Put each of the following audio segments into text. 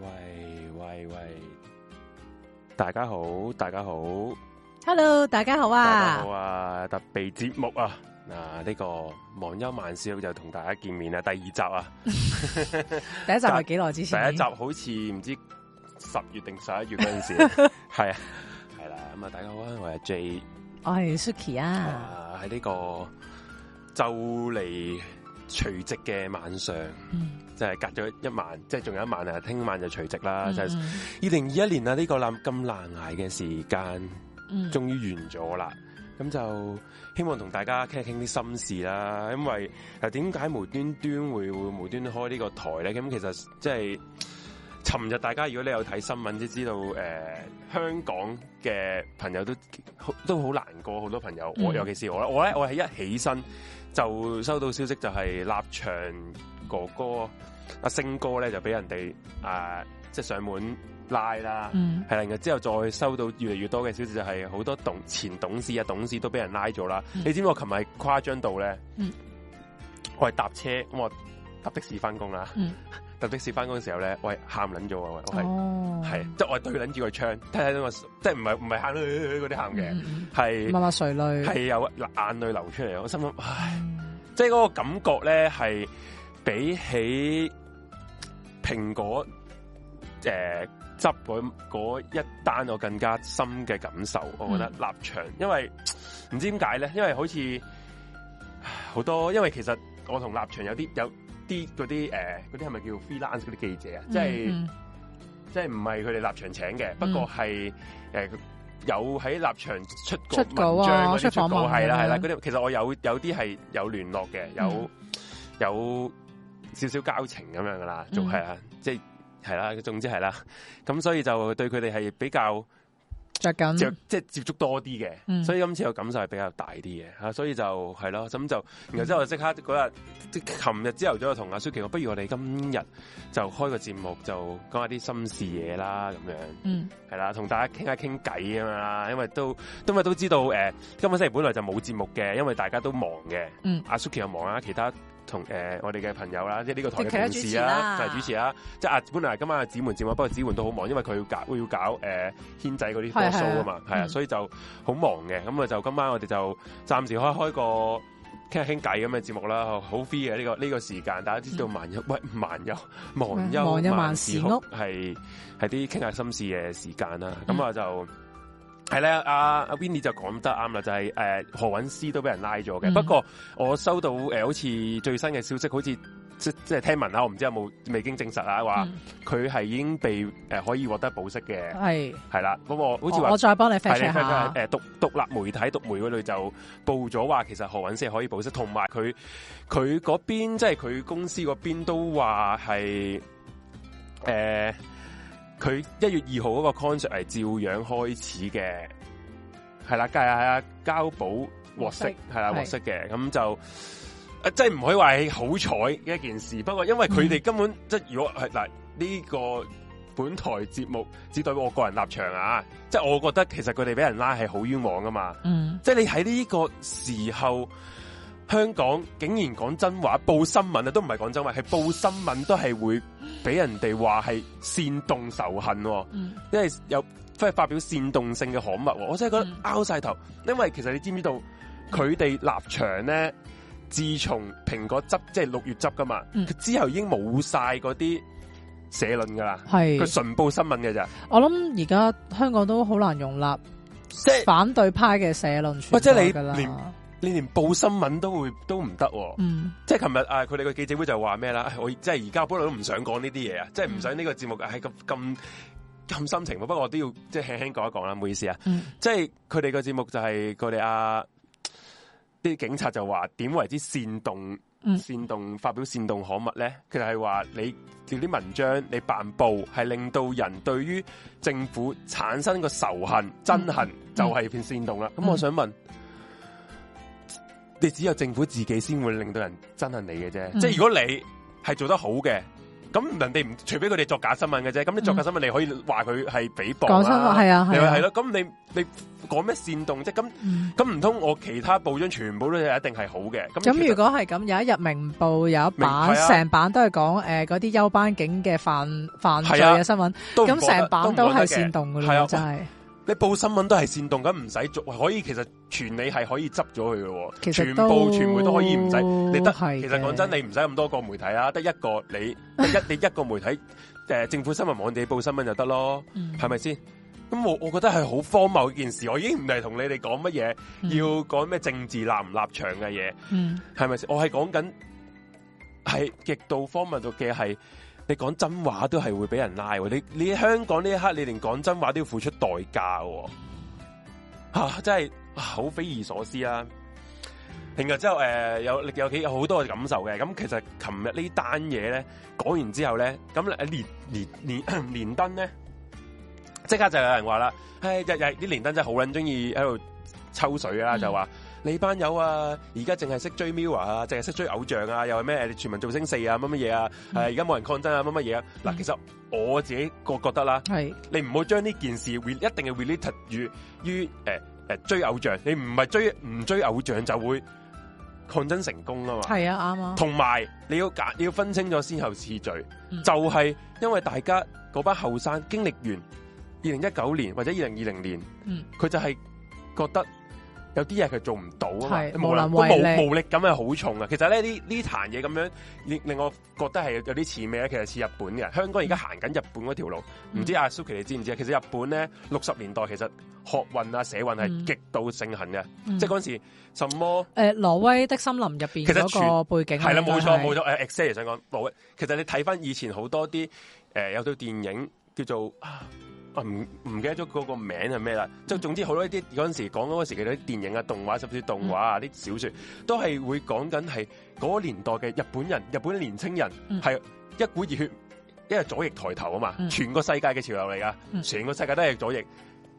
喂喂喂，大家好，大家好， Hello，大家好大家啊好！啊！特備節目啊，嗱、呢、個忘憂萬事就同大家見面啦，第二集啊，第一集係幾耐之第前？一集好似唔知十月定十一月嗰陣時， 係啊，係啦，咁啊，大家好啊，我係 J，我係 Suki 啊，啊喺呢個就嚟除夕嘅晚上，嗯即係隔咗一晚，即係仲有一晚啊，聽晚就除夕啦，就係嗯二零二一年啊，呢、個難咁難捱嘅時間。嗯終於完咗啦。咁就希望同大家傾一傾啲心事啦，因為誒點解無端端會會無端端開呢個台咧？咁其實即係尋日大家如果你有睇新聞，都知道誒、呃香港嘅朋友都都好難過，好多朋友，我嗯尤其是我啦，我咧我係一起身就收到消息，就係立場哥哥阿星哥咧就俾人哋啊、即係上門拉啦。嗯係啦，然後之後再收到越嚟越多嘅消息，就係好多董前董事啊、董事都俾人拉咗啦。嗯你知唔知我琴日係誇張到咧？嗯我係搭車，咁我搭的士翻工啦。嗯搭的士翻工嘅時候咧，我係喊撚咗啊！我係哦，係即係我係對撚住個窗，睇睇到我即係唔係唔係喊呃呃呃嗰啲喊嘅，嘅，係默默垂淚，係有眼淚流出嚟。我心諗，唉，嗯即係嗰個感覺咧係比起蘋果誒、呃執嗰嗰一單我更加深嘅感受，我覺得立場，因為呃唔知點解咧，因為好似唉好多，因為其實我同立場有啲有啲嗰啲誒呃嗰啲係咪叫 freelance 嗰啲記者啊，即係。嗯即系唔係佢哋立場請嘅，不過係诶、誒有喺立場出過出稿啊文章嗰啲出出訪稿問係啦咁樣係啦，嗰啲其實我有有啲係有聯絡嘅，有、嗯有少少交情咁樣噶啦，仲嗯係啊，即係係啦，總之係啦，咁所以就對佢哋係比較着緊接即係接觸多啲嘅，嗯所以今次嘅感受係比較大啲嘅吓，所以就係咯，咁就然後之後即刻嗰日即琴日朝頭早就同阿 Suki 講，不如我哋今日就開個節目就講下啲心事嘢啦，咁樣。嗯系啦，同大家傾下傾偈咁樣啦，因為都因為都知道诶、呃今個星期本來就冇節目嘅，因為大家都忙嘅。嗯阿 Suki 又忙啦，其他同诶、呃我哋嘅朋友啦，即係呢個台嘅即係其他同主事持啦，啦就係主持啦。即係啊，本來今晚係子門節目，不過子門都好忙，因為佢要搞要搞诶軒仔嗰啲係 show 係係啊嘛，係啊，嗯所以就好忙嘅。咁啊，就今晚我哋就暫時開開個傾下傾偈咁嘅節目啦，好好 free 嘅呢個呢、個時間，大家知道萬有喂萬 有忙憂嗯忙憂萬萬事事屋屋係係啲傾下心事嘅時間啦。嗯咁啊就係咧，阿阿 Winnie 就講得啱啦，就係、呃何韻詩都俾人拉咗嘅。嗯不過我收到誒、呃好似最新嘅消息，好似即即係聽聞啦，我唔知有冇未經證實啦，話嗯啊佢係已經被誒、呃可以獲得保釋嘅，係，係啦。咁我好似我話我。再幫你係 fetch 你睇下下，誒獨獨立媒體獨媒嗰度就報咗話，其實何韻詩係可以保釋，同埋佢佢嗰邊即係佢公司嗰邊都話係誒，佢、一月二號嗰個 contract 係照樣開始嘅，係啦，係啊，係啊，交保獲釋獲釋係啦，係獲釋嘅，咁就。誒即係唔可以話係好彩嘅一件事，不過因為佢哋根本、即係如果係嗱呢個本台節目只對我個人立場啊，即係我覺得其實佢哋俾人拉係好冤枉噶嘛，嗯即係你喺呢個時候，香港竟然講真話，報新聞啊都唔係講真話，係報新聞都係會俾人哋話係煽動仇恨、喎。嗯因為有即係發表煽動性嘅刊物喎，我真係覺得嗯拗晒頭。因為其實你知唔知道佢哋立場咧，自從蘋果執即係六月執噶嘛，嗯佢之後已經冇晒嗰啲社論噶啦，佢係，純報新聞嘅咋，我諗而家香港都好難容納即係反對派嘅社論喂存即係你在㗎連啦，你連報新聞都會都唔得喎。嗯即係琴日啊，佢哋個記者會就話咩啦？唉我即係而家本來都唔想講呢啲嘢啊，即係唔想呢個節目係咁咁咁心情。不過我都要即係輕輕講一講啦，唔好意思啊。嗯即係佢哋個節目就係佢哋啊啲警察就話點為之煽動、嗯煽動發表煽動刊物咧？佢就係話你你啲文章你辦報係令到人對於政府產生個仇恨、憎恨，就係變煽動啦。咁、嗯我想問。你只有政府自己先會令到人憎恨你嘅啫，嗯即係如果你係做得好嘅，咁人哋唔除非佢哋作假新聞嘅啫，咁你作假新聞你可以話佢係誹謗嗯啦，講新聞係啊你咪係係啊，咯，咁你你講咩煽動啫？咁嗯咁唔通我其他報章全部都係一定係好嘅？咁其咁實如果係咁，有一日明報有一版明係啊成版都係講誒嗰啲休班警嘅犯犯罪係啊嘅新聞，都唔咁覺得成版都唔覺得係嘅煽動噶係啦，啊真係。你報新聞都係煽動，咁唔使做，可以其實傳理係可以執咗佢嘅喎。其實全都部傳媒都可以唔使，你得係其實講真，嘅你唔使咁多個媒體啊，得一個你得一你 一個媒體誒、呃政府新聞網地報新聞就得咯，嗯係咪先？咁我我覺得係好荒謬嘅件事，我已經唔係同你哋講乜嘢，嗯要講咩政治立唔立場嘅嘢，嗯係咪先？我係講緊係極度荒謬到嘅係，你講真話都係會俾人拉喎。你你喺香港呢一刻，你連講真話都要付出代價喎。啊，真係啊好匪夷所思啊！另外之後，誒、有有幾有好多嘅感受嘅。咁其實琴日呢單嘢咧講完之後咧，咁連連 連連登咧，即刻就有人話啦，唉，日日啲連登真係好撚中意喺度抽水啦，嗯就話你班友啊，而家淨係識追 Mirror 啊，淨係識追偶像啊，又係咩全民造星四啊，乜乜嘢啊，誒嗯而家冇人抗爭啊，乜乜嘢啊。嗱，嗯其實我自己個覺得啦，係你唔好將呢件事 re- 一定係 related 於於誒誒追偶像，你唔係追唔追偶像就會抗爭成功啊嘛。係啊啱啊，同埋你要揀，你要分清咗先後次序，嗯就係因為大家嗰班後生經歷完二零一九年或者二零二零年，嗯佢就係覺得有啲嘢佢做唔到啊嘛，係無能無能為佢力無無力感係好重啊。其實咧呢呢壇嘢咁樣令令我覺得係有啲似咩咧？其實似日本嘅，香港而家行緊日本嗰條路，嗯唔知阿 Suki 你知唔知啊？其實日本咧六十年代其實學運啊社運係嗯極度盛行嘅，嗯即係嗰陣時什麼。誒挪威的森林入邊其實嗰個背景係啦，冇錯啊係冇錯。誒 x c e l 想講冇，其實你睇翻以前好多啲誒、呃有套電影叫做啊，我唔唔記得咗嗰個名係咩啦。即係總之好多一啲嗰陣時講嗰個時期嗰啲電影啊、動畫甚至動畫啊、嗯啲小説，都係會講緊係嗰個年代嘅日本人、日本年青人嗯係、一股熱血，因為左翼抬頭啊嘛，嗯全個世界嘅潮流嚟噶，嗯全個世界都係左翼。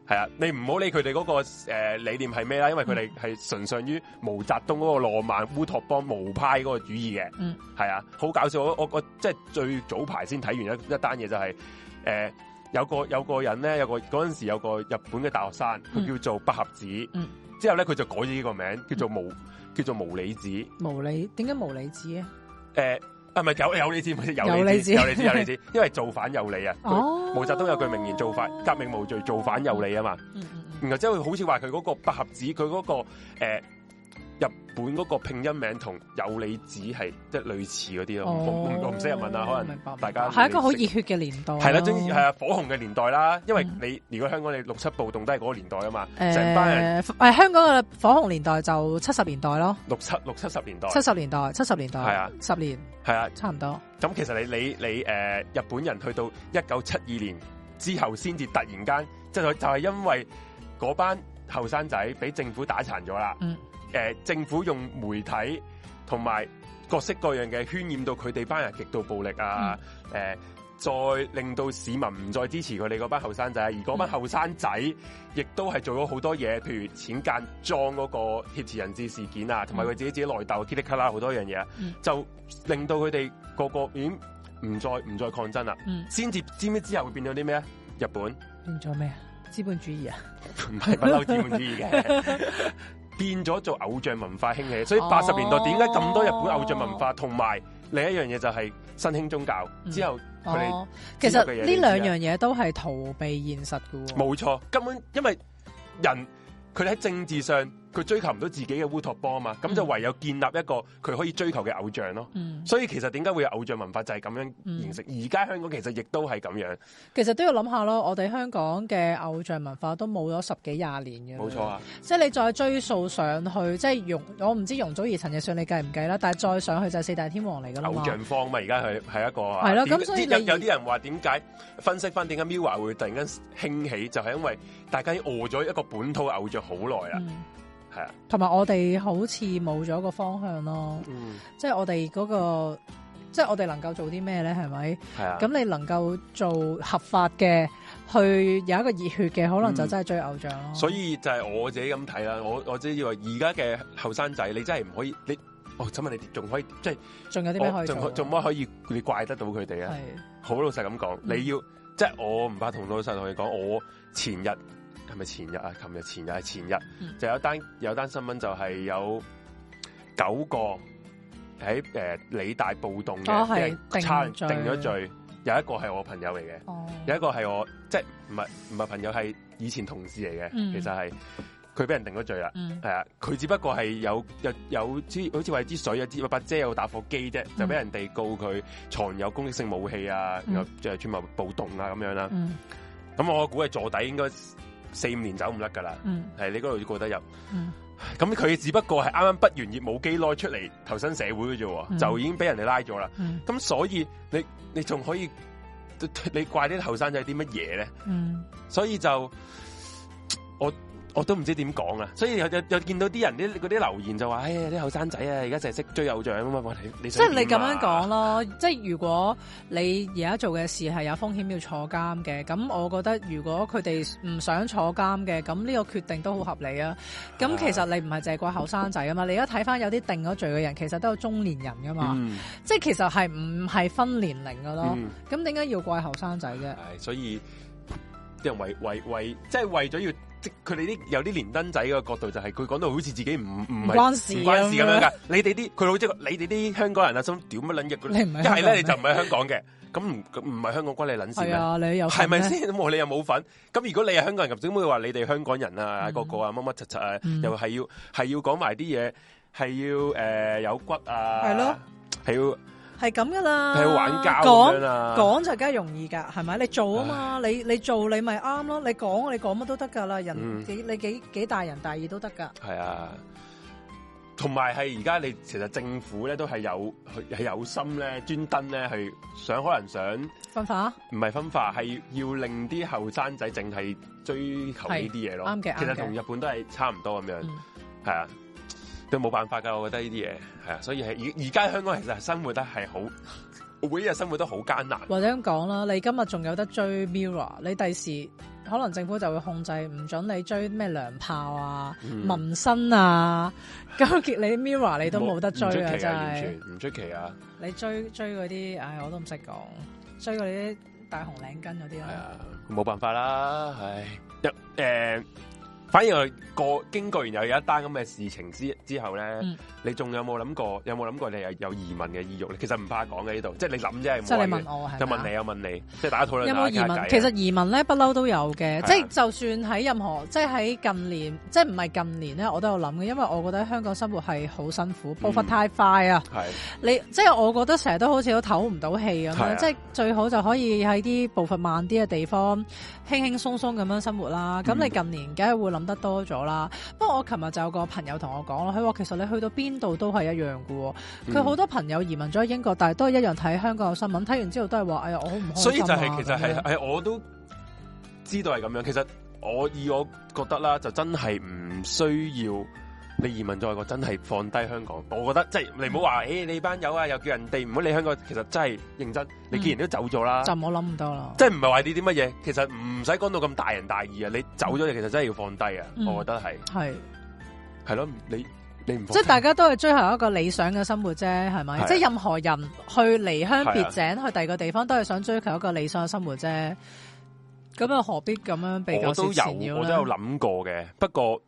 係啊，你唔好理佢哋嗰個呃理念係咩啦，因為佢哋嗯係崇尚於毛澤東嗰個浪漫烏托邦無派嗰個主義嘅。嗯，係啊，好搞笑！我我我即係最早排先睇完一一單嘢就係、呃有個有個人咧，有個嗰陣時有個日本嘅大學生，佢嗯叫做百合子。嗯之後咧佢就改咗呢個名，叫做無叫做無理子。誒、無理，點解無理子啊？啊，唔係有有理子，唔係有有理理子，子有理子，有理子，因為造反有理啊！佢哦，毛澤東有句名言：造反革命無罪，造反有理啊嘛。嗯，嗯嗯然後之後好似話佢嗰個百合子，佢嗰、個、呃、日本嗰個拼音名同有理子係即係類似嗰哦啲咯。嗯我唔我唔識日文嗯啊，可能能大家係一個好熱血嘅年代咯，係啦，總之係啊火紅嘅年代啦。因為嗯你如果香港你六七暴動都係嗰個年代啊嘛，誒成班人誒呃香港嘅火紅年代就七十年代咯，六七六七十年代七十年代七十年代係啊，十年係啊。差唔多，咁其實你你你誒、呃日本人去到一九七二年之後，先至突然間即係就係因為嗰班後生仔俾政府打殘咗啦。嗯誒、政府用媒體同埋各式各樣嘅渲染到佢哋班人極度暴力啊！誒、嗯再令到市民唔再支持佢哋嗰班後生仔，而嗰班嗯後生仔亦都係做咗好多嘢，譬如淺間莊嗰個挾持人質事件啊，同埋佢自己自己內鬥，噼里咔啦好多樣嘢啊，嗯就令到佢哋個個已經唔再唔再抗爭啦。嗯，先至知唔知之後會變咗啲咩啊？日本唔變咗咩啊？資本主義啊， 係不嬲資本主義嘅，變咗做偶像文化興起，所以八十年代哦點解咁多日本偶像文化，同埋另一樣嘢就係新興宗教嗯之後佢哋。哦，其知實道嘅嘢呢兩樣嘢都係逃避現實嘅喎，冇錯，根本因為人佢哋喺政治上佢追求唔到自己嘅烏托邦啊嘛，咁就嗯唯有建立一個佢可以追求嘅偶像咯。嗯。所以其實點解會有偶像文化就係咁樣形成，而家香港其實亦都係咁樣，其實都要諗下咯，我哋香港嘅偶像文化都冇咗十幾廿年嘅。冇錯啊，即係你再追溯上去，即係容我唔知容祖兒、陳奕迅你計唔計啦，但係再上去就係四大天王嚟㗎啦偶嘛。啊像方嘛，而家係係一個啊啊係咯點咁所以有你有啲人話點解分析翻點解 Mirror 會突然間興起，就係因為大家已經餓咗一個本土偶像好耐啦，嗯係啊，同埋我哋好似冇咗個方向咯，嗯，即係我哋嗰、個，即係我哋能夠做啲咩咧？係咪？係啊，咁你能夠做合法嘅，去有一個熱血嘅，可嗯能就真係追偶像咯。所以就係我自己咁睇啦，我我自己以為而家嘅後生仔，你真係唔可以，你哦，請問你仲可以即係仲有啲咩可以哦仲可做？啊仲乜可以你怪得到佢哋啊？係好老實咁講，嗯你要即係我唔怕同老實同你講，我前日係咪前日啊？琴日前日係前日，嗯就有單有單新聞就係有九個喺誒、呃理大暴動哦嘅，係俾人定差罪定咗罪，有一個係我朋友嚟嘅。哦，有一個係我即係唔係唔係朋友，係以前同事嚟嘅。嗯其實係佢俾人定咗罪啦，嗯係啊，佢只不過係有有有支好似話有支水有支有把遮有打火機啫，就俾人哋告佢藏有攻擊性武器啊，嗯然後就係串謀暴動啊咁樣啦。嗯咁我估係坐底應該四五年走唔甩噶啦，嗯係你嗰度過得入。嗯咁佢只不過係啱啱畢完業冇幾耐出嚟投身社會嘅啫喎，嗯就已經俾人哋拉咗啦。嗯咁所以你你仲可以你怪啲後生仔啲乜嘢咧？嗯，所以就我我都唔知點講啊！所以有有有見到啲人啲嗰啲留言就話：，哎呀，啲後生仔啊，而家淨係識追偶像啊嘛！喂你你啊即係你咁樣樣講啊咯，即係如果你而家做嘅事係有風險要坐監嘅，咁我覺得如果佢哋唔想坐監嘅，咁呢個決定都好合理啊。咁其實你唔係淨係怪後生仔啊嘛，你而家睇翻有啲定咗罪嘅人，其實都有中年人噶嘛，嗯即係其實係唔係分年齡噶咯。嗯，咁點解要怪後生仔啫？係所以啲人為為為即係為咗要即佢哋啲有啲連登仔嘅角度就係佢講到好似自己唔唔唔唔係。關事，唔啊關事咁樣。噶，你哋啲佢好即係你哋啲香港人啊，心屌乜撚嘢佢？你唔係一係香咧港人你就唔係香港嘅，咁唔咁唔係香港關你撚事係咩？啊，你有系咪份咩？先？咁我你又冇份。咁如果你係香港人，咁點會話你哋香港人啊？嗯個個啊乜乜柒柒啊，嗯又係要係要講埋啲嘢，係要诶有骨啊，係咯，係要係咁噶啦，係要玩交講咁樣啊。講就梗係容易㗎，係咪？你做啊嘛，你你做你咪啱咯。你講你講乜都得㗎啦，人、嗯幾你幾幾大人大義都得㗎。係啊，同埋係而家你其實政府咧都係有係有心咧，專登咧係想可能想分化啊唔係分化，係要令啲後生仔淨係追求呢啲嘢咯。係啱嘅其實啱嘅同日本都係差唔多咁樣，嗯係啊，都冇辦法噶。我覺得呢啲嘢係啊，所以係而而家香港其實生活得係好，每一日生活都好艱難。或者咁講啦，你今日仲有得追 Mirror，你第時可能政府就會控制唔准你追咩糧炮啊、嗯民生啊，咁結你 Mirror 你都冇得追唔出啊，奇真啊，完全係。唔出奇啊，你追追嗰啲，唉，我都唔識講，追嗰啲大紅領巾嗰啲係啦。啊，冇辦法啦，唉，一誒。反而我過經過完有一單咁嘅事情之之後咧，嗯你仲有冇諗過？有冇諗過你係有移民嘅意欲咧？其實唔怕講嘅呢度，即係你諗啫，冇即係你謂嘅問我係咪啊就問你，又問你，即係大家討論有冇移啊民？其實移民咧不嬲都有係嘅，啊即係就算喺任何，即係喺近年，即係唔係近年咧，我都有諗嘅，因為我覺得香港生活係好辛苦，步嗯伐太快啊！係你即係我覺得成日都好似都唞唔到氣咁係啊樣，即係最好就可以喺啲步伐慢啲嘅地方，輕輕鬆鬆咁樣生活啦。咁嗯你近年梗係會諗得多咗啦。不過我琴日就有個朋友同我講啦，佢話其實你去到邊度都係一樣嘅喎。嗯佢好多朋友移民咗去英國，但係都係一樣睇香港嘅新聞，睇完之後都係話：哎呀，我好唔開心啊所以就係其實咁樣係係我都知道係咁樣。其實我以我覺得啦，就真係唔需要你移民在外，真係放低香港。我覺得即係你唔好嗯話，誒、你班友啊，又叫人哋唔好理香港。其實真係認真，你既然都走咗啦，就唔好諗咁多啦。即係唔係話你啲乜嘢，其實唔使講到咁大仁大義啊。你走咗，你其實真係要放低啊。嗯我覺得係係，係咯，你你唔放即係低大家都係追求一個理想嘅生活啫，係係啊咪？即係任何人去離鄉別井，去第二個地方，都係想追求一個理想嘅生活啫。咁又何必咁樣被我舊都事纏有，繞我都有咧？諗過嘅。不過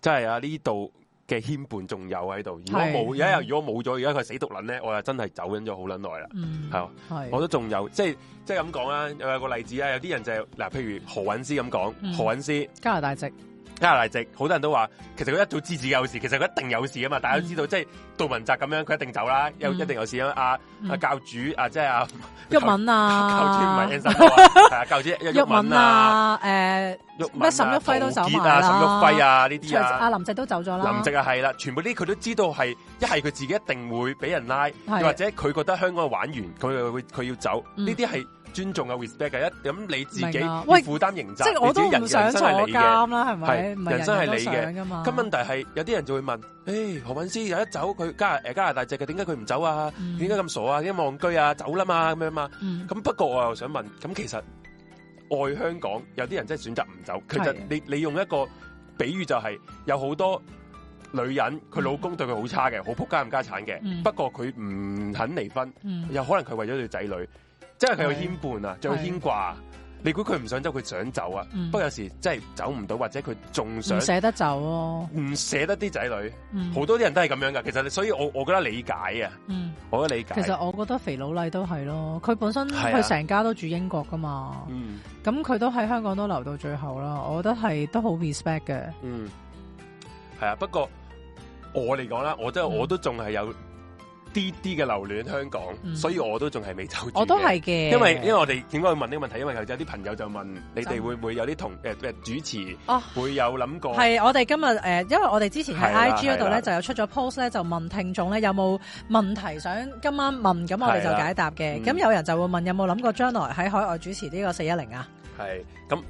真係啊，呢度嘅牽絆仲有喺度。如果係冇，而家如果冇咗，而家佢死毒撚咧，我又真係走緊咗好撚耐啦。嗯，係啊我係，都仲有，即係即係咁講啦。又有個例子啊，有啲人就係嗱，譬如何韻詩咁嗯講，何韻詩加拿 大籍，加拿大籍，好多人都話其實佢一早知自己有事，其實佢一定有事啊嘛。大家都知道，即係杜汶澤咁樣，佢一定走啦，有嗯一定有事啊。阿阿嗯教主啊，即係阿郁文教主唔啊係，Anson Lo 啊係啊， 教主郁郁文文啊。啊，誒，郁文啊咩沈旭輝都走埋啦陶傑啊沈旭輝啊呢啲除啊阿，林夕都走咗啦，林夕啊係啦，全部呢啲佢都知道係一係佢自己一定會俾人拉，又係或者佢覺得香港玩完，佢又會佢要走，嗯呢啲係尊重啊 respect 嘅一咁你自己明要啊喂負擔刑責，即係我都你自己唔人想人坐生係你嘅。監啊啦，係咪？係唔係人生係人都你嘅想噶嘛？咁問題係有啲人就會問：，誒何韻詩有一走佢加誒加拿大籍嘅，點解佢唔走啊？嗯點解咁傻啊？點解戇居啊？走啦嘛咁樣嘛。嗯咁不過我又想問，咁其實愛香港有啲人真係選擇唔走，其實係你你用一個比喻就係、有好多女人佢老公對佢好差嘅，好仆街冚家產嘅，嗯不過佢唔肯離婚，嗯，有可能佢為咗對仔女，即係佢有牽絆啊，仲有係牽掛啊。你估佢唔想走，佢想走啊？嗯不過有時真係走唔到，或者佢仲想唔捨得走咯，唔捨得啲仔女，嗯好多啲人都係咁樣噶。其實你，所以我我覺得理解啊，嗯，我覺得理解。其實我覺得肥佬麗都係咯，佢本身係啊佢成家都住英國噶嘛，嗯咁佢都喺香港都留到最後啦，我覺得係都好 respect 嘅，嗯，係啊。不過我嚟講啦，我都嗯我都仲係有啲啲嘅留戀香港，嗯所以我都仲係未走住嘅。我都係嘅，因為因為我哋點解會問呢個問題？因為有啲朋友就問你哋會唔會有啲同誒誒主持哦。會有諗過？係我哋今日誒、呃因為我哋之前喺係啦 IG 嗰度係啦咧就有出咗 post 咧，就問聽眾咧有冇問題想今晚問，咁我哋就係啦解答嘅。嗯咁、有人就會問有冇諗過將來喺海外主持呢個四一零啊？係咁，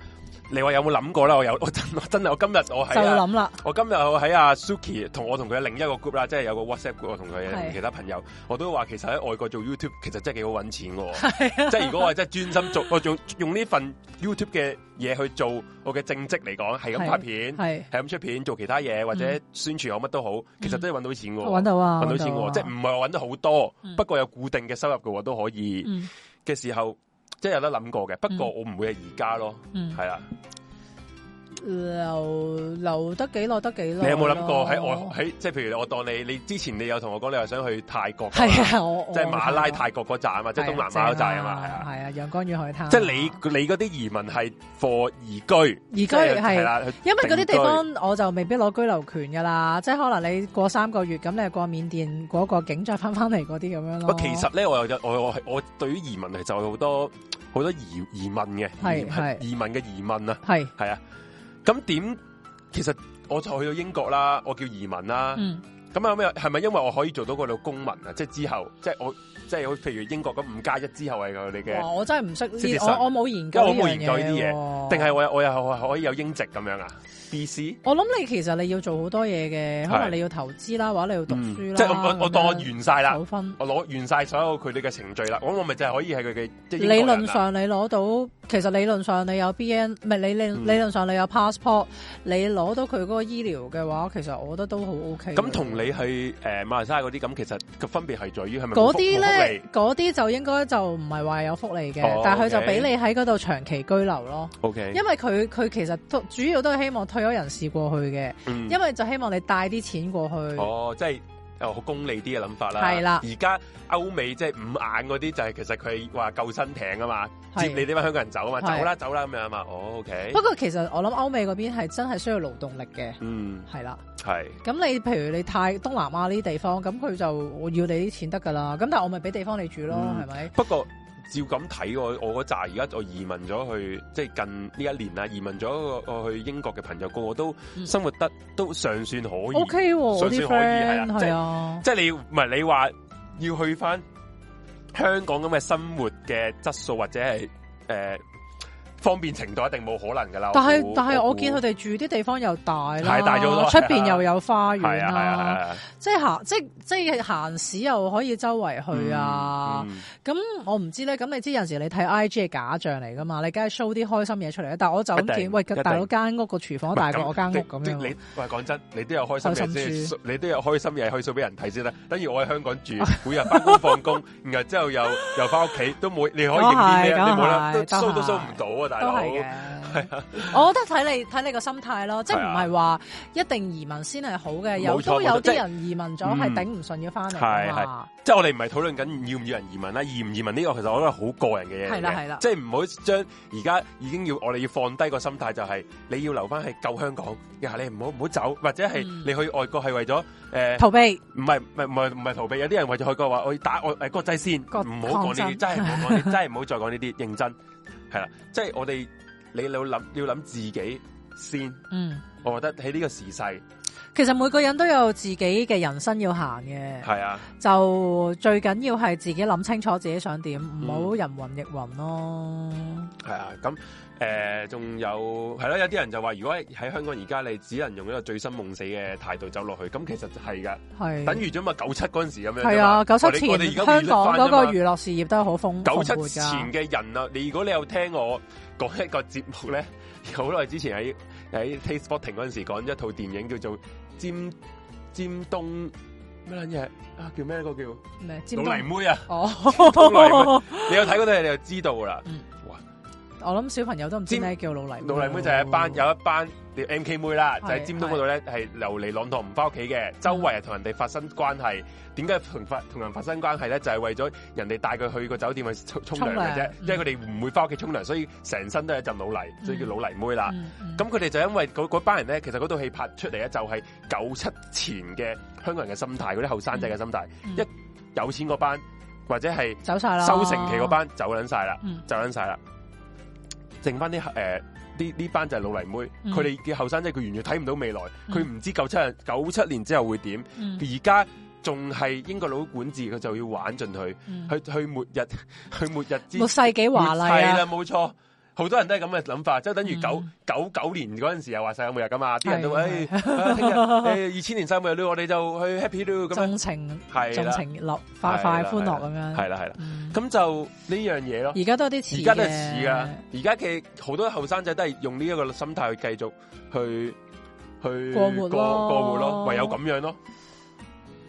你話有冇諗過啦？我有，我真我真係我今日我就喺啊諗啦，我今日我喺阿 Suki 同我同佢另一個 group 啦，即係有個 WhatsApp group，我同佢係同其他朋友，我都話其實喺外國做 YouTube 其實真係幾好揾錢嘅喎。 即係如啊果我真係專心做，我用用呢份 YouTube 嘅嘢去做我嘅正職嚟講，係咁拍片，係係咁出片，做其他嘢或者宣傳我乜都好，其實都係揾到錢嘅喎揾。到啊，揾到錢啊喎，嗯即係唔係話揾得好多，嗯不過有固定嘅收入嘅喎都可以嗯嘅時候，即係有得諗過嘅。不過嗯我唔會係而家咯，嗯係啦。留留得幾耐得幾耐咯？你有冇諗過喺外喺即係譬如我當你你之前你有同我講你話想去泰國㗎嘛，係啊，我即係馬拉係啊泰國嗰站啊，即係東南亞嗰站啊嘛，係啊。係啊，陽光與海灘。即係你你嗰啲移民係 for 移居，移即居係係哦係啦，因為嗰啲地方我就未必攞居留權噶啦，即係可能你過三個月咁，你係過緬甸嗰個境再翻翻嚟嗰啲咁樣不咯。過其實咧，我有我我我對於移民其實有好多好多疑疑問嘅，係移係移民嘅疑問啊，係，係啊。咁點其實我就去到英國啦，我叫移民啦。嗯咁啊咩？係咪因為我可以做到嗰度公民啊？即係之後，即係我即係好譬如英國咁五加一之後係佢哋嘅哇，我真係唔識呢， Citizen 我我冇研究呢因為我冇研究呢啲嘢樣嘢，定係。我有我又可以有英籍咁樣啊？B C，我諗你其實你要做好多嘢嘅，可係嗯能你要投資啦，或者你要讀書啦，嗯即係我我我當我咁樣完晒啦考，分。我攞完晒所有佢哋嘅程序啦，咁我咪就係可以係佢嘅即係英理國人啊論啦上你攞到，其實理論上你有 BN，唔係你理嗯理論上你有 passport，你攞到佢嗰個醫療嘅話，其實我覺得都好 OK 嘅。咁同你去誒、呃、馬來西亞嗰啲咁，其實個分別係在於係咪冇嗰福啲冇福咧利，嗰啲就應該就唔係話有福利嘅，哦但係佢就 OK 俾你喺嗰度長期居留咯。 ？OK，因為佢佢其實都主要都係希望退休人士過去嘅，嗯因為就希望你帶啲錢過去。哦，即係有好功利啲嘅諗法啦。係啦而家歐美即係五眼嗰啲就係其實佢係話救生艇啊嘛，接係你哋班香港人走啊嘛，係走啦走啦咁樣啊嘛。哦，OK，不過其實我諗歐美嗰邊係真係需要勞動力嘅，嗯係啦。係咁你譬如你泰東南亞呢啲地方，咁佢就我要你啲錢得㗎啦。咁但係我咪俾地方你住咯，嗯係咪？不過照咁睇我我嗰扎而家我移民咗去，即係近呢一年啊啦，移民咗我我去英國嘅朋友，個個都嗯生活得都尚算可以。 O K 喎，我上啲先可以係啦 friend 係啊，即係你唔係你話要去翻香港咁嘅生活嘅質素或者係诶、呃方便程度，一定冇可能噶啦。但估係但係我估見佢哋住啲地方又大啦，係大咗好多出邊又有花園係啊係啊係啊，即係行，即係即係閒市又可以周圍去啊！嗯咁、我唔知咧，咁你知有陣時你睇 I G 係假象嚟噶嘛？你梗係 show 啲開心嘢出嚟啦。啊但係我就一咁定見，喂，一定大佬間屋個廚房大過唔我係咁間屋咁即樣你喎。喂講真，你都有開心開嘢心先，你都有開心嘢去 show 俾人睇先啦。等於我喺香港 住，每日翻工放工，然後之後又又翻屋企，都冇你可以影啲咩？都你係冇啦，都都係 show 都都係 show 唔到啊，大都佬。啊係嘅，我覺得睇你睇你個心態咯，即係唔係話一定移民先係好嘅，有冇錯都冇錯有即啲係人移民咗係嗯頂唔順要翻嚟㗎嘛，即係我哋唔係討論緊要唔要人移民啦，移唔移民呢個其實我覺得係好個人嘅嘢嚟嘅。係啦係啦即係唔好將而家已經要我哋要放低個心態，就係你要留翻係救香港，呀你唔好唔好走，或者係嗯你去外國係為咗誒逃避唔係唔係唔係唔係逃避，有啲人為咗去國話我要打外誒國際線，國唔好講呢啲，抗爭真係唔好講 呢啲，真係唔好再講呢啲，認真係啦。即係我哋你要諗要諗自己先，嗯。我覺得喺呢個時勢其實每個人都有自己嘅人生要行嘅，係啊，就最緊要係自己諗清楚自己想點，唔好嗯人云亦云咯。係啊，咁誒仲有係啦，有啲人就話，如果喺香港而家你只能用一個醉生夢死嘅態度走落去，咁其實係噶，等係於咗嘛九七嗰陣時咁樣啫嘛。係啊，九七我哋前我哋而家香港嗰個 relive 娛樂事業都係好豐九豐七富前㗎。嘅人啊，你如果你有聽我講一個節目咧，好耐之前喺喺 Taste Spotting 嗰陣時講一套電影叫做《尖尖東咩撚嘢啊？叫咩？嗰個叫咩？尖老泥東妹啊！老泥哦，你有睇嗰啲，你就知道噶啦。嗯哇！ 我諗小朋友都唔知尖咩叫老泥妹。老泥妹就係一班有一班叫 M K 妹啦，就哦係喺尖東嗰度咧係流離浪蕩唔翻屋企嘅，周圍係同人哋發生關係。點解同發同人發生關係咧？就係、為咗人哋帶佢去個酒店去沖沖涼嘅沖涼啫，因為佢哋唔會翻屋企沖涼，所以成身都係一陣老泥，所以叫老泥妹啦。嗯，嗯啊咁佢哋就因為嗰嗰班人咧，其實嗰套戲拍出嚟咧，就係九七前嘅香港人嘅心態，嗰啲後生仔嘅心態，嗯一有錢嗰班或者係走晒啦，收成期嗰，班走撚晒啦，嗯走撚晒啦，剩翻啲誒呢呢班就係老泥妹，嗯佢哋嘅後生仔佢完全睇唔到未來，嗯佢唔知九七九七年之後會點，嗯而家仲係英國佬管治，佢就要玩盡佢，嗯去去末日 去末日之末世紀華麗係啊啦，，冇錯。好多人都係咁嘅諗法，即係等於嗯九九九年嗰陣時又話世界末日噶嘛，啲人都話係誒，啊聽日誒二千年世界末日，我哋就去 Happy New 咁樣，縱情 係縱啦，情樂快係快啦歡樂係咁樣。係啦係啦，嗯咁就呢樣嘢咯。而家都有啲似而嘅，家都係似啊噶，而家嘅好多後生仔都係用呢一個心態去繼續去去過活咯過過活咯，唯有咁樣咯。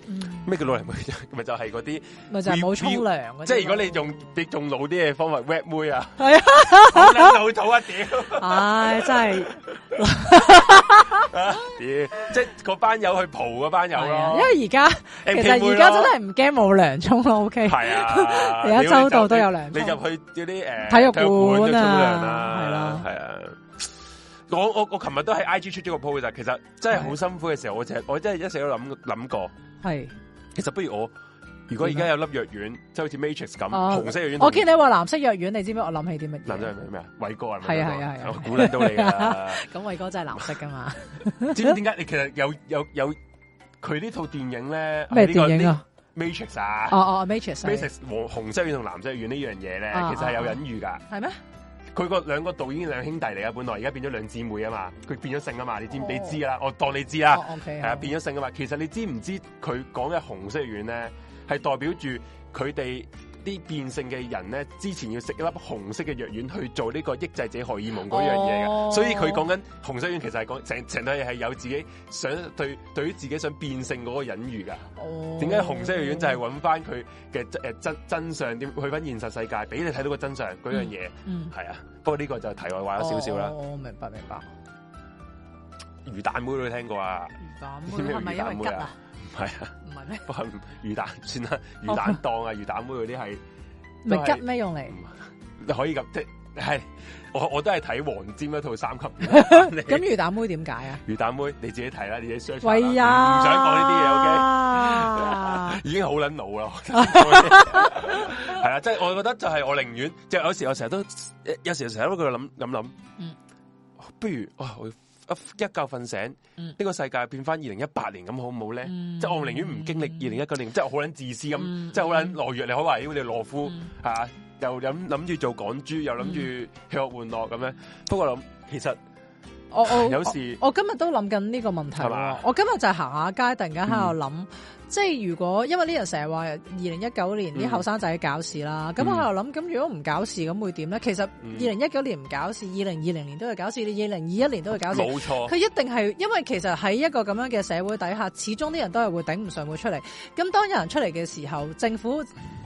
嗯咩叫老人妹啫？ 咪就係嗰啲，咪就係冇沖涼嗰啲即係如果你用你仲老啲嘅方法 rap 妹啊，係啊好撚老土啊屌！唉，真 係屌，即係嗰班友去蒲嗰班友係啊，咯因。為 而家其實而家真係唔驚冇涼沖咯，OK，係 啊，而家周到都有涼你沖入去嗰啲诶體育館啊館都沖涼啦，係係啊。我我我琴日都喺 I G 出咗個 po 咋，其實真係好辛苦嘅時候，我嗯就我真係一直都諗諗過，係。其實不如我如果而家有粒藥丸，即係好似 Matrix 咁，哦紅色藥丸同。我見你話藍色藥丸，你知唔知我諗起啲乜嘢？男仔係咩啊？偉哥係咪？係啊係啊係啊我估得到你㗎 啦。咁偉哥真係藍色 噶啊嘛？知唔知點解你其實有有有佢呢套電影咧？咩呢個電影啊？ ？Matrix 啊哦哦，Matrix 係 Matrix 黃紅色院同藍色院呢樣嘢咧，啊其實係有隱喻㗎。係咩？佢個兩個導演兩兄弟嚟㗎，啊本來而家變咗兩姊妹啊嘛，佢變咗性啊嘛，你知哦你知㗎啦，我當你知啦，哦，OK，係好啊變咗性啊嘛。其實你知唔知佢講嘅紅色院咧，係代表住佢哋啲變性嘅人咧，之前要食一粒紅色嘅藥丸去做呢個抑制者荷爾蒙嗰樣嘢㗎。哦所以佢講緊紅色院其實係講成成套嘢係有自己想對對於自己想變性嗰個隱喻㗎。哦點解紅色嘅丸就係揾翻佢嘅誒真真相，點去翻現實世界，俾你睇到個真相嗰樣嘢，嗯係啊。不過呢個就題外話咗少少啦。我明白明白。魚蛋妹都聽過啊，魚蛋知唔知妹係 咪因為魚吉蛋妹啊啊？唔係啊，唔係咩？不過魚蛋 算啦，哦魚蛋檔 啊，魚蛋妹嗰啲係唔都係係吉咩用嚟？你可以咁即係我我都係睇黃沾一套三級片咁咁魚蛋妹點解啊？魚蛋妹你自己睇啦，你自己 search 啦喂呀，唔想講呢啲嘢，OK。 已呢經好撚老啦， 係啦，即係我覺得就係我寧願，即係有時我成日都，有時成日都佢諗諗諗，哦嗯，不如哇，我一一覺瞓醒，嗯呢個世界變翻二零一八年咁好唔好咧？ 嗯即係我寧願唔經歷二零一九年，即係我好撚自私嗯咁，即係好撚懦弱。你可以話，妖你懦夫嗯係啊，又諗諗住做港豬，又諗住吃喝玩樂咁樣。不過諗其實我我有時我我今日都諗緊呢個問題係喎嘛。嗯我今日就係行下街，突然間喺度諗，即係如果因為呢人成日話二零一九年啲嗯後生仔搞事啦，咁、我喺度諗，咁如果唔搞事咁會點咧？其實嗯二零一九年唔搞事，二零二零年都會搞事，二零二一年都會搞事。冇錯佢，一定係因為其實喺一個咁樣嘅社會底下，始終啲人都係會頂唔順會出嚟。咁當有人出嚟嘅時候，政府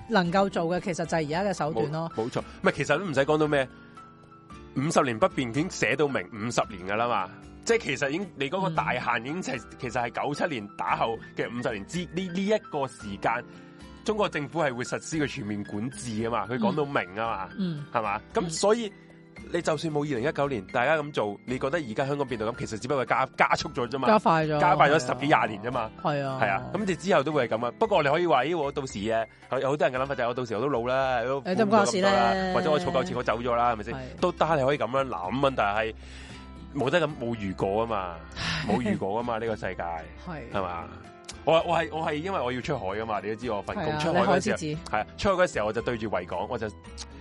能夠做嘅其實就係而家嘅手段咯。冇冇錯，唔係其實都唔使講到咩，五十年不變已經寫到明五十年噶啦嘛。即係其實已經你嗯嗰個大限已經係、其實係九七年打後嘅五十年之呢呢一個時間，中國政府係會實施個全面管治啊嘛，佢講到明啊嘛，嗯係嘛？咁嗯所以你就算冇二零一九年大家咁做，你覺得而家香港變到咁，其實只不過係加加速咗啫加嘛，快咗，加快咗十幾廿年啫嘛。係啊，系啊，咁你之後都會係咁啊。不過你可以話，咦，我到時啊，有有好多人嘅諗法就係我到時我都老啦，都誒都顧唔關我唔事到咁多咧啦，或者我儲夠錢我走咗啦，係咪係先？都得，你可以咁樣諗，問題係冇得咁冇如果啊嘛，冇如果啊嘛，呢個世界係係嘛？我我係我係因為我要出海噶嘛，你都知我份係啊工出你海海嗰之時候子係啊，出海嗰時候我就對住維港，我就自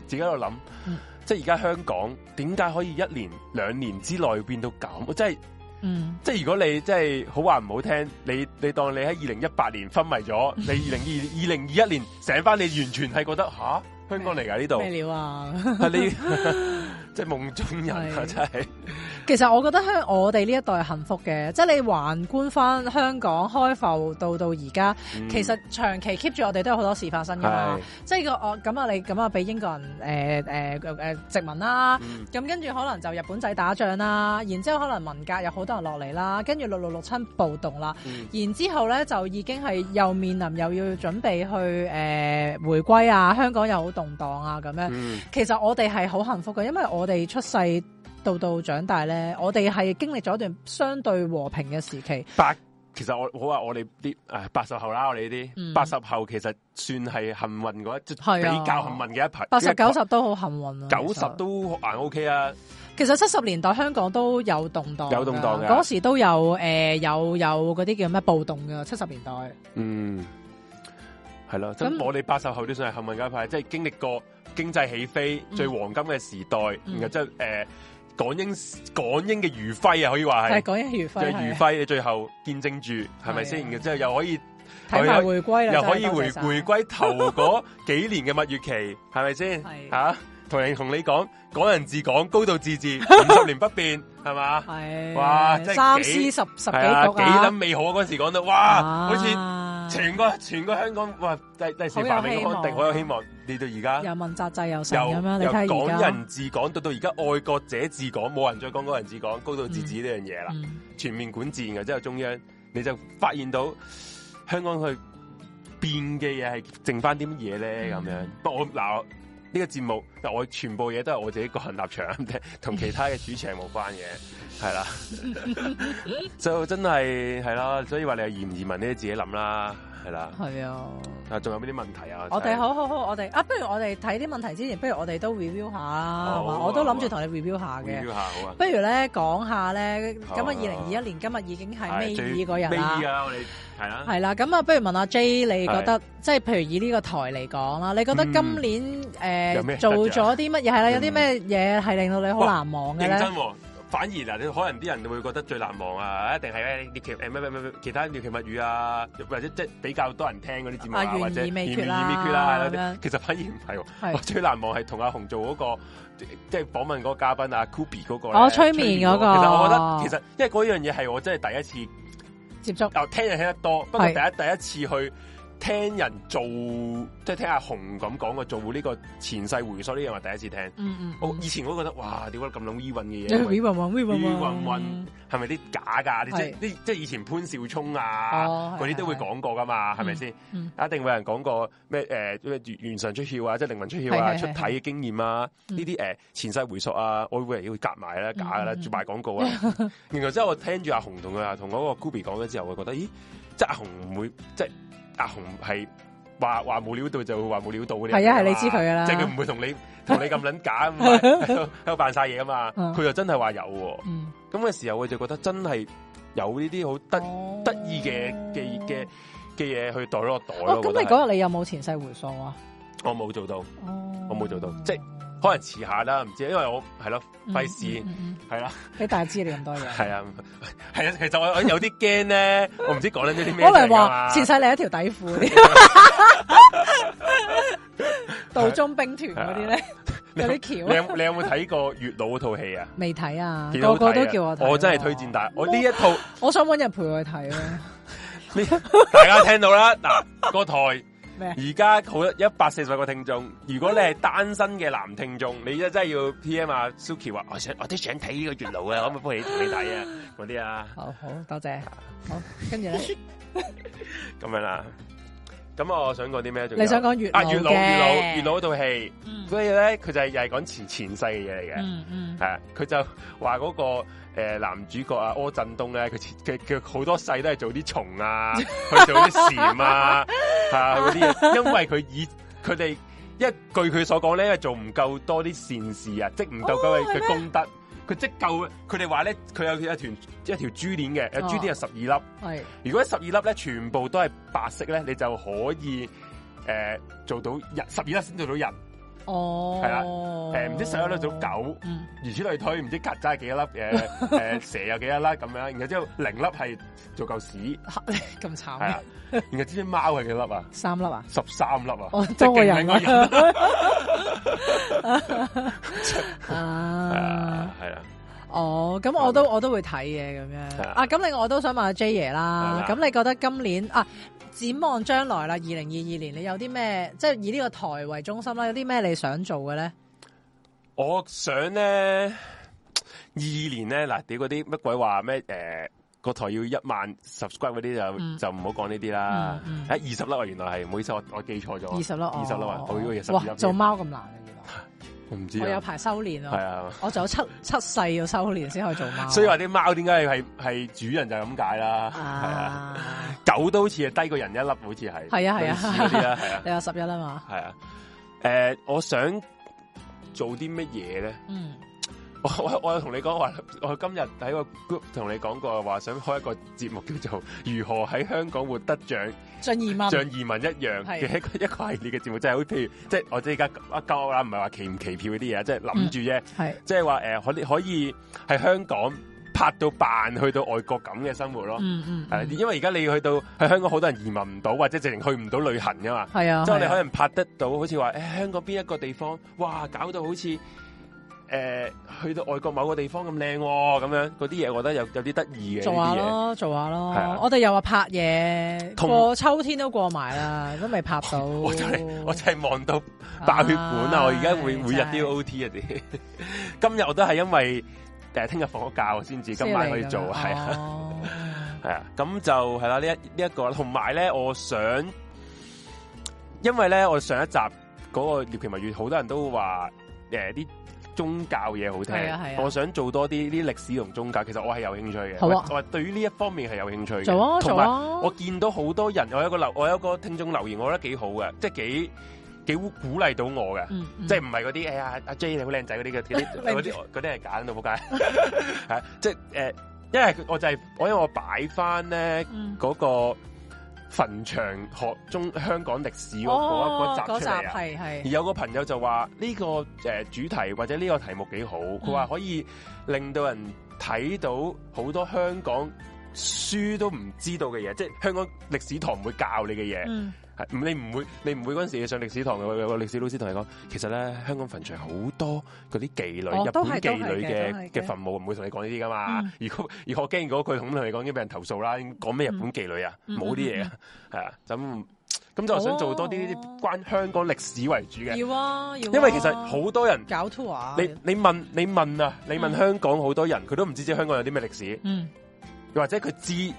己喺度諗嗯，即係而家香港點解可以一年兩年之內變到咁？我真係〜嗯。即係如果你即係好話唔好聽，你你當你喺二零一八年昏迷咗，你二 零二二零二一 年醒翻，你完全係覺得吓香港嚟㗎呢度咩料啊？ 係你即係夢中人啊！係真係其實我覺得香我哋呢一代係幸福嘅，即係你環觀翻香港開埠到到而家，嗯其實長期 keep 住我哋都有好多事發生噶嘛係。即係個我咁啊，你咁啊，俾英國人誒誒誒殖民啦。嗯咁跟住可能就日本仔打仗啦，然之後可能文革有好多人落嚟啦，跟住六六六親暴動啦，嗯然之後咧就已經係又面臨又要準備去誒、呃回歸啊，香港又好動盪啊咁樣。嗯其實我哋係好幸福嘅，因為我哋出世到到長大咧，我哋係經歷咗一段相對和平嘅時期。八其實我好話我哋啲誒八十後啦，我哋呢啲嗯八十後其實算係幸運嗰一，即係係啊比較幸運嘅一排。八十九十都好幸運啊！九其十實都還 OK 啊，其實七十年代香港都有動盪㗎，有動盪㗎嗰時都有誒、呃有有嗰啲叫咩暴動㗎，七十年代。嗯，係咯，咁咁我哋八十後都算係幸運嘅一派，即係經歷過經濟起飛嗯最黃金嘅時代，嗯然後即係誒港英港英嘅餘暉啊，可以話係係，講一餘暉即係餘係暉你最後見證住係咪先？係啊然之後又可以啊睇埋回歸啦，又可以真係多回謝晒回歸頭嗰幾年嘅蜜月 期，係咪先？係吓，同人同你講港人治港，高度自治， 五十年不變，係嘛？係哇真係三幾 C 十十幾啊係啊，局幾啊撚，美好啊！嗰時講到，哇，好似似全個全個香港，哇，第第四好有繁榮嘅希安定，望好有希望。你到而家又問責制又成咁樣，你由由睇下而港家。人治港到到而家愛國者治港，冇人再講港人治港、高度自治呢樣嘢啦，嗯全面管治嘅，之後中央你就發現到香港佢變嘅嘢係剩翻啲乜嘢咧咁樣嗯。不過我嗱呢個節目，我全部嘢都係我自己個人立場， 同其他嘅主持人冇關嘅，係 啦。就真係係啦，所以話你係移唔移民呢？自己諗啦，係啦。係啊，啊，仲有邊啲問題啊？我真哋係好好好，我哋啊，不如我哋睇啲問題之前，不如我哋都 review 下啦，好係嘛啊我都諗住同你 review 下嘅 review。下好啊。不如咧講下咧，好咁啊，啊二零二一年今日已經係係最尾二嗰日尾啦二。啊，我哋係啦。係啦，咁啊，不如問阿 J，你覺得即係譬如以呢個台嚟講啦，你覺得今年嗯诶有咩做得着啊嗯咗啲乜嘢係啦？有啲咩嘢係令到你好難忘嘅認真咧？喎、反而嗱，你可能啲人會覺得最難忘啊，一定係咩獵奇誒咩咩咩咩其他獵奇物語啊，或者即係比較多人聽嗰啲節目啊，啊或者懸疑未決懸啦疑未決啦，係咁啦樣其實反而唔係喎，係我最難忘係同阿紅做嗰、個即係訪問嗰個嘉賓啊 Kobe 嗰個咧哦催眠嗰個其實我覺得其實因為嗰樣嘢係我真係第一次，接觸又聽人聽得多，不過第係一第一次去。聽人做，即係聽阿紅咁講過做呢個前世回溯呢樣，我第一次聽。嗯嗯，我以前我都覺得哇，屌咁撚 e 運嘅 嘢，晕晕晕依晕混混係咪啲假㗎？你即係係啲即係以前潘少聰啊哦嗰啲都會講過㗎嘛，係咪先？嗯一定會有人講過咩誒咩元神出竅啊，即係靈魂出竅係啊，係係出體嘅經驗啊，嗯呢啲誒前世回溯啊，我會要夾埋啦，假㗎啦，嗯嗯賣廣 告啊。然後之後我聽住阿紅同佢啊，同嗰個 Kobe 講咗之後，我覺得咦，即係阿紅唔會，即係阿紅係。話話冇料到就會話冇料到嗰啲人係㗎啊嘛係你知佢㗎啦即係佢唔會同你同你咁撚 假，唔係喺度喺度扮晒嘢啊嘛，嗯佢就真係話有喎。嗯，咁嘅時候，我就覺得真係有呢啲好得哦得意嘅嘅嘅嘅嘢去袋落袋哦，咯。咁我覺你得係嗰日你有冇前世回溯啊？哦我冇做到，我我冇做到即係可能遲下啦，唔知，因為我係咯，費嗯事係啦，俾大家知你 咁多嘢。係啊，係啊，其實我我有啲驚咧，我唔知講緊咗啲咩 啊可能出嚟㗎嘛話前世你係一條底褲嗰啲， 道中兵團嗰啲啊咧，有啲你橋啊有你有冇睇過月老嗰套戲啊？未睇啊，幾好個睇個都啊叫我睇。我真係推薦，大，我呢一套。我想揾人陪我去睇 啊咯。呢大家聽到啦，嗱、個台咩而家好一百四十個聽眾，如果你係單身嘅男聽眾，你真係要 P M 啊 Suki 話，我想我都想睇呢個月老啊，可唔可以幫你同你睇啊？嗰啲啊，好好多謝，好跟住咧，咁樣啦。咁我想講啲咩？仲有你想講月啊？月老，嘅月老，月老嗰套戲，嗯所以咧佢就係又係講前前世嘅嘢 嚟嘅。嗯嗯係啊，佢就話嗰、個呃男主角啊柯震東咧，佢前佢佢好多世都係做啲蟲啊，去做啲蟬啊，係啊嗰啲嘢，因為佢以佢哋一據佢所講咧，因為做唔夠多啲善事啊，即唔夠哦夠佢功德。佢即夠，佢哋話咧，佢有有一團一條珠鏈嘅，有珠鏈有十二粒。係如果十二粒咧全部都係白色咧，你就可以誒、呃做到人，十二粒先做到人。哦，係啦誒唔知細粒粒做狗，嗯，如此類推，唔知曱甴幾多粒，誒 誒蛇有幾多粒咁樣，然後之後零粒係做嚿屎，咁慘係啊嘅，，然後知唔知貓係幾粒啊？三粒 啊，十三粒啊，我即係多個勁人過人 啊，係啊啊，，係啊，哦，咁我都我都會睇嘅咁樣係啊啊，咁另外我都想問下 J 爺啦，係咁啦你覺得今年啊？展望將來啦，二零二二年你有啲咩，即係以呢個台為中心啦，有啲咩你想做嘅咧？我想咧二年咧嗱，屌嗰啲乜鬼話咩誒個台要一萬 subscribe 嗰啲就、嗯就唔好講呢啲啦嗯嗯。喺二十粒啊，原來係唔好意思，我我記錯咗，二十粒，二十粒啊哦，我以為十二哇粒，添做貓咁難嘅原來，我唔知我有啊，排修練係啊，啊。我仲有七七世要修練先可以做貓。啊所以話啲貓點解係係主人就係咁解啦，係啊，啊，狗都好似係低過人一粒，好似係，係啊係啊類似嗰啲啦，係啊 你有十一啊嘛，係啊，誒，我想做啲乜嘢咧？嗯， 我我我有同你講話，我今日喺個 group 同你講過話，想開一個節目叫做《如何喺香港活得像進二像蚊，移民一樣》係嘅一個一 個系列嘅節目，即係好譬如，即係我即係而家啊鳩啦，唔係話期唔期票嗰啲嘢，即係諗住啫，係即係話誒可以可以喺香港拍到扮去到外國咁嘅生活咯。嗯嗯，係嗯因為而家你去到喺香港好多人移民唔到，或者直情去唔到旅行噶嘛。係啊，即係我係哋啊可能拍得到，好似話誒香港邊一個地方，哇，搞到好似誒、呃去到外國某個地方咁靚喎，咁樣嗰啲嘢，我覺得有有啲得意嘅做呢下啲嘢。咯，做下咯係啊。我哋又話拍嘢，同過秋天都過埋啦，都未拍到。 我就係我就係望到爆血管啊！我而家每哦唉每日都要 O T 啊啲。 今日我都係因為誒聽日放咗假，我先至真今係晚去做，犀利係㗎啊哦係啊。咁就係啦，呢一呢一個啦，同埋咧，我想因為咧，我上一集嗰個獵奇物語，好多人都話誒啲宗教嘢好聽，係啊係啊我想做多啲啲歷史同宗教，其實我係有興趣嘅，好啊我我對於呢一方面係有興趣 嘅，做啊同做埋啊，我見到好多人，我有個留，我有個聽眾留言，我覺得幾好嘅，即係幾幾鼓勵到我嘅。嗯嗯即係唔係嗰啲哎呀阿 J 你 好靚仔嗰啲嘅嗰啲嗰啲嗰啲係假到仆街， 係啊即係誒，因為我就係我因為我擺翻咧嗯嗰個墳場學中香港歷史嗰嗰哦嗰一集出嚟啊。係而係有個朋友就話呢個誒主題或者呢個題目幾好，佢話可以令到人睇到好多香港書都唔知道嘅嘢，即係香港歷史堂唔會教你嘅嘢。嗯係唔你唔會，你唔會嗰陣時你上歷史堂嘅，有個歷史老師同你講，其實咧香港墳場好多嗰啲妓女、哦日都本係妓女都係嘅嘅嘅墳墓，唔會同你講呢啲噶嘛。嗯如果如果我驚嗰句咁同你講，已經俾人投訴啦。講咩日本妓女啊，嗯冇啲嘢啊，係啊。咁咁就想做多啲哦關香港歷史為主嘅，要啊要啊，因為其實好多人，搞 tour 啊你你問你問啊，你問嗯香港好多人，佢都唔知知香港有啲咩歷史，嗯又或者佢知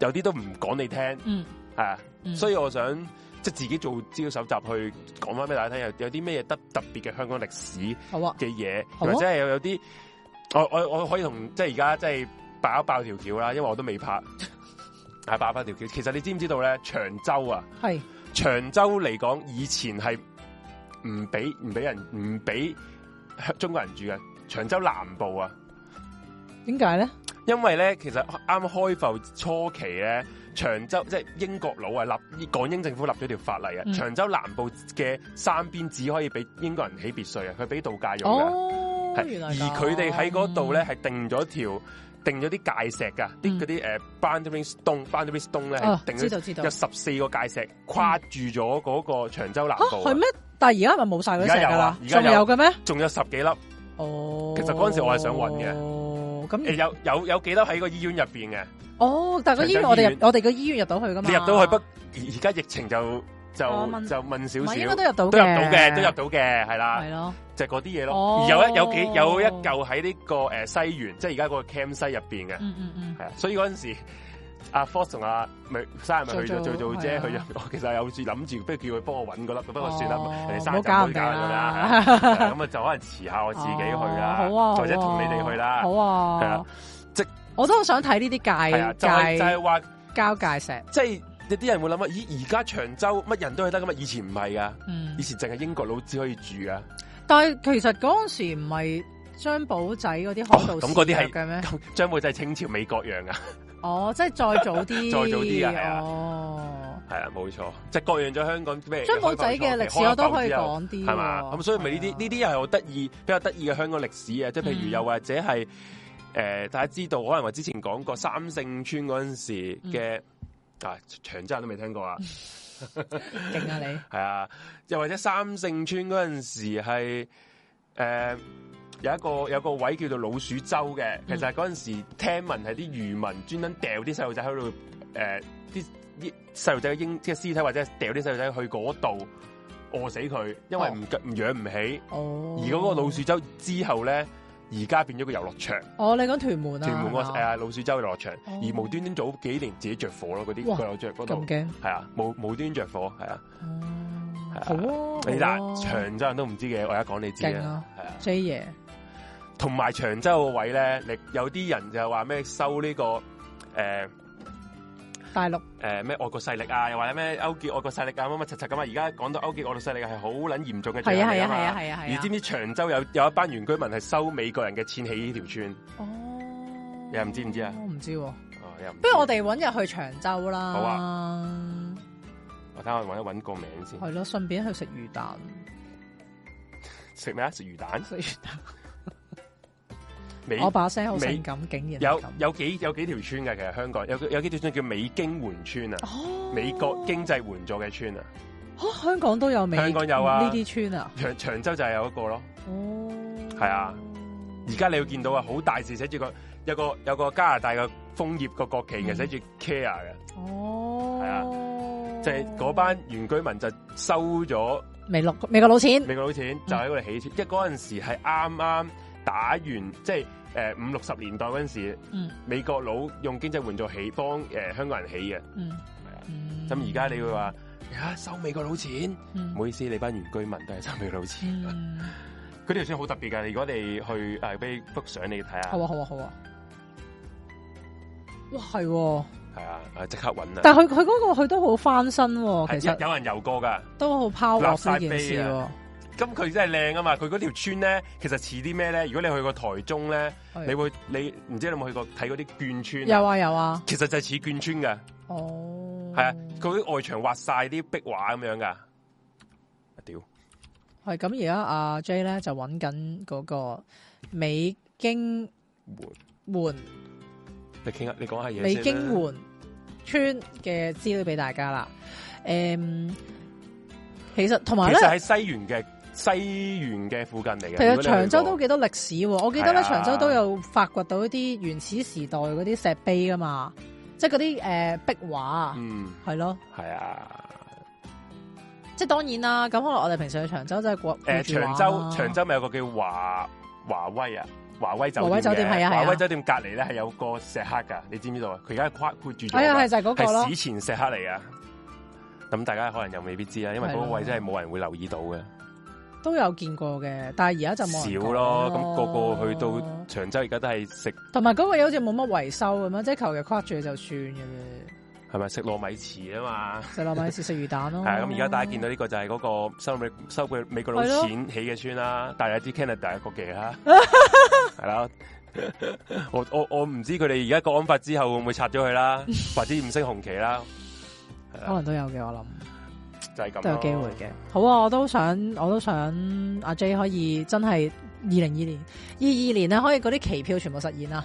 有啲都唔講你聽，嗯係啊。嗯，所以以我想即係自己做資料搜集，去講翻俾大家聽，有有啲咩嘢得特別嘅香港歷史好啊嘅嘢，好啊或者係有有啲我我我可以同即係而家即係爆一爆條橋啦，因為我都未拍， 係爆一爆條橋。其實你知唔知道咧？長洲啊，係長洲嚟講以前係唔俾唔俾人唔俾中國人住嘅，長洲南部啊。點解咧？因為咧，其實啱開埠初期咧，長洲即係英國佬啊，立港英政府立咗條法例啊，嗯長洲南部嘅山邊只可以俾英國人起別墅啊，佢俾度假用嘅，哦，係原來而咁佢哋喺嗰度咧，係定咗條定咗啲界石噶，啲嗯嗰啲誒呃 boundary stone，boundary stone 咧哦係定知道咗知道有十四個界石跨住咗嗰個長洲南嚇部係啊，咩？但係而家係咪冇晒嗰而啲家石有㗎啦啊？而家仲有有嘅咩？仲有十幾粒哦，其實嗰陣時我係想搵嘅哦，咁誒有有有幾粒喺個醫院入邊嘅。哦，但係個醫長院洲我哋醫院入我哋個醫院入到去噶嘛？你入到去不而家疫情就就哦問就問少唔係少應該，都入到都入到嘅，都入到嘅，係啦係，咯，就係嗰啲嘢哦咯。而有一有幾有一嚿喺呢個誒西園，即係而家個 cam 西入邊嘅，嗯嗯嗯，係啊。所以嗰陣時，阿 Fox 同阿咪生日咪去咗做做做做係姐，啊去咗。我哦其實有次諗住，不如叫佢幫我揾個粒，咁不過算啦哦，人哋唔生好日就搞唔人去哋搞人咁啦啦。係啊係啊咁啊，就可能遲下我自己去啦，哦好啊，或者好同啊你哋去啦好。啊，係啦，即我都好想睇呢係啊，啲就係界就界係話，交界石，即係有啲人會諗啊，咦，而家長洲乜人都去得噶嘛？以前唔係噶。嗯以，前淨係英國佬只可以住啊，但係其實嗰陣時唔係張保仔嗰啲海盜哦咁嗰啲係肆虐嘅咩？咁張保仔係清朝美國樣啊， 哦，即係再早啲，再早啲啊係啊哦，系啊，冇錯，即係割讓咗香港咩？張保仔嘅歷史我都可以講，講啲喎，啊係嘛？咁所以咪呢啲呢啲又係我得意比較得意嘅香港歷史啊！即係譬如嗯又或者係诶、呃大家知道可能我之前講過三聖村嗰阵時嘅、嗯啊，長洲人都未聽過啊，啲勁啊你，係啊，又或者三聖村嗰阵時係呃有一個有個位叫做老鼠洲嘅，嗯其實嗰陣時聽聞係啲漁民專登掉啲細路仔喺度，誒啲啲細路仔嘅嬰即係屍體或者掉啲細路仔去嗰度餓死佢，因為唔唔養唔起。啊哦，而嗰個老鼠洲之後咧，而家變咗個遊樂場，哦，你講屯門啊，屯門個係嘛誒老鼠洲遊樂場，哦而無端端早幾年自己着火咯，嗰啲哇佢有着嗰度咁，驚，係啊，無無端端着火，係啊。哦係啊好啊，你好啊嗱，長洲人都唔知嘅，我而家講你知勁啊啊，係啊。 J 爺，同埋長洲個位咧，你有啲人就話咩收呢、個誒大陸誒咩外國勢力啊，又或者咩勾結外國勢力啊，乜乜柒柒咁啊！而家講到勾結外國勢力係好撚嚴重嘅罪係行啊係嚟㗎啊嘛係啊係啊係而知啊，唔知長洲有有一班原居民係收美國人嘅錢起呢條村？哦，你又唔知唔知啊我唔知喎，哦，又唔不知如我哋揾日去長洲啦，好啊，我睇下揾一揾個名先。係咯，順便去食魚蛋，食咩啊？食魚蛋？食魚蛋，美我把聲好美性感，竟然係有咁有幾有幾條村嘅，其實香港有有幾條村叫美經援村啊，哦美國經濟援助嘅村啊， 嚇香港都有美，香港有啊呢啲村啊，長長洲就係有一個咯。哦，係啊，而家你會見到啊，好大字寫住個有個有個加拿大嘅楓葉個國旗嘅嗯寫住 care 嘅，哦，係啊就係嗰班原居民就收咗美六美國佬錢，美國佬嗯錢，就喺嗰度起村。即係嗰陣時係啱啱打完，即係誒五六十年代嗰陣時，嗯美國佬用經濟援助起幫誒、香港人起嘅。嗯係啊，嗯咁而家你會話啊收美國佬錢？嗯唔好意思，你班原居民都係收美國佬錢。嗯嗰條村好特別㗎，如果你去誒俾 book 相你睇下，好啊好啊好啊，哇係喎，係啊，啊即刻揾啊！但係佢佢嗰個佢都好翻身喎，其係實有有人遊過㗎。都好 power 立 off 晒啊呢件事碑喎，咁佢真係靚啊嘛！佢嗰條村咧，其實似啲咩咧？如果你去過台中咧，係你會你唔知你有冇去過睇嗰啲眷村啊？有啊有啊，其實就係似眷村㗎，哦，係啊，佢啲外牆畫晒啲壁畫咁樣㗎。啊屌，係咁而家阿 J 咧就揾緊嗰個美經援。你傾下，你講下嘢先啦美經援村嘅資料俾大家啦。誒、其實同埋其實喺咧，西園嘅西園嘅附近嚟嘅。其實啊長洲如都果你去過幾多歷史喎。我記得係咧，啊長洲都有發掘到一啲原始時代嗰啲石碑噶嘛，即係嗰啲誒壁畫啊，嗯，係咯。係啊。即係當然啦，咁可能我哋平時去長洲真係過誒長洲長洲咪有個叫華華威啊，華威酒華威酒店嘅係啊係啊華威酒店隔離咧係有個石刻㗎，你知唔知道啊？佢而家係跨括住咗㗎。係啊係就係嗰個咯係史前石刻嚟噶。咁大家可能又未必知啦，因為嗰個係咯位真係冇人會留意到嘅，都有見過嘅，但係而家就冇人少講咯。咁個個去到長洲，而家都係食同埋嗰個嘢好似冇乜維修咁樣，即係求其跨住就算嘅啫，係咪食糯米糍啊嘛？就落埋試食魚蛋咯。係啊，咁而家大家見到呢個就係嗰個收美收佢美國佬係咯錢起嘅村啦，但係知 Canada 嘅國旗 啦，係啦。我我我唔知佢哋而家國安法之後會唔會拆咗佢 啦，或者五星紅旗啦，可能都有嘅，我諗。就係咁咯都有機會嘅。好啊，我都想，我都想阿 J 可以真係二零二年、二二年咧，啊可以嗰啲期票全部實現啦。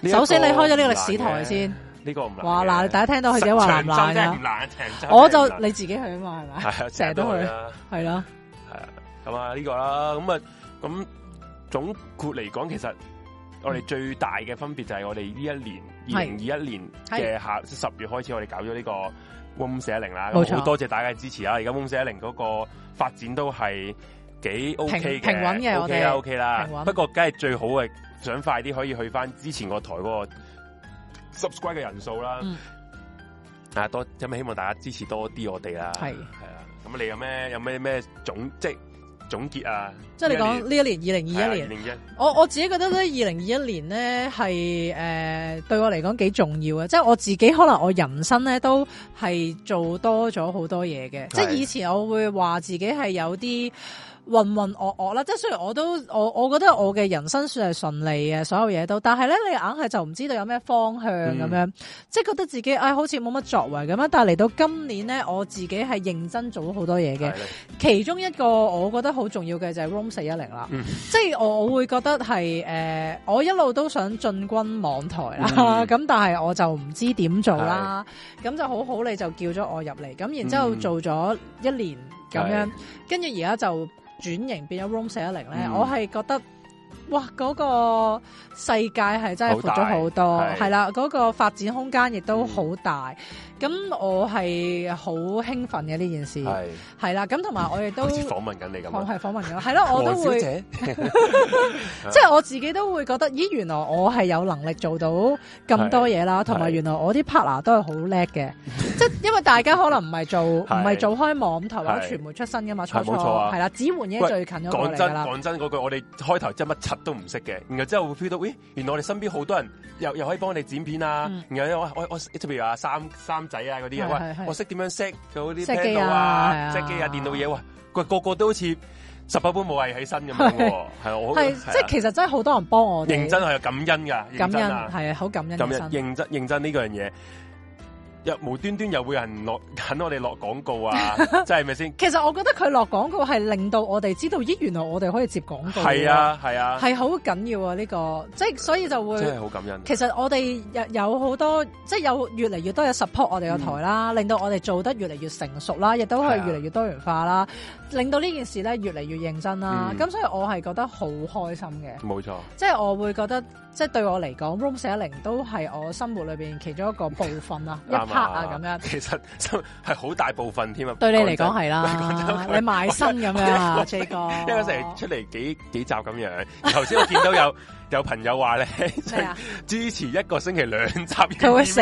呢一個首先你開咗呢個唔難歷史台嘅，先，呢個唔難嘅。哇！嗱，大家聽到佢自己話難唔長洲難真係唔㗎？難，長洲我真係就唔難你自己去啊嘛，係咪？係啊，成成日日都都去去啦。係啦，咁啊，呢個啦，咁啊，咁總括嚟講，其實我哋最大嘅分別就係我哋呢一年二零係二一年嘅下十月開始，我哋搞咗呢個 Room 四一零啦，冇咁錯好多謝大家嘅支持啊啦。而家 Room 四一零嗰個發展都係幾 OK 嘅，平穩嘅我 OK 哋啦 OK 啦平穩。不過梗係最好嘅，想快啲可以去翻之前個台嗰個 subscribe 嘅人數啦。嗯啊，多咁希望大家支持多啲我哋啦，係係啊。咁你有咩有咩咩總即係總結啊，即係你呢一講年呢一年二零二一年，係啊2021我我自己覺得咧，二零二一年咧係誒對我嚟講幾重要嘅，即係我自己可能我人生咧都係做多咗好多嘢嘅，即係係以前我會話自己係有啲。渾渾噩噩啦，即係雖然我都我我覺得我嘅人生算係順利嘅，所有嘢都，但係咧你硬係就唔知道有咩方向咁樣，即係覺得自己唉、好似冇乜作為咁樣。但係嚟到今年咧，我自己係認真做咗好多嘢嘅係，啦其中一個我覺得好重要嘅就係 Room 四一零啦，嗯即係我我會覺得係誒、呃我一路都想進軍網台啦，嗯咁、但係我就唔知點做啦，咁就好好你就叫咗我入嚟，咁然之後嗯做咗一年咁樣係，跟住而家就轉型變咗 Room 四一零咧，嗯我係覺得。哇！嗰、個世界係真係闊咗好好多，大係嗯係啦，嗰、個發展空間亦都好大。咁、我係好興奮嘅呢件事，係係啦，咁同埋我亦都好似訪問緊你咁我啊，係訪問咗，係咯，我都黃小會，姐即係我自己都會覺得，咦，原來我係有能力做到咁多嘢啦，同埋係原來我啲 partner 都係好叻嘅，即係因為大家可能唔 係做唔係做開網台或者係傳媒出身噶嘛，初初係冇錯啊係啦，子桓已經喂最近咗過講嚟真㗎啦，講真嗰句，我哋開頭真係乜柒都唔識嘅，然後之後會 feel 到，咦，原來我哋身邊好多人又又可以幫我哋剪片啊嗯，然後我我我譬如話三三仔啊嗰啲係係啊，係喂，我識點樣 set 嗰啲 set 機 pedal 啊啊、係啊 set 機啊、電腦嘢，喂，個個個都好似十八般武藝喺身咁樣喎，係啊我係即係其實真係好多人幫我哋，認真係啊感恩㗎，感認真恩啊，係啊，好感恩咁嘅樣心，認真認真呢個樣嘢，又無端端又會有人落 肯我哋落廣告 啊，即係咪先？其實我覺得佢落廣告係令到我哋知道，咦，原來我哋可以接廣告，係，啊係啊，係好緊要啊呢個，即係所以就會真。係好感恩。啊其實我哋有有好多，即係有越嚟越多嘅 support 我哋個台啦，令到我哋做得越嚟越成熟啦，亦都嗯係係啊越嚟越多元化啦，令到呢件事咧越嚟越認真啦。嗯咁、所以我係覺得好開心嘅，冇錯，即係我會覺得，即係對我嚟講，Room 四一零都係我生活裏邊其中一個部分啦，一 啱 part 啊咁樣。其實係好大部分添啊。對你嚟講講係啦，你賣身咁樣 啊，J 真，一哥。個哦成日出嚟幾幾集咁樣。頭先我見到有 有朋友 話咧，咩啊？支持一個星期兩集，佢會死，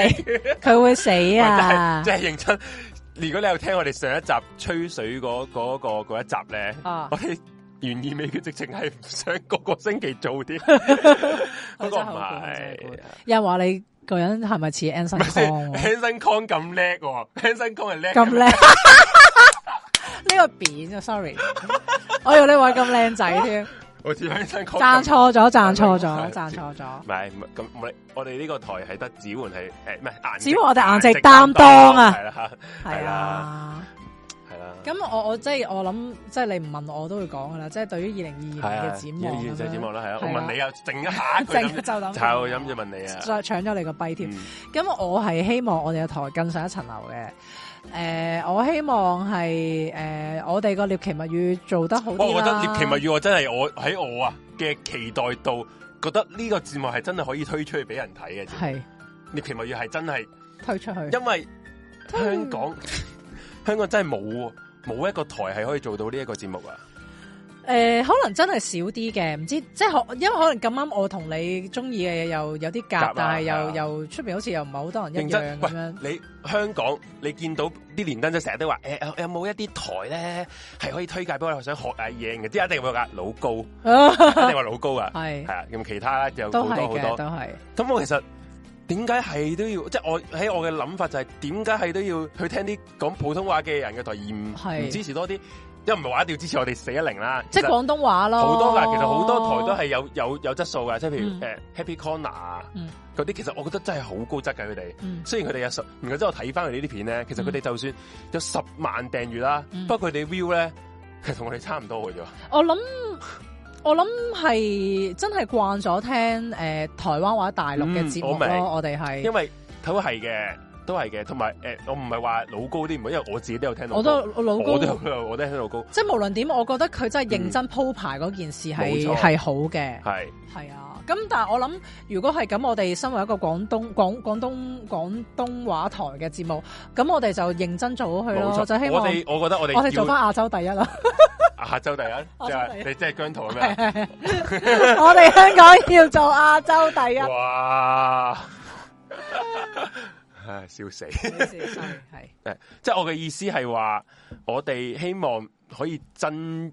佢會 死喂啊！真係真係認真。如果你有聽我哋上一集吹水嗰嗰個嗰一集咧，啊我哋原意未決，直情係唔想個個星期做 啲，不過唔係真係好攰真係好攰。有人話你個人係咪似 Anson 先 Kong 啊喎 Hanson Kong 咁叻喎，Hanson Kong 係叻咁靚？呢個扁啊，sorry，我要你話咁靚仔添， 好似 Hanson Kong 讚咁錯咗，讚錯咗，讚錯咗唔。係唔係咁，我哋我哋呢個台係得指換係誒，唔係顏值指換我哋顏值擔當啊係啦係係啊啦，係啦。咁我我即係我諗，即係你唔問我我都會講噶啦，即係對於二零係二二啊年嘅展望二咁二就展樣，望啦，係啊。我係啊問你啊，靜一下佢淨咁，就咁 就咁就問你啊。再搶咗你個跛添。嗯咁我係希望我哋嘅台更上一層樓嘅。誒，我希望係誒我哋個獵奇物語做得好哇，啲哦我覺得啦。獵奇物語我真係我喺我啊嘅期待度，覺得呢個節目係真係可以推出去俾人睇嘅。係獵奇物語係真係，推出去。因為香 港香港真係冇冇一個台係可以做到呢一個節目啊。誒、呃可能真係少啲嘅，唔知即係可，因為可能咁啱我同你中意嘅嘢又有啲夾夾啊，但係又係啊又出邊好似又唔係好多人認一真樣，咁樣。喂，你香港你見到啲連登仔成日都話，誒、有有冇一啲台咧係可以推介俾我哋想學下嘢嘅？即係一定會有㗎老 高，一 定話老高啊，係係啊，咁其他啦有都好係多好嘅，多都。係咁我其實點解係都要，即係我喺我嘅諗法就係點解係都要去聽啲講普通話嘅人嘅台，而係唔唔支持多啲，因為唔係話一定要支持我哋四一零啦，即係其實廣東話咯。好多噶，其實好多台都係有有有質素嘅，即係譬如誒、嗯呃 Happy Corner 啊嗯嗰啲，其實我覺得真係好高質嘅佢哋。嗯雖然佢哋有十，然後之後睇翻佢哋啲片咧，其實佢哋就算有十萬訂閱啦，嗯不過佢哋 view 咧，其實同我哋差唔多嘅啫。我諗我諗係真係慣咗聽誒、台灣或者大陸嘅嗯節我目咯，明我哋係因為都係嘅，都係嘅，同埋誒，我唔係話老高啲唔好，因為我自己都有聽老高，我都我老我都有公。我都有聽老高，即係無論點，我覺得佢真係認真鋪排嗰件事係冇錯係好嘅。係係啊，咁但係我諗，如果係咁，我哋身為一個廣東廣廣東廣東話台嘅節目，咁我哋就認真做好佢冇咯。就希錯。望我哋我覺得我哋我哋做要翻亞洲第一啦， 亞洲第一，即洲第一係你即係姜濤咁樣。 我哋香港要做亞洲第一。哇！ 唉，笑死！係即系我嘅意思係話，我哋希望可以增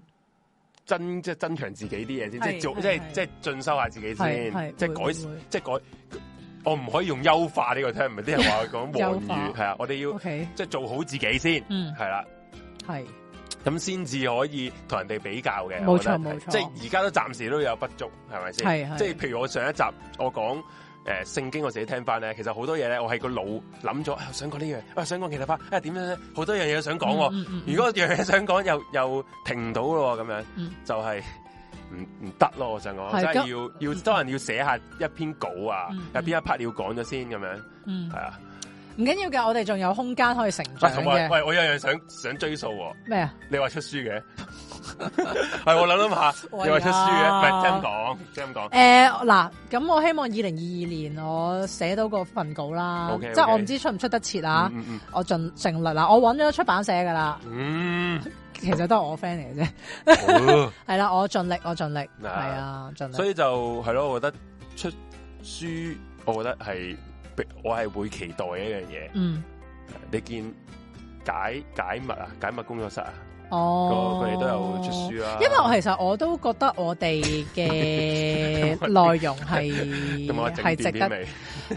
增即係增強自己啲嘢先，即係係做係即係係即係進修下自己係先係，即係會改會即係改。我唔可以用優化呢個 term，唔係啲人話講黃優化語係啊，我哋要 OK，即係做好自己先，嗯，係啦，係咁先至可以同人哋比較嘅。冇錯我覺得係冇錯即係而家都暫時都有不足，係咪先？係係即係譬如我上一集我講诶圣经，我自己聽翻咧，其實好多嘢咧，我係個腦諗咗，啊想講呢樣，啊想講其他 part，啊點樣呢好多樣嘢想講喎。嗯嗯嗯如果樣嘢想講又又停唔到咯，咁樣、嗯就係唔唔得咯。我想講，係真咁係要要多人要寫下一篇稿啊嗯，有邊一 part 要講咗先咁樣，嗯係啊。唔緊要嘅，我哋仲有空間可以成喂，長同埋嘅喂，我有樣想想追數喎。咩啊？你話出書嘅， 係我諗諗下，哎喂呀你話出書嘅，唔係即係咁講，即係咁講。诶，嗱，咁我希望二零二二年我寫到個份稿啦， OK，OK 即係我唔知出唔出得切啊，嗯嗯我盡盡力啦，我揾咗出版社噶啦，嗯，其實都係我 friend 嚟嘅啫， 嗯係啦，我盡力，我盡力，嗱係啊，盡力所，以就係咯，我覺得出書，我覺得係我係會期待一樣嘢。嗯，你見解解密啊，解密工作室啊，個哦，佢哋都有出書啊啦。因為我其實我都覺得我哋嘅 內容係同埋我整係值掂得啲，未？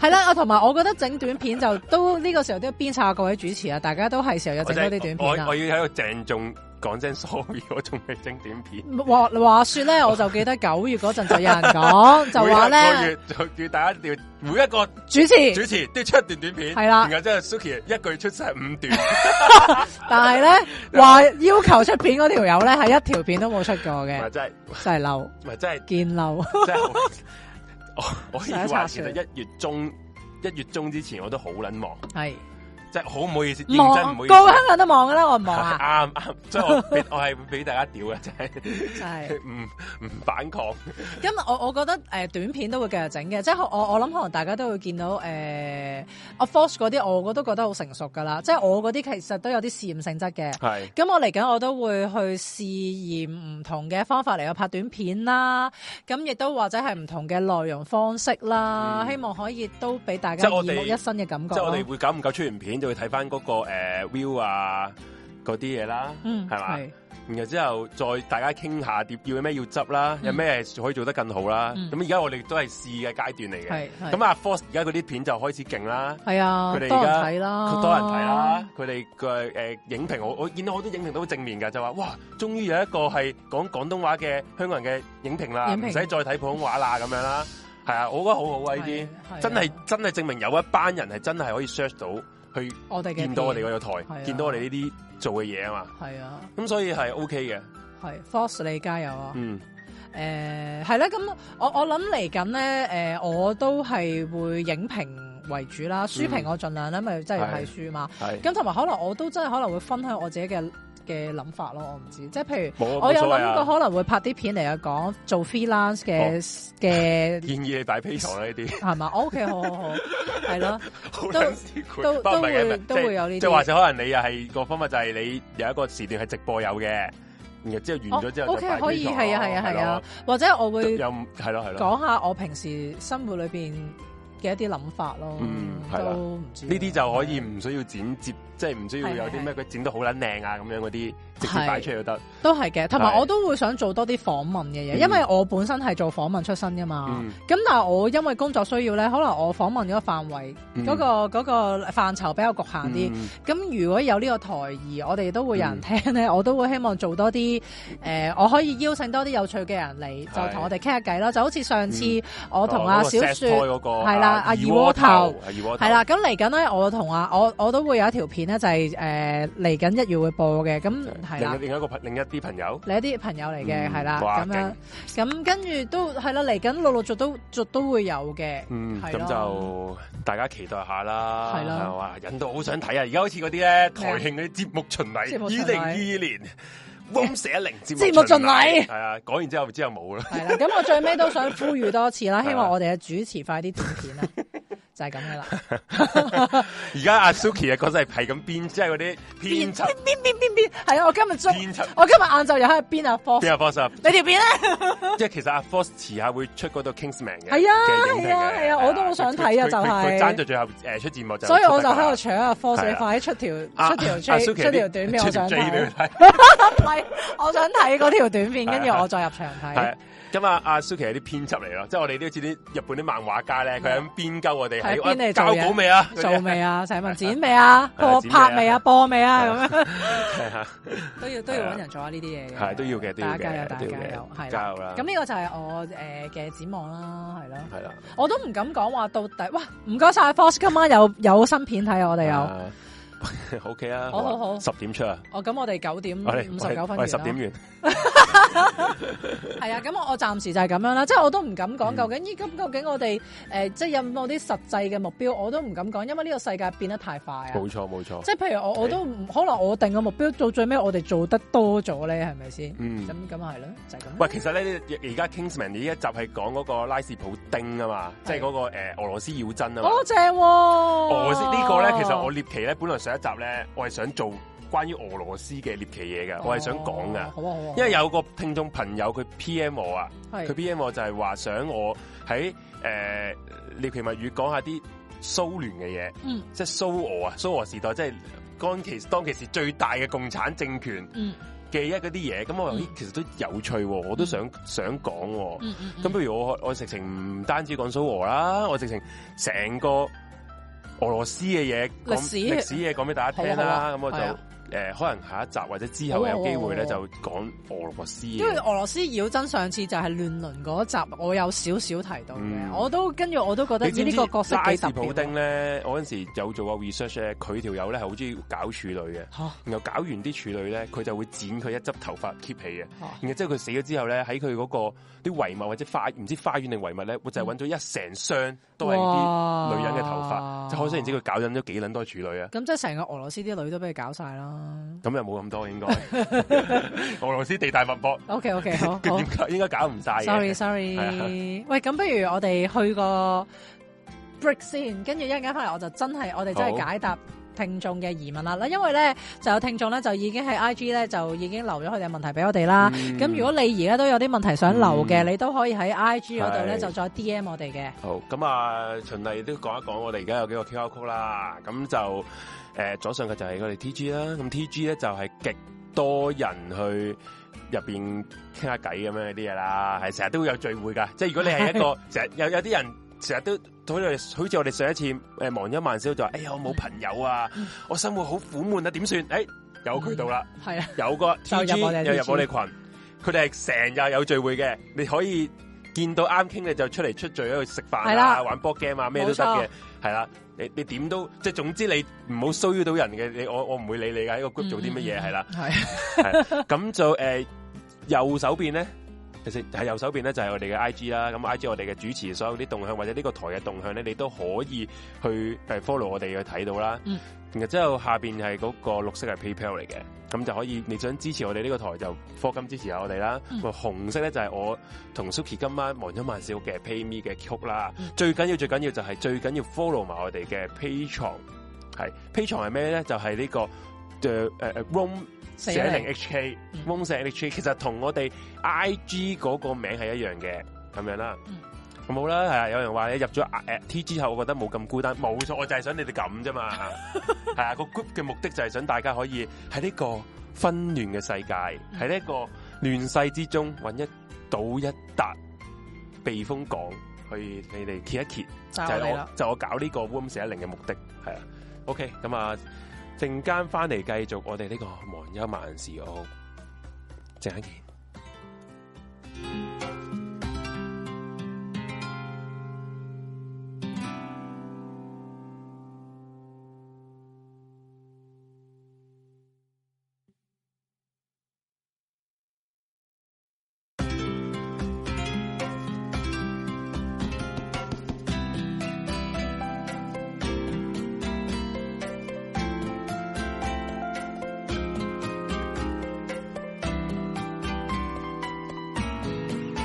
係啦，我同埋我覺得整短片就都呢個時候都要鞭策下各位主持啊，大家都係時候要我整多真啲係短我片啊啦我。要喺度鄭重講聲 sorry，我仲未整短片。話話說咧， 我就記得九月嗰陣就有人講，就話每咧一個月就叫大家要每一 個主持，主持都要出一段短片，係啦然後之後 Suki 一句出晒 五段，但 係咧話要求出片嗰條友咧係一條片都冇出過唔係嘅，真係，真係嬲，唔係真係，見嬲。 真係好。我我可以想話插其實水一月中一月中之前我都好撚忙，係即係好唔好意思，認真唔望好個意個思。香港都望噶啦，我唔望 啊， 啱啱，所以我俾我係會俾大家屌嘅，真係真係。唔唔反抗。咁我我覺得誒、呃短片都會繼續整嘅，即係我我諗可能大家都會見到誒、呃、阿 Force 嗰啲，我我都覺得好成熟噶啦，即係我嗰啲其實都有啲試驗性質嘅。係咁我嚟緊我都會去試驗唔同嘅方法嚟去拍短片啦，咁亦都或者係唔同嘅內容方式啦，嗯希望可以都俾大即家係耳我哋目一新嘅感覺即係咯。我哋會久唔久出完片就會睇翻嗰個誒 view 啊嗰啲嘢啦，嗯係嘛係然後之後再大家傾下碟要咩要執啦，有咩可以做得更好啦。嗯咁而家我哋都係試嘅階段嚟嘅。係係咁啊，Force 而家嗰啲片就開始勁啦，係啊，佢多哋人而家睇啦，多人睇啦。佢哋嘅誒影評，我我見到好多影評都好正面㗎，就話哇，終於有一個係講廣東話嘅香港人嘅影評啦，影唔評使再睇普通話啦咁樣啦。係啊，我覺得好好啊呢啲係，啊真係真係證明有一班人係真係可以 search 到去我哋嘅見到我哋片嗰個係啊台，見到我哋呢啲做嘅嘢啊嘛。係啊咁所以係 OK 嘅，係 Force 你加油啊！嗯。誒係啦，咁我我諗嚟緊咧，誒我都係會影評為主嗯啦，書評我盡量啦，因為真係要睇書嘛。系咁同埋可能我都真係可能會分享我自己嘅嘅諗法咯，我唔知，即係譬冇如啊我冇有所謂啊諗過可能會拍啲片嚟去講做 freelance 嘅哦嘅建議你擺 P 床啦呢啲，係嘛？我 OK，好 好好，係咯，好都撚屎攰都不過唔係嘅都即會係都會有呢啲即係或者可能你又係個方法就係你有一個時段係直播有嘅，然後之後完咗之後哦就，OK，擺可以 Patreon 係啊係咯啊係啊，或者我係咯會又唔係咯係咯，講下我平時生活裏邊嘅一啲諗法咯，嗯係啦都唔知啊呢啲就可以唔需要剪接，即係唔需要有啲咩佢剪得好撚靚啊咁樣嗰啲，直接擺出嚟就得。都係嘅，同埋係我都會想做多啲訪問嘅嘢，嗯因為我本身係做訪問出身噶嘛。嗯咁但係我因為工作需要咧，可能我訪問嗰個範圍嗯嗰、個嗰、個範疇比較局限啲。嗯咁、如果有呢個台而我哋都會有人聽咧，我都會希望做多啲誒、呃我可以邀請多啲有趣嘅人嚟，係就同我哋傾下偈啦。就好似上次我同哦阿嗰個小 set 雪 toy 嗰個係啊啦阿二二鍋鍋頭頭，二鍋頭係啦，咁嚟緊咧，我同阿我我都會有一條片咧，就係誒嚟緊一月會播嘅，咁係啦另一。另一個朋另一啲朋友，你一啲朋友嚟嘅嗯係啦，哇咁樣咁跟住都係啦，嚟緊陸陸續都續都會有嘅，嗯，係咯咁就大家期待下啦，係啦哇，引到好想睇啊！而家好似嗰啲咧咩啊台慶嗰啲節目巡節禮，目巡二禮零二二年 Room 四一零節節目巡禮係啊，講完之後之後冇啦， 啊係啦。咁我最尾都想呼籲多次啦，係啦 希望我哋嘅主持快啲短片啦，就係咁噶啦。而家阿 Suki 嘅角色係係咁編，即係嗰啲編邊輯邊邊邊邊邊，係啊！我今日中，編輯我今日晏晝又喺度邊啊科，邊個 boss 啊？你條片咧？即係其實阿 Force 遲下會出嗰度 Kingsman 嘅，係啊嘅影評嘅係啊係啊我都好想睇佢啊佢就係佢佢爭到最後誒出字幕就，所以我就喺度搶阿科，係你啊快啲出條啊出條阿 J 出 Suki 條短片，我出條想 J 俾睇佢。睇。 唔係，我想睇嗰條短片，跟住係啊我再入場睇系。咁啊，阿 Suki 係啲編輯嚟咯，即係我哋都知啲日本啲漫畫家咧，佢喺邊鳩我哋係喺邊嚟喂做交嘢稿未啊？ 做未啊？寫文剪未啊？係啊播剪未啊拍未啊？播未啊？咁樣係啊都要都要揾人做下呢啲嘢嘅。係都要嘅都要大家加油，嘅大都要家嘅油，係加啦。油啦！咁呢個就係我誒嘅展望啦，係咯。係啦，我都唔敢講話到底。哇！唔該晒 Force，今晚有有新片睇啊，我哋有。啊 OK 啊，好好好十點出啊，哦，咁我哋九點我哋五十九分我完哋十點啦。完，係啊，咁我我暫時就係咁樣啦。即係我都唔敢講嗯究竟依咁究竟我哋誒、呃即係有冇啲實際嘅目標，我都唔敢講，因為呢個世界變得太快啊。冇錯冇錯即，係譬如我我都唔可能我定嘅目標到最尾我哋做得多咗咧，係咪先？嗯咁。咁係咯，就係咁。喂，其實咧，而家 Kingsman 呢一集係講嗰個拉士普丁啊嘛，即係嗰個诶俄羅斯妖真啊嘛。哦，正喎！俄羅斯呢個咧，其實我獵奇咧，本來上一集咧，我係想做關於俄羅斯嘅獵奇嘢嘅，我係想講哦噶。好啊好啊，因為有個聽眾朋友佢 P.M 我啊，佢係 P.M 我就係話想我喺诶獵奇物語講下啲蘇聯嘅嘢，嗯即係蘇俄啊，蘇俄時代即係當其當其時最大嘅共產政權嗯嘅一嗰啲嘢，咁我話嗯咦其實都有趣喎，我都想想講喎。嗯嗯嗯咁不如我我直情唔單止講蘇俄啦，我直情成個俄羅斯嘅嘢講歷史歷史嘢講俾大家聽好啊好啦。啊咁我就係啊誒可能下一集或者之後好啊好有啊機會咧好就講俄羅斯因為嘅。俄羅斯妖真上次就係亂倫嗰集，我有少少提到嘅，嗯我都跟住我都覺得你知咦唔呢知個角色拉幾士特普別啊丁喎。咧？我嗰陣時有做過 research 咧，佢條友咧係好中意搞處女嘅，嚇然後搞完啲處女咧，佢就會剪佢一執頭髮 keep 起嘅。嚇然後之後佢死咗之後咧，喺佢嗰個啲遺物或者花唔知花園定遺物咧，我嗯就係揾咗一成箱都係啲女人嘅頭哇髮，即係可想而知佢搞緊咗幾撚多處女啊！咁即係成個俄羅斯啲女都俾佢搞晒啦。咁又冇咁多 應該， 俄羅斯地大物博， OK OK，好佢好點。解應該搞唔晒嘅哦嗯 sorry 係 sorry，喂，咁不如我哋去個 break 先，跟住一陣間翻嚟我就真係我哋真係好解答。聽眾嘅疑問啦，嗱，因為咧就有聽眾咧就已經喺 IG 咧就已經留咗佢哋嘅問題俾我哋啦。嗯啊咁、如果你而家都有啲問題想留嘅，嗯你都可以喺 IG 嗰度咧係就再 DM 我哋嘅。好咁啊，循例都講一講我哋而家有幾個 QR code 啦，咁就誒、呃左上角就係我哋 TG 啦，咁 TG 咧就係極多人去入邊傾下偈咁樣嗰啲嘢啦，係成日都會有聚會噶，即係如果你係一個成日有有啲人。成日都好似我哋好似我哋上一次誒忙咗萬少就話，哎呀我冇朋友啊嗯，我生活好苦悶啊，點算？誒、有渠道啦，係啊，有個 T 就 G 入我哋又入 TG 我哋群，佢哋係成日有聚會嘅，你可以見到啱傾你就出嚟出聚喺度食飯係啊、啦玩 board game 啊，咩都得冇嘅錯，係啦。你你點都即係總之你唔好騷擾到人嘅，你我我唔會理你㗎。喺嗯個 group 做啲乜嘢係啦。係咁就诶、呃右手邊咧，其實喺右手邊咧就係我哋嘅 I G 啦。咁 I G 我哋嘅主持所有啲動向或者呢個台嘅動向咧，你都可以去诶 follow 我哋去睇到啦。嗯然後之後下邊係嗰個綠色係 PayPal 嚟嘅，咁就可以你想支持我哋呢個台就科金支持下我哋啦。嗯個紅色咧就係我同 Suki 今晚忙咗萬少嘅 PayMe 嘅曲啦。嗯最緊要最緊要就係最緊要 follow 埋我哋嘅 Patron，係 Patron 係咩咧？就係、呢、呃個誒誒誒 Room 四寫零零 HK，嗯 Room 寫 HK 其實同我哋 IG 嗰個名係一樣嘅，咁樣啦。嗯咁好啦，係啊！有人話你入咗呃 T 之後，我覺得冇咁孤單，冇錯，我就係想你哋咁啫嘛。 係啊，個 group 嘅目的就係想大家可以喺呢個紛亂嘅世界，嗯喺呢個亂世之中揾一到一笪避風港，去你哋揭一揭，就就係係我哋啦我。就我搞呢個 Room 四一零嘅目的，係啊。OK，咁啊，陣間翻嚟繼續我哋呢個忘憂萬事屋，陣間見。天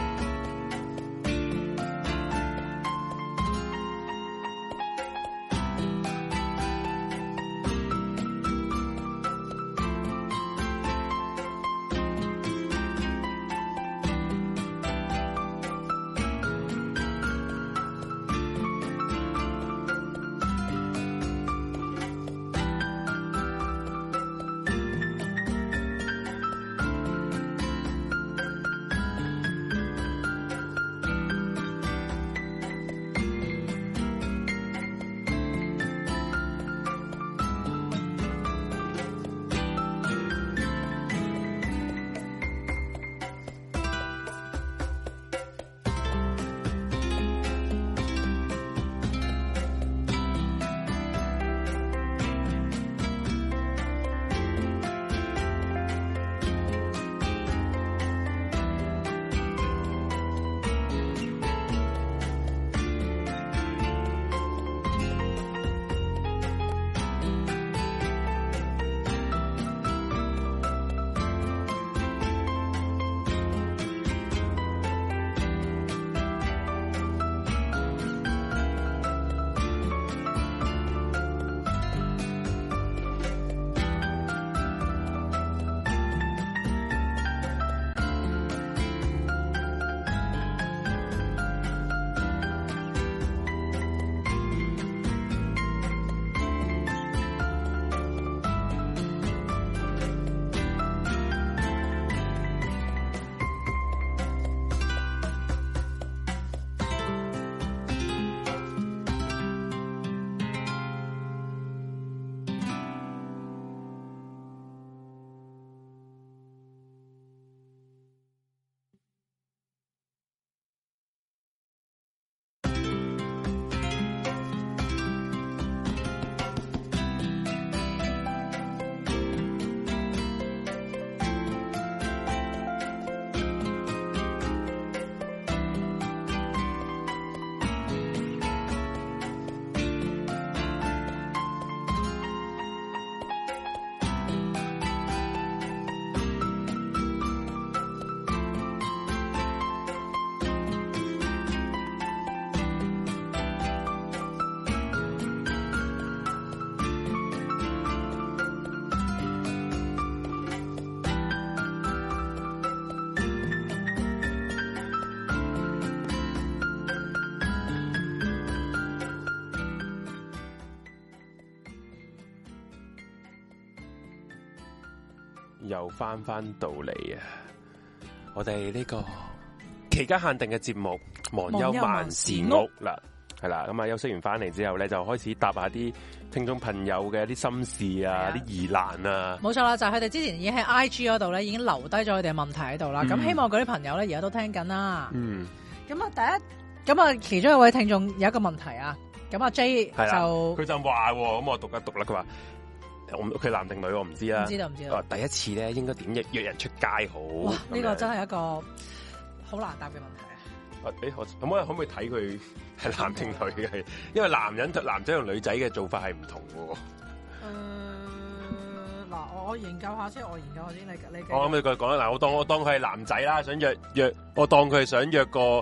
又翻翻到嚟啊！我哋呢個期間限定嘅節目《忘憂萬事屋》啦，係啦，咁啊休息完翻嚟之後咧，就開始答下啲聽眾朋友嘅啲心事啊係啊、啲疑難啊，冇錯啦，就係佢哋之前已經喺 I G 嗰度咧，已經留低咗佢哋嘅問題喺度啦。咁、嗯希望嗰啲朋友咧而家都聽緊啦。嗯，咁啊，第一咁啊，其中一位聽眾有一個問題啊。咁啊 J 係啦就佢就話喎咁我讀一讀啦，佢話我唔佢男定女我唔知唔啊，知道唔知佢道話。第一次咧應該點約約人出街好？哇！呢、咁個樣真係一個好難答嘅問題啊。啊誒，我可唔可以可唔可以睇佢係男定女嘅？因為男人同男仔同女仔嘅做法係唔同嘅喎。誒呃嗱、我我研究下先，我研究下先，你你我諗哦佢講啦，嗱，我當我當佢係男仔啦，想約約，我當佢係想約個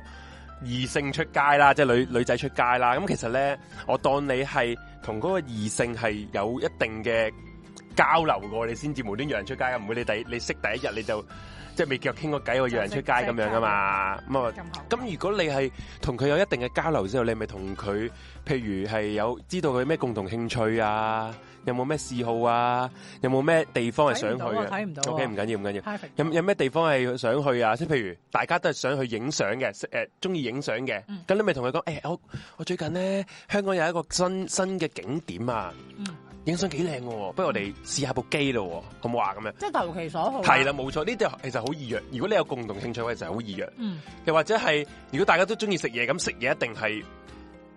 異性出街啦，即係女女仔出街啦。咁其實咧，我當你係同嗰個異性係有一定嘅交流過，你先至無端約人出街啊嘅，唔會你第你識第一日你就即係未腳傾過偈，我約人出街咁樣噶嘛。咁啊。咁後咁如果你係同佢有一定嘅交流之後，你咪同佢，譬如係有知道佢咩共同興趣啊，有冇咩嗜好啊，有冇咩地方係想去啊睇唔到啊嘅喎？睇唔到喎 O K，唔緊要，唔緊要。 perfect 有有咩地方係想去啊？即係譬如大家都係想去影相嘅，誒中意影相嘅，咁、嗯你咪同佢講，誒、我我最近咧香港有一個新新嘅景點啊，嗯影相幾靚嘅喎，不如我哋試下部機咯喎，好唔好啊？咁樣即係投其所好。係啦，，冇錯，呢啲其實好易約。如果你有共同興趣嘅就係好易約。嗯，又或者係如果大家都中意食嘢，咁食嘢一定係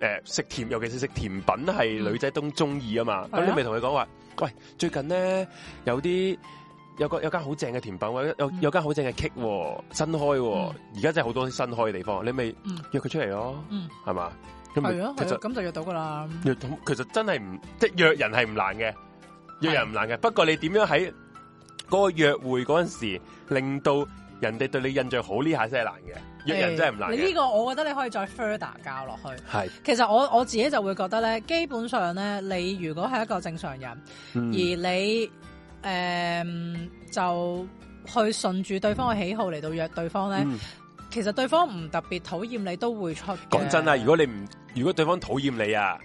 诶食甜，尤其是食甜品係嗯女仔都中意啊嘛。咁、係啊你咪同佢講話，喂，最近咧有啲。有個有間好正嘅甜品，或者有嗯有間好正嘅 cake，喎新開喎，而家真係好多新開嘅地方，你咪嗯約佢出嚟咯，嗯係嘛？咁咪係咯，其係實咯咁就約到噶啦。約其實真係唔即係約人係唔難嘅，約人唔難嘅。不過你點樣喺嗰個約會嗰陣時，令到人哋對你印象好呢下先係難嘅，約人真係唔難你嘅呢。個我覺得你可以再 further 教落去。係，其實我我自己就會覺得咧，基本上咧，你如果係一個正常人，而嗯你誒、嗯就去順住對方嘅喜好嚟到約對方咧，嗯其實對方唔特別討厭你都會出嘅。講真啊啦，如果你唔，如果對方討厭你啊，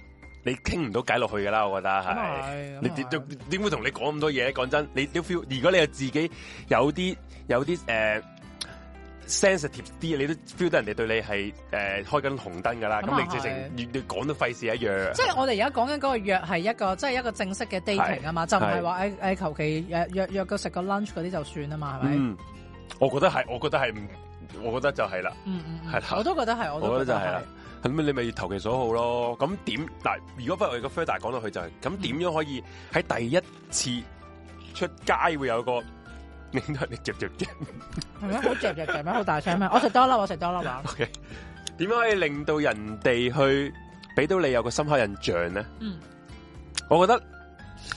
你傾唔到偈落去噶啦，我覺得咁啊係。係你咁點係點點會同你講咁多嘢？講真，你都 feel，如果你有自己有啲有啲诶 sensitive 啲，你都 feel 得人哋對你係诶開緊紅燈噶啦，咁啊咁你直情係你你講都費事一樣。即係我哋而家講緊嗰個約係一個，即係一個正式嘅 dating 啊嘛，就唔係話誒誒求其呃約約約個食個 lunch 嗰啲就算啊嘛，係咪？嗯，我覺得係，我覺得係唔，我覺得就係啦。嗯嗯嗯係啦我都覺得係，我都覺得就係係啦。咁你咪投其所好咯。咁點嗱？如果不如我哋個 further 講落去就係、嗯咁點樣可以喺第一次出街會有個 你都係你夾夾夾係咪好嚼嚼嚼咩？好大聲咩？我食多粒，我食多 粒啊！ OK？點樣可以令到人哋去俾到你有個深刻印象咧？嗯，我覺得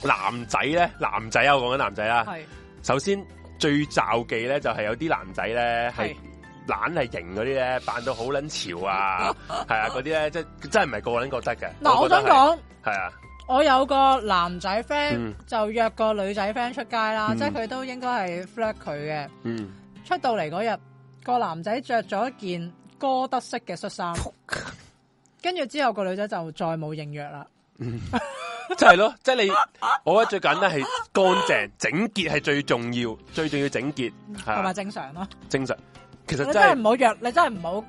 男仔咧，男仔啊，我講緊男仔啦。係首先最罩忌咧，就係有啲男仔咧係係。懶係型嗰啲咧，扮到好撚潮 啊，係啊，嗰啲咧，即係真係唔係個個人覺得嘅。嗱，我覺得想係講。系啊，我有個男仔 friend 嗯就約個女仔 friend 出街啦，嗯即係佢都應該係 flirt 佢嘅。嗯，出到嚟嗰日，個男仔着咗一件哥德式嘅恤衫，跟住之後個女仔就再冇應約啦。即系咯，即系你， 我覺得最簡單係乾淨、整潔係最重要，最重要整潔系係咪啊，正常咯？正常。其實真你真係係，唔好約，你真係唔好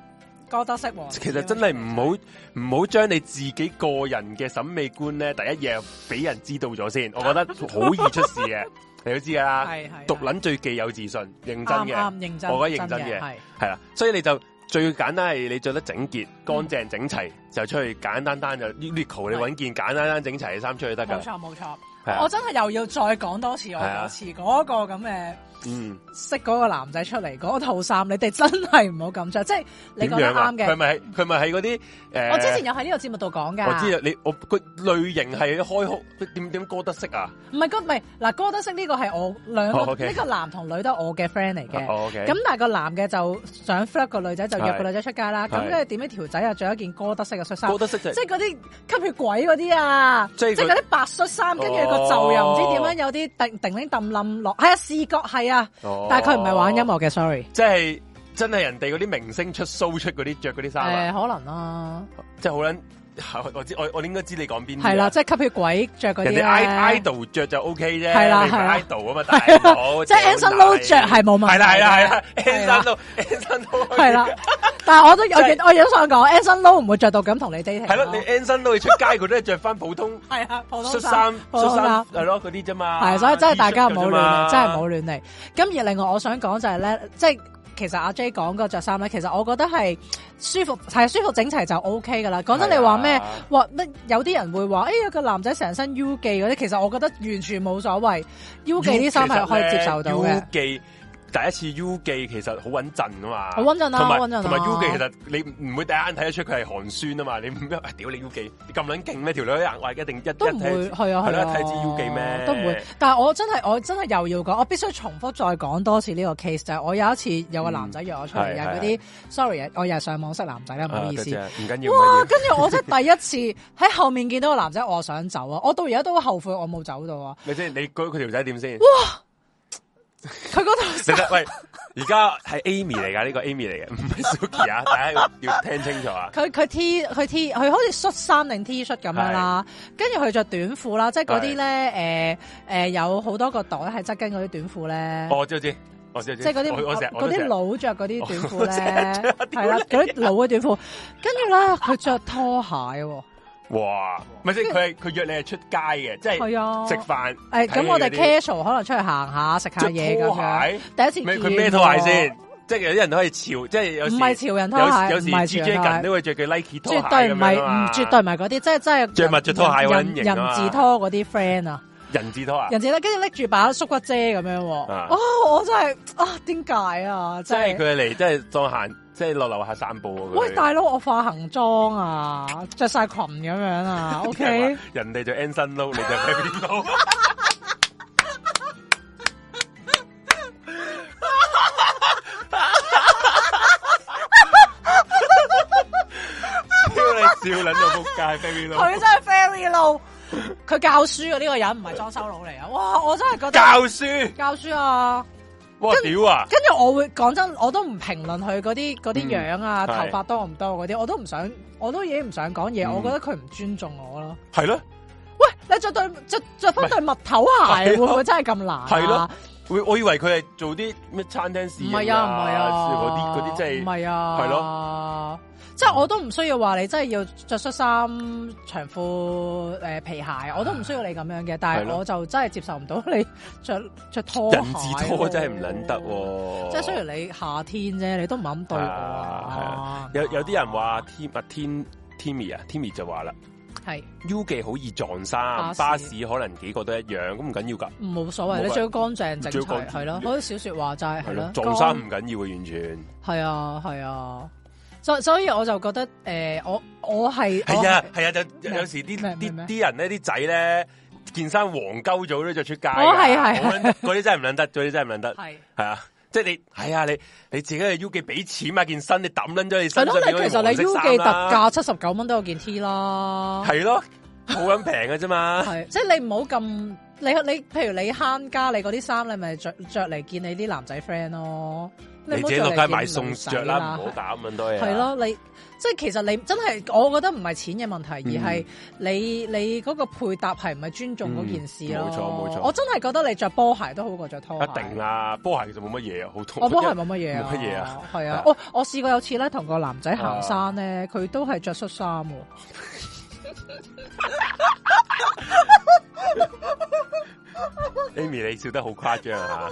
哥德式啊喎。其實真係唔好唔好將你自己個人嘅審美觀咧，第一嘢俾人知道咗 先，我覺得好易出事嘅，你都知噶啦。係係獨撚最忌有自信，認真啱啱嘅，認真，我覺得認真嘅係係啦，所以你就。最簡單係你着得整潔、嗯乾淨、整齊，就出去簡單單就 l i c o 你揾件簡單單整齊嘅衫出去得㗎冇啦。錯冇錯。係啊我真係又要再講多次我係啊嗰次嗰個咁嘅。嗯，識嗰個男仔出嚟嗰套衫，你哋真係唔好咁着，即係你講得點樣啊啱嘅佢。咪係佢咪係嗰啲诶，我之前有喺呢個節目度講㗎，我知啊，你我個類型係開哭點點歌德式啊？唔係哥唔係嗱，哥德式呢個係我兩個哦呢、 ，OK 個男同女都係我嘅 friend 嚟嘅。哦，OK，咁但係個男嘅就想 flirt 個女仔，就約係個女仔出街啦。係咁跟住點知條仔又着一件哥德式嘅恤衫歌，德式就即係嗰啲吸血鬼嗰啲啊，即即係佢係嗰啲白恤衫，跟住個袖又唔知點樣，有啲頂頂拎揼冧落，係啊視覺係啊，哦但係佢唔係玩音，樂嘅，sorry。即係真係人哋嗰啲明星出 show 出嗰啲着嗰啲衫誒啊，可能啦，即係好撚 我我知我我應該知你講邊啲啊係啦，即係吸血鬼着嗰啲人哋咧 i idol 着就 OK 啫，係啦你唔係係啦 idol 啊 嘛，大係佬啊，即係 Anson Lo 着係冇問題嘅係啦係啦係啦係啦，Anson Lo，Anson Lo 係啦，但係我都我即亦我亦都想講，Anson Lo 唔會着到咁同你 dating 咯。係咯，你 Anson Lo 你出街佢都係着翻普通係啊，普恤通衫衫，恤普通衫衫。係咯嗰啲啫嘛，係，所以真係大家唔 T-shirt 好㗎啫亂嚟，嘛真係唔好亂嚟。咁而另外我想講就係咧，即係其實阿 J 講嗰着衫咧，其實我覺得係舒服，係舒服整齊就 O K 噶啦。講真，你話咩係？啊話乜有啲人會話，哎呀個男仔成身 U 記嗰啲，其實我覺得完全冇所謂。U 記啲衫係可以接受到 U 嘅，記第一次 U 記其實好穩陣啊嘛，好穩陣啦同埋好穩陣啊同埋 U 記其實你唔會第一眼睇得出佢係寒酸啊嘛，你唔哎屌你 U 記你咁撚勁咩？條女硬我一定一都一唔睇會係啊係係啦啊，睇支 U 記咩都唔會。但係我真係我真係又要講，我必須重複再講多次呢個 case 就係我有一次有個男仔約我出嚟，嗯又係係嗰啲 sorry，我又係上網識男仔啦，唔好意思。啊得啫唔緊要，唔哇！緊要跟住我真係第一次喺後面見到個男仔，我想走啊！我到而家都後悔我冇走到啊！咪先你嗰佢條仔點先？佢嗰度 其實喂，而家係 Amy 嚟㗎，呢個 Amy 嚟嘅，唔係 Suki 啊，大家要要聽清楚 啊！佢佢 T 佢 T 佢好似恤衫定 T 恤咁樣啦，跟住佢着短褲啦，即係嗰啲咧誒誒有好多個袋係側跟嗰啲短褲咧。哦我知我知，我知我知，即係嗰啲哦我我成日嗰啲佬着嗰啲短褲我都成日咧着，係啦，嗰啲佬嘅短褲，跟住咧佢着拖鞋喎，哇，咪先佢係佢約你係出街嘅，即係係啊，食飯誒咁我哋睇戲 casual 可能出去行下食下嗰啲嘢着咁拖樣，鞋。第一次咩？見佢咩拖鞋先？即係有啲人都可以潮，即係有喎？時唔係潮人拖有鞋，有唔時係 G 潮 J 人人都會着佢 Nike 拖拖鞋鞋，絕對唔係，咁樣啊唔啊嘛絕對唔係嗰啲，即係即係着襪着拖鞋嗰人種型啊人嘛字拖嗰啲 friend 啊，人字拖鞋，人字咧，跟住拎住把縮骨遮咁樣喎。啊哦，我真係啊，點解啊？即真係係。佢嚟，即係當行，即係落樓下散步喎。佢喂，大佬，我化行妝啊，着晒裙咁樣 啊，OK？人哋就 Anson Lo，你就 Baby Lo。屌你笑撚到仆街，Baby Lo 佢真係 very low，佢教書嘅呢個人唔係裝修佬嚟啊！哇，我真係覺得教書，教書啊！哇屌啊！跟住我會講真，我都唔評論佢嗰啲嗰啲樣啊，嗯頭係髮多唔多嗰啲，我都唔想，我都已經唔想講嘢，嗯我覺得佢唔尊重我咯。係咯。喂，你着對着着翻對襪頭鞋係會咯唔會真係咁難啊？係咯我我以為佢係做啲咩餐廳侍唔應係啊，唔係啊，嗰啲嗰啲真唔係係啊，係咯。即係我都唔需要話你真係要着恤衫、長褲、誒皮鞋，我都唔需要你咁樣嘅。但係係咯我就真係接受唔到你着着拖鞋人字拖真係唔撚得喎。喎。即係雖然你夏天啫，你都唔係咁對我係啊啊。有有啲人話天啊天 Timmy 啊 Timmy 就話啦係 U 記好易撞衫，巴巴士士可能幾個都一樣，咁唔緊要㗎。冇所謂，冇你謂最好乾淨整最好齊乾淨係咯，好似小説話齋係係咯，，咯撞衫乾唔緊要嘅，完全係啊係啊，所所以我就覺得誒，我我係係啊我係係啊，就有時啲哦咩咩啲咩啲人咧，啲仔咧件衫黃鳩咗都着出街㗎。哦係係係好撚得嗰啲真係唔撚得，嗰啲真係唔撚得。係。系啊，即系你系啊，你你自己去 U 記俾錢買件新，你抌撚咗你係身上咯，面你嗰件其黃實你 U 色記衫啊特啦，價七十九蚊都有件 T 啦，係咯，好撚平嘅啫嘛， 係即係你唔好咁，你你譬如你慳家，你嗰啲衫你咪着着嚟見你啲男仔 friend 咯，你唔好自己落着嚟街見買女餸仔着啦，唔好搞咁撚多嘢。啊係，咯，你即係其實你真係，我覺得唔係錢嘅問題，而嗯係你你嗰個配搭係唔係尊重嗰件事咯。嗯冇錯冇錯我真係覺得你着波鞋都好過着拖鞋。一定！啦，波鞋其實冇乜嘢啊，好痛。我波鞋冇乜嘢啊，冇乜嘢啊，係啊啊。我我試過有次咧，同個男仔行山咧，佢都係着恤衫喎。 Amy 你笑得好誇張啊！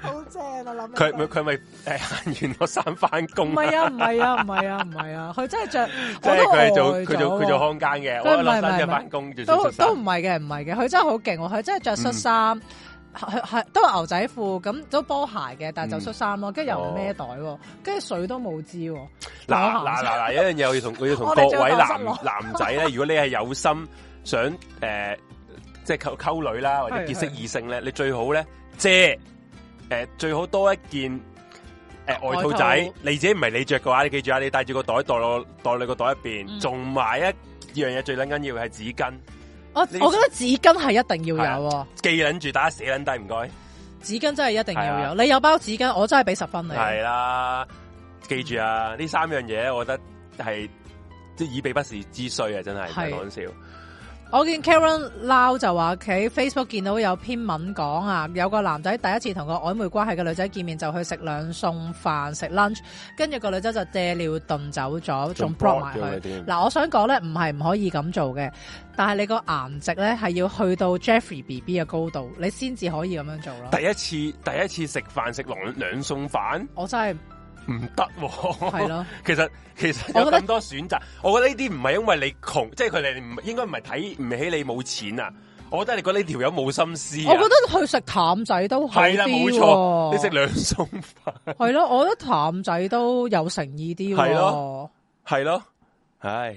好正啊！諗佢咪佢咪誒 行完落山翻唔工啊，係啊，唔係啊，唔係啊，唔係啊，佢真係着，即我係都佢係做呆佢做咗佢做喎看更嘅，佢我唔係落山唔係就唔係翻工，就都做都唔係嘅，唔係嘅，佢真係好勁喎，佢真係着恤嗯衫，佢係都係牛仔褲，咁都波鞋嘅，嗯但係就恤衫咯，跟住又哦唔孭袋喎，跟住水都冇支喎，嗱我行嗱嗱嗱，有一樣嘢我要同 我要同我各哋最位後男失落男仔 咧，如果你係有心想诶、呃即係溝溝女啦，或者係結識係異性咧，你最好咧遮诶，最好多一件诶、呃外套仔，外套你自己唔係你着嘅話，你記住啊，你帶住個袋袋落袋你個袋入边，嗯仲埋一樣嘢最撚緊要係紙巾，我我你覺得紙巾係一定要有喎，記撚住打死撚低唔該，紙巾真係一定係要啊有，你有包紙巾，我真係俾十分你，啊係啦，記住啊，呢三樣嘢，我覺得係即係以備不時之需啊！真係唔係係講笑。我見 Karen Lau 就話喺 Facebook 見到有篇文講啊，有個男仔第一次同個曖昧關係嘅女仔見面就去食兩餸飯食 lunch，跟住個女仔就借尿遁走咗，仲 block 埋佢。佢。嗱，我想講咧，唔係唔可以咁做嘅，但係你個顏值咧係要去到 Jeffrey B B 嘅高度，你先至可以咁樣做咯。第一次第一次食飯食兩兩餸飯我真係唔得喎，係咯， 其實其實我有覺得咁多選擇，我覺得呢啲唔係因為你窮，即係佢哋唔應該唔係睇唔起你冇錢啊！我覺得你覺得呢條友冇心思啊！我覺得去食淡仔都好係啲啦，冇喎錯，你食兩餸飯係咯，我覺得淡仔都有誠意啲係喎。係咯，唉，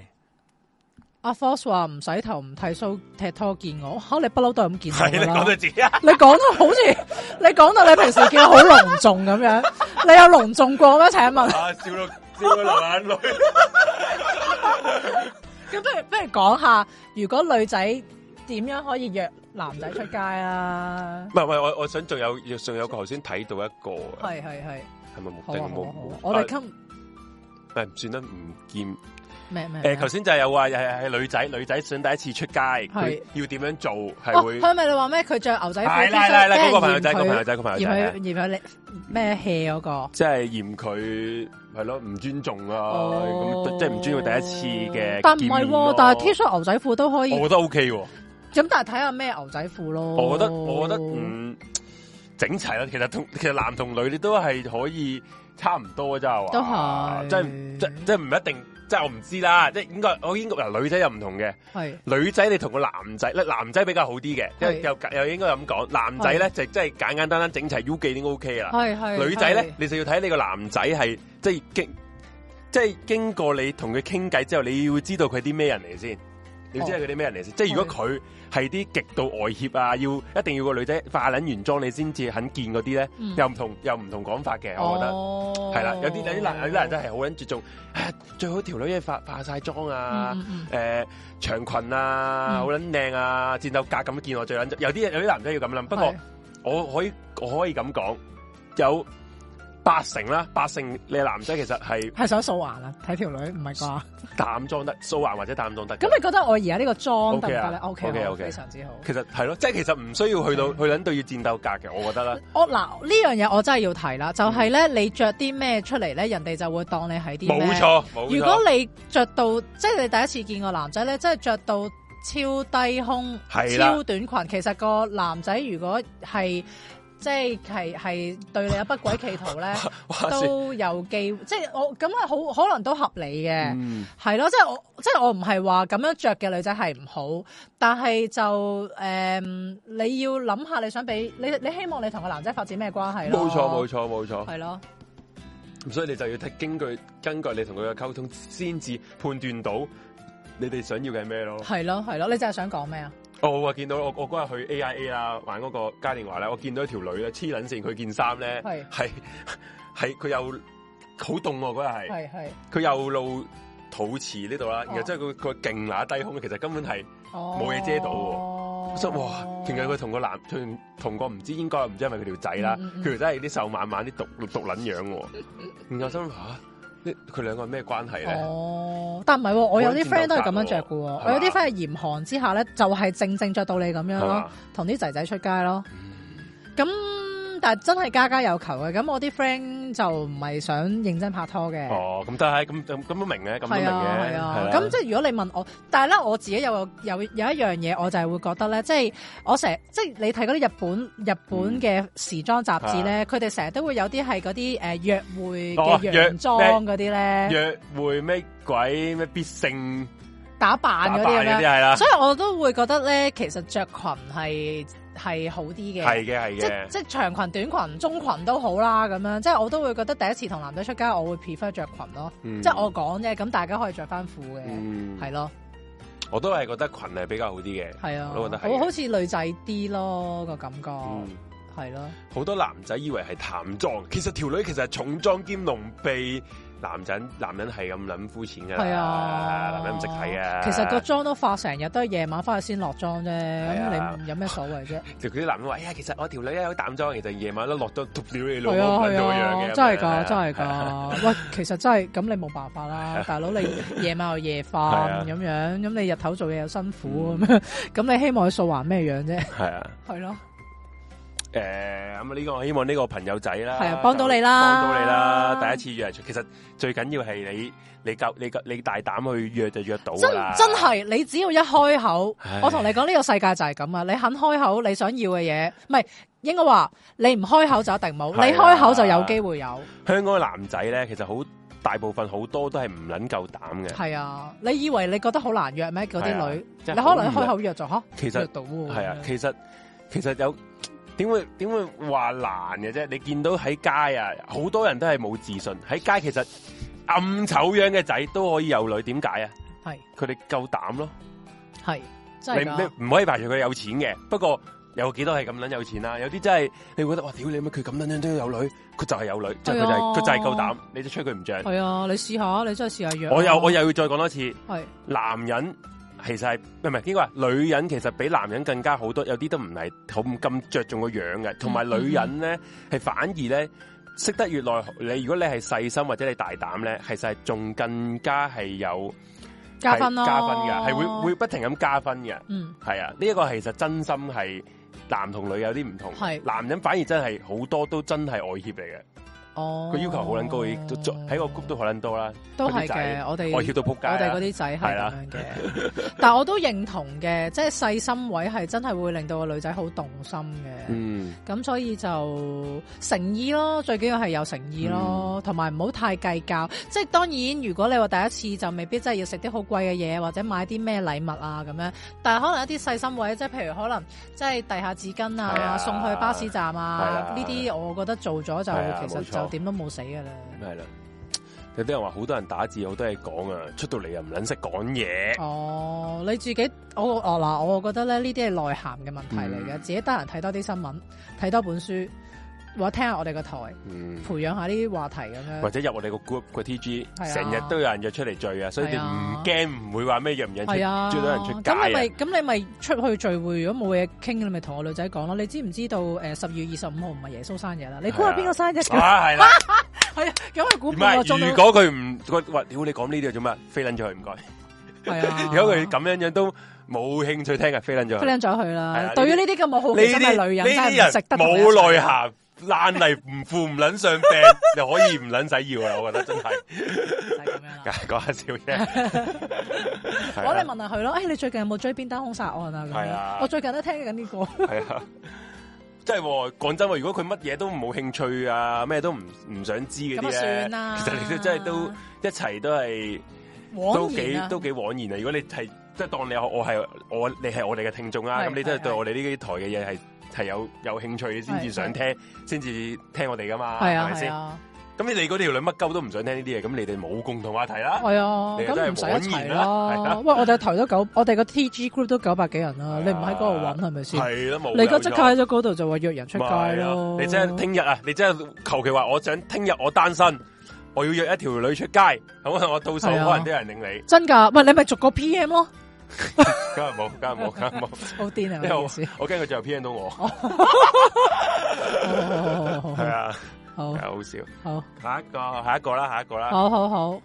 阿 Force 話唔洗頭唔剃須踢拖見我，吓你不嬲都係咁見係你我㗎講到啦。自己啊，你講到好似你講到你平時見我好隆重 咁樣，你有隆重過咩？請問？啊笑到笑到流眼淚。咁不如不如講下，如果女仔點樣可以約男仔出街啊唔？係唔係，我我想仲有仲有個頭先睇到一個啊，係係係，係咪冇好定係啊好啊冇好啊冇？！我哋今啊唔算啦，唔見。咩咩誒，頭先就有話係係女仔，女仔想第一次出街，佢要點樣做係哦，會佢咪你話咩？佢着牛仔褲，係啦係啦係啦，嗰個朋友仔，即嗰係個嫌朋佢友仔，嗰個朋友嫌仔係啊佢，嫌佢咩 hea 嗰個？即係嫌佢係咯唔尊重啊，哦咁即係唔尊重第一次嘅。但唔係喎，但係 T 恤，恤牛仔褲都可以。我覺得 OK 喎，咁但係睇下咩牛仔褲咯。我覺得我覺得嗯整齊啦，其實同其實男同女你都係可以差唔多咋話，都係即係即即係唔一定，即係我唔知啦，即係應該我應該嗱女仔又唔同嘅。係女仔你同個男仔咧，男仔比較好啲嘅，因為係又又應該咁講，男仔咧就真係簡簡單單整齊 U 記已經 OK 啦。係係。女仔咧哎係，，你就要睇你個男仔係即係經即係經過你同佢傾偈之後，你要知道佢啲咩人嚟先，你要知道佢啲咩人嚟哦先。即係如果佢係啲極度外協啊，要一定要個女仔化撚完妝你先至肯見嗰啲咧，嗯又唔同又唔同講法嘅，我覺得。哦，係啦，有啲有啲男有啲男仔係好撚注重，啊最好條女嘢化化晒妝啊，嗯嗯誒、長裙啊，嗯好撚靚啊，戰鬥格咁見我最撚，有啲有啲男仔要咁諗。不過係我可以我可以咁講，有八成啦，八成你男仔其實係係想素顏啊，睇條女唔係啩？淡妝得，素顏或者淡妝得嘅。咁你覺得我而家呢個妝 OK 得唔得咧啊？O K OK，好 OK 非常之好。其實係咯，即係其實唔需要去嗯到去撚到要戰鬥格嘅，我覺得啦，我哦嗱呢樣嘢我真係要提啦，就嗯係咧你着啲咩出嚟咧，人哋就會當你係啲冇咩。錯冇啊 如果錯，你着到即係你第一次見個男仔咧，即係着到超低胸、係啦超短裙，其實個男仔如果係即係係係對你有不軌企 圖咧，話說都有機會，即係我咁啊，好可能都合理嘅。嗯係咯，即係我即係我唔係話咁樣着嘅女仔係唔好，但係就诶、嗯你要諗下你想俾你你希望你同個男仔發展咩關係咯？冇錯冇錯冇錯。係咯，咁所以你就要睇根據根據你同佢嘅溝通，先至判斷到你哋想要嘅係咩咯。哦係咯，係咯，你真係想講咩啊？我話見到我我嗰日去 AIA 啦，啊玩嗰個嘉年華咧，我見到一條女咧黐撚線，佢件衫咧係係係佢又好凍喎嗰日係，係係佢又露肚臍呢度啦，然後哦即係佢佢勁乸低胸，其實根本係哦，冇嘢遮到喎即係哇！其實佢同個男同同個唔知應該唔知係咪佢條仔啦嗯嗯，嗯佢條仔係啲瘦蜢蜢啲毒毒撚樣喎，然後我心諗嚇，呢佢兩個係咩關係咧？哦，但唔係喎，我有啲 friend 都係咁樣着嘅喎，係嘛我有啲 friend 係嚴寒之下咧，就係、正正着到你咁樣係咯嘛，嗯同啲仔仔出街咯。咁但係真係家家有求嘅，咁我啲 friend 就唔係想認真拍拖嘅。哦，咁都係，咁咁咁都明嘅，咁都明係嘅，啊，係係啊啦，咁即係如果你問我，但係咧我自己有個有有一樣嘢，我就係會覺得咧，即係我成日即係你睇嗰啲日本日本嗯嘅時裝雜誌咧，佢哋成日都會有啲係嗰啲誒約會啊哦嘅洋裝嗰啲咧，約會咩鬼咩必勝打扮打嗰扮啲咁嗰啲啊樣，係啦，所以我都會覺得咧，其實着裙係係好啲嘅係。嘅係即嘅，即長裙、短裙、中裙都好啦，咁樣即係我都會覺得第一次同男仔出街，我會 prefer 着裙咯。嗯即係我講啫，咁大家可以着翻褲嘅，嗯係咯。我都係覺得裙係比較好啲嘅，系啊，我都覺得係我好似女仔啲咯個感覺，嗯係咯，好多男仔以為係淡妝，其實條女其實係重妝兼濃鼻男人男人係咁諗膚淺㗎啦，係啊男人唔識睇啊。其實個妝都化成日，都係夜晚翻去先落妝啫。咁、啊你有咩所 謂啫？就佢啲男人話：哎呀，其實我條女有淡妝，其實夜晚都落咗篤料你老係母啊唔撚到個係樣嘅咁啊，樣，真係係啊㗎，真係。㗎。喂，其實真係咁，你冇辦 法啦，大佬你夜晚又夜瞓啊嗯咁樣，咁你日頭做嘢又辛苦咁樣，咁你希望佢素顏咩樣啫？係啊，係咯，誒咁啊呢個我希望呢個朋友仔啦，係啊幫到你啦幫到你啦。第一次約，其實最緊要係你你夠你夠你大膽去約就約到真㗎啦真係你只要一開口唉，我同你講呢個世界就係咁啊！你肯開口你想要嘅嘢，唔係應該話你唔開口就一定冇，係啊你開口就有機會有。香港嘅男仔咧，其實好大部分好多都係唔撚夠膽嘅。係啊，你以為你覺得好難約咩？嗰係啊啲女，即你係可能一好開唔口約嗯咗吓，其實約到喎係啊，其實其實有點會點會話難嘅啫？你見到喺街啊，好多人都係冇自信。喺街其實暗醜樣嘅仔都可以有女，點解啊？係佢哋夠膽咯，係真你係㗎。你唔可以排除佢有錢嘅，不過。有幾多係咁撚有錢啦、啊有啲真係你會覺得哇屌你乜佢咁撚樣都有女，佢就係有女，即係佢就係、佢就係夠膽，你就吹佢唔漲。系啊，你試下，你真係試下約啊。我又我又要再講多次，係男人其實係唔係應該話女人其實比男人更加好多，有啲都唔係好咁着重個樣嗯嘅，同埋女人咧係反而咧識得越耐，你如果你係細心或者你大膽咧，其實係仲更加係有加分咯，係加分嘅，係會會不停咁加分嘅，嗯係啊，呢、一個其實真心係。男同女有啲唔同，係男人反而真係好多都真係外協嚟嘅，哦，佢要求好撚高，亦都喺個 group 都好撚多啦，都係嗰啲仔嘅。我哋外協到撲街我啊。哋嗰啲仔係係啦咁樣嘅，但我都認同嘅，即係細心位係真係會令到個女仔好動心嘅。嗯，咁所以就誠意咯，最緊要係有誠意嗯咯，同埋唔好太計較。即係當然，如果你話第一次就未必真係要食啲好貴嘅嘢，或者買啲咩禮物啊咁樣。但係可能一啲細心位，即係譬如可能即係遞下紙巾係啊啊，送去巴士站啊，係呢啊啲我覺得做咗就係啊其實冇錯就點都冇死噶啦。系啦。有啲人話好多人打字好多嘢講啊，出到嚟又唔撚識講嘢。哦，你自己我我嗱，我覺得咧呢啲係內涵嘅問題嚟嘅，嗯自己得閒睇多啲新聞，睇多本書，或者聽下我哋個台，嗯，培養下呢啲話題咁樣。或者入我哋個 group 個 TG，係啊成日都有人約出嚟聚啊，所以你係啊唔驚唔會話咩約唔約出係啊，最多人出街咁你咪啊。咁你咪出去聚會，如果冇嘢傾，你咪同我女仔講咯。你知唔知道誒十二月二十五號唔係耶穌生日啦？你估係下啊邊個生日㗎？ 啊，係 啦，係啊，咁我估唔半個係鐘如都果佢唔佢話屌你講呢啲做乜？飛撚咗佢唔該。係啊。如果佢咁樣樣都冇興趣聽嘅，飛撚咗佢佢。靚咗佢係啦啊。對於呢啲咁冇好呢奇心嘅啲女人，呢真係啲唔值得同你一齊冇內。涵，爛泥唔富唔撚上病，你可以唔撚使要啊！我覺得真 係就係咁樣啦。講下笑 啫。係啊我哋問下佢咯，誒、你最近有冇追邊單兇殺案啊？咁係樣、啊我最近都聽緊呢、個，系啊，即系講真喎，如果佢乜嘢都冇興趣啊，咩都唔唔想知嗰咁啲啊算咧，啦。其實你都真係都一齊都係都枉幾然啊都幾枉然啊！如果你係即係當你有我係我你係我哋嘅聽眾啦，係咁你都係係對係我哋呢啲台嘅嘢係係有有興趣先至係想聽，先至聽我哋噶嘛，係係啊咪係先？啊咁你哋嗰條女乜鳩都唔想聽呢啲嘢，咁你哋冇共同話題啦。係啊，你哋真係咁唔使一齊枉然啦係啦啊。喂，我哋台都九，我哋個 T G group 都九百幾人啦，啊你唔喺嗰度揾係咪先？係啦，冇你而家有即刻錯喺咗嗰度就話約人出街啊咯。你真係聽日啊！你真係求其話，我想聽日我單身，我要約一條女出街，咁我到手可係啊能都有人領你，真㗎？喂，你咪逐個 P M 咯，梗係冇，梗係冇，梗係冇， 好癲啊！因為呢我件事我驚佢最後 P N 到我，哦好好好係啊，好係啊好笑。好下一個，下一個啦，下一個啦。哦好好好，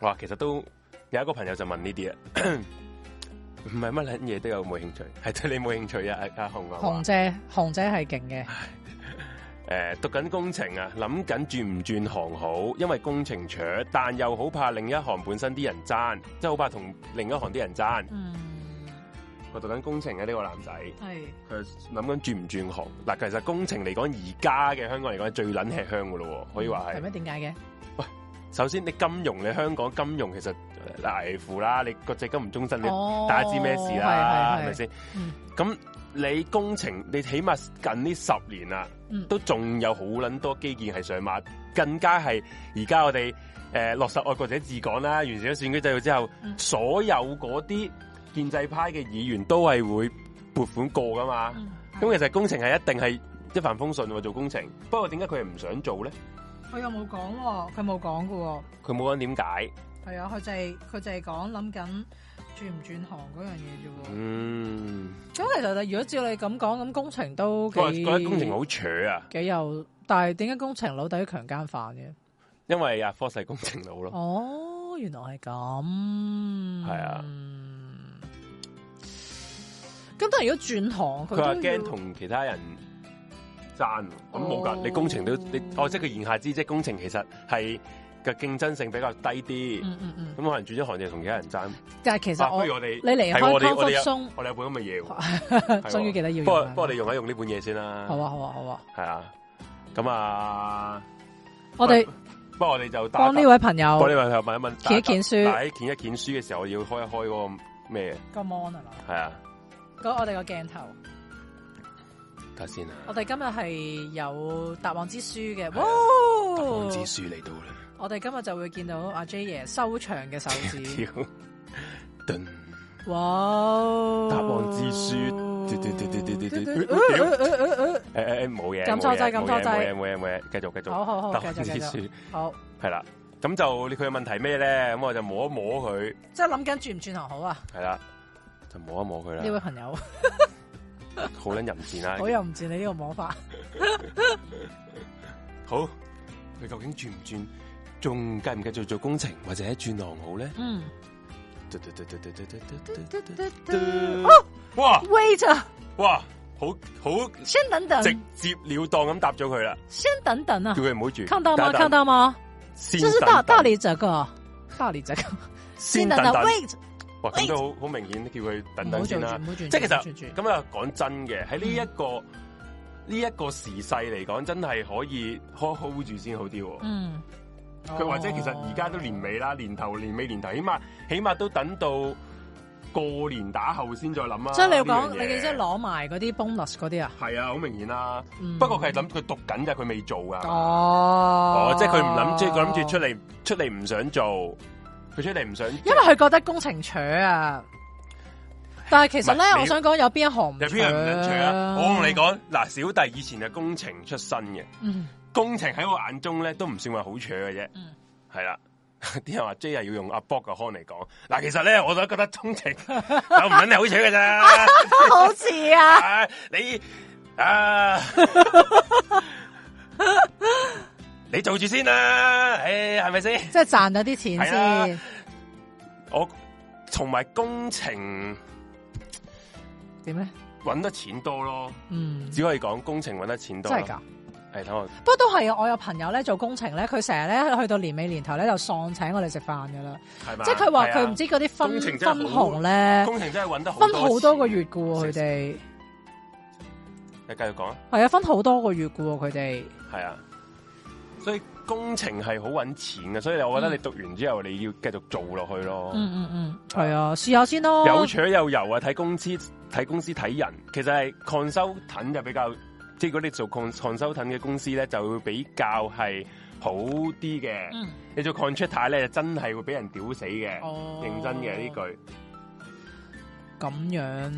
哇，其實都有一個朋友就問呢啲啊， 唔係乜撚嘢都有冇興趣，係對你冇興趣啊，阿阿紅啊話紅。姐紅姐係勁嘅，诶、讀緊工程啊，諗緊轉唔轉行好，因為工程扯，但又好怕另一行本身啲人爭，即係好怕同另一行啲人爭。嗯我讀緊工程嘅呢、個男仔，係佢諗緊轉唔轉行。嗱，其實工程嚟講，而家嘅香港嚟講係最撚吃香噶咯喎，可以話係係。嗯咩？點解嘅？首先，你金融你香港金融其實危乎啦，你國際金融中心你哦大家知咩事啦，係咪？係係係先嗯？咁、你工程你起碼近呢十年啦，嗯都仲有好撚多基建係上馬，更加係而家我哋誒、呃落實愛國者治港啦，完善咗選舉制度之後，嗯所有嗰啲建制派嘅議員都係會撥款過噶嘛。嗯咁其實工程係一定係一帆風順喎，做工程。不過點解佢係唔想做咧？佢又冇講喎，佢冇講㗎佢冇講點解，喎，係啊，佢就係佢就係講諗緊轉唔轉行嗰樣嘢啫喎。嗯，咁其實如果照你咁講，咁工程都幾我覺得工程好扯啊，幾有，但係點解工程佬底強姦犯嘅？因為阿科世工程佬咯，哦，原來係咁，係啊咁但係如果轉行，佢佢話都要驚同其他人爭，咁冇噶哦，你工程都你，我即係佢言下之即係工程其實係嘅競爭性比較低啲，咁、嗯嗯嗯，可能轉咗行就同其他人爭。但係其啊實不我如我哋你離係喎開我哋 comfort 我哋有 zone 我哋有本咁嘅嘢喎，係喎 終於記得要用不過啦不過我哋用一用呢本嘢先啦，好啊好啊好啊，係啊，咁啊，我哋不不過我哋就打幫呢位朋友我呢位又問一問，揭一揭書但喺揭一揭書嘅時候，我要開一開嗰個咩？個 mon 啊嘛，係啊，嗰我哋個鏡頭，睇下先啊。我哋今日係有答案之書嘅，係啊哇！答案之書嚟到啦，我哋今日就會見到阿 J 爺修長嘅手 指， 屌，噔，哇！答案之書嘟嘟嘟嘟嘟嘟嘟誒誒誒，冇嘢，撳錯冇掣嘢撳錯掣冇嘢，冇嘢，冇嘢，繼續繼續。好好好，答繼案續之繼續，書好，係啦，咁就佢嘅問題咩咧？咁我就摸一摸佢，即係諗緊轉唔轉行好啊？係啦，就摸一摸佢呢位啦，朋友，好撚淫賤啦我，又唔轉你呢個摸法，好，佢究竟轉唔轉？仲繼唔繼續做工程或者轉行好咧？嗯嘟嘟嘟嘟嘟嘟嘟嘟嘟嘟嘟嘟嘟哦哇，wait 啊，哇，好好先等等，直接了當咁答咗佢啦，先等等啊叫，佢唔好住。看到嗎？等一等看，到嗎？先就是大等大，理这个，大理这个，先等等等。 ，wait，哇，咁都好好明顯，叫佢等哎唔好等做嗯先住，啦唔。好轉，即係其唔好轉實咁啊，講真嘅，喺呢一個呢一個時勢嚟講，真係可以 hold hold 住先好啲喎。嗯，佢或者其實而家都年尾啦，年頭、年尾、年頭，起碼起碼都等到過年打後先再諗啦。哦即係你要呢講，樣你嘢嘅即係攞埋嗰啲 bonus 嗰啲啊。係啊，好明顯啦。嗯不過佢係諗佢讀緊啫，佢未做噶。哦哦，即係佢唔諗，即係佢諗住出，嚟出嚟唔想做，佢出嚟唔想。因為佢覺得工程扯啊。但係其實咧唔係，你我想講有邊一行唔有邊人唔想做啊？我同你講，嗱，小弟以前係工程出身嘅，嗯工程喺我眼中咧都唔算話好扯嘅啫嗯。係啦， 啲人話 J 係要用阿 Bob 嘅腔嚟講，嗱，其實咧我都覺得工程 就唔肯定好扯嘅咋。好似 啊，啊，你 啊，你做住先啦，唉，係咪先？即係賺咗啲錢係啊先。我同埋工程點咧？揾得錢多咯，嗯，只可以講工程揾得錢多真咯。係㗎。係等我不過都係啊！我有朋友咧做工程咧，佢成日咧去到年尾年頭咧就喪請我哋食飯噶啦，係嘛？即係佢話佢係啊唔知嗰啲工程分真係分好紅咧，工程真係揾得好分好多個錢啊月噶喎，佢哋你繼續講啊，係啊，分好多個月噶喎，佢哋係啊，所以工程係好揾錢嘅，所以我覺得嗯你讀完之後你要繼續做落去咯。嗯嗯嗯，係啊，試下先咯，有取有油啊，睇公司睇公司睇人，其實係 consultant 就比較，即係如果你做 con- consultant 嘅公司咧，就會比較係好啲嘅。嗯，你做 contractor 咧，就真係會俾人屌死嘅，哦認真嘅呢句。咁樣，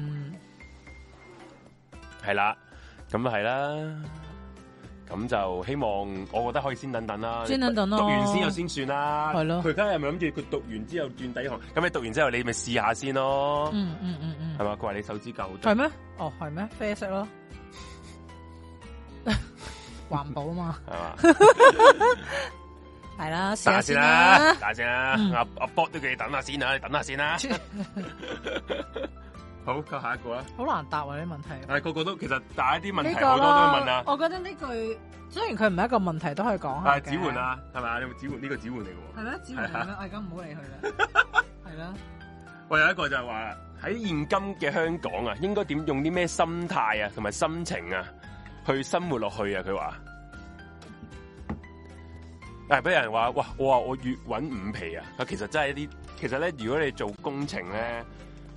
系啦，咁啊系啦，咁就希望，我覺得可以先等等啦，先等等咯讀完先又先算啦，係咯佢而家係咪諗住佢讀完之後轉第一行？咁你讀完之後，你咪試下先咯，嗯嗯嗯嗯係，嘛？佢話你手指夠係咩？哦，係咩？啡色咯， 環保啊嘛，係嘛？係啦， 試等下下先先啦啦，等，下先嗯啦，阿阿 Bob 都叫你等下先啦，你等下先 啦。好，扣下一個啦。好難答啊呢啲問題。但係個個都其實大家啲問呢題個哦好多都啦，問啊，我覺得呢句雖然佢唔係一個問題，都可以講下啊嘅指換，啊，係咪啊？你有冇指換呢個指換嚟嘅喎？係咩？指換係咩？我而家唔好理佢啦， 係啦，我有一個就係話喺現今嘅香港啊，應該點用啲咩心態啊，同埋心情啊，去生活落去啊？佢話，但係俾人話，哇！我話我越揾五皮啊！啊，其實真係一啲，其實咧，如果你做工程咧，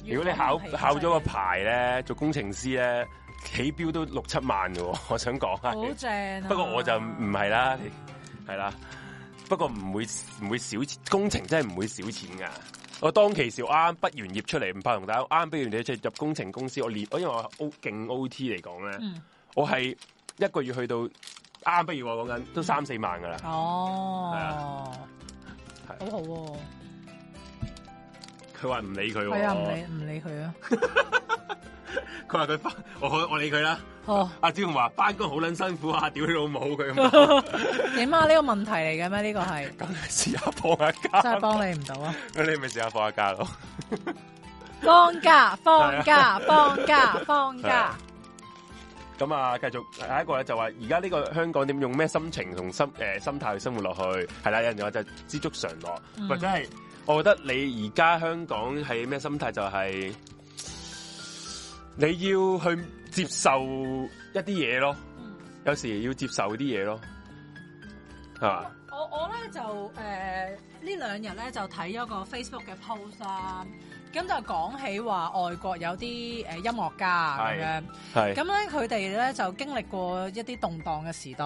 如果你考考咗個牌咧，做工程師咧，起標都六七萬嘅喎，我想講啊，好正啊。不過我就唔係啦係啦。不過唔會唔會少錢工程真係唔會少錢噶。我當其時我啱啱畢完業出嚟，唔怕同大家講啱啱畢完業出嚟入工程公司，我練，我因為我 O 勁 O T 嚟講咧，嗯我係一個月去到啊啱不如我講緊都三四萬噶啦，係哦啊，好係好喎，佢話唔理佢係啊，唔喎，理唔理 佢啊，佢話佢翻我我理佢啦。哦，阿朱紅話翻工好撚辛苦啊，屌你老母佢咁 講，你媽呢個問題嚟嘅咩？呢個係咁你試下放下真係假，幫你唔到啊！咁你咪試下放下假咯。放假，放假，啊放假，放假，咁啊，繼續下一個咧就話，而家呢個香港點用咩心情同心誒、呃心態去生活落去？係啦，有人就話就知足常樂，嗯或者係我覺得你而家香港係咩心態？就係、你要去接受一啲嘢咯，嗯有時要接受啲嘢咯，啊係嘛？我我咧就誒、呃呢兩日咧就睇咗個 Facebook 嘅 post 啦，咁就講起話外國有啲誒、呃音樂家咁係樣，係咁咧佢哋咧就經歷過一啲動盪嘅時代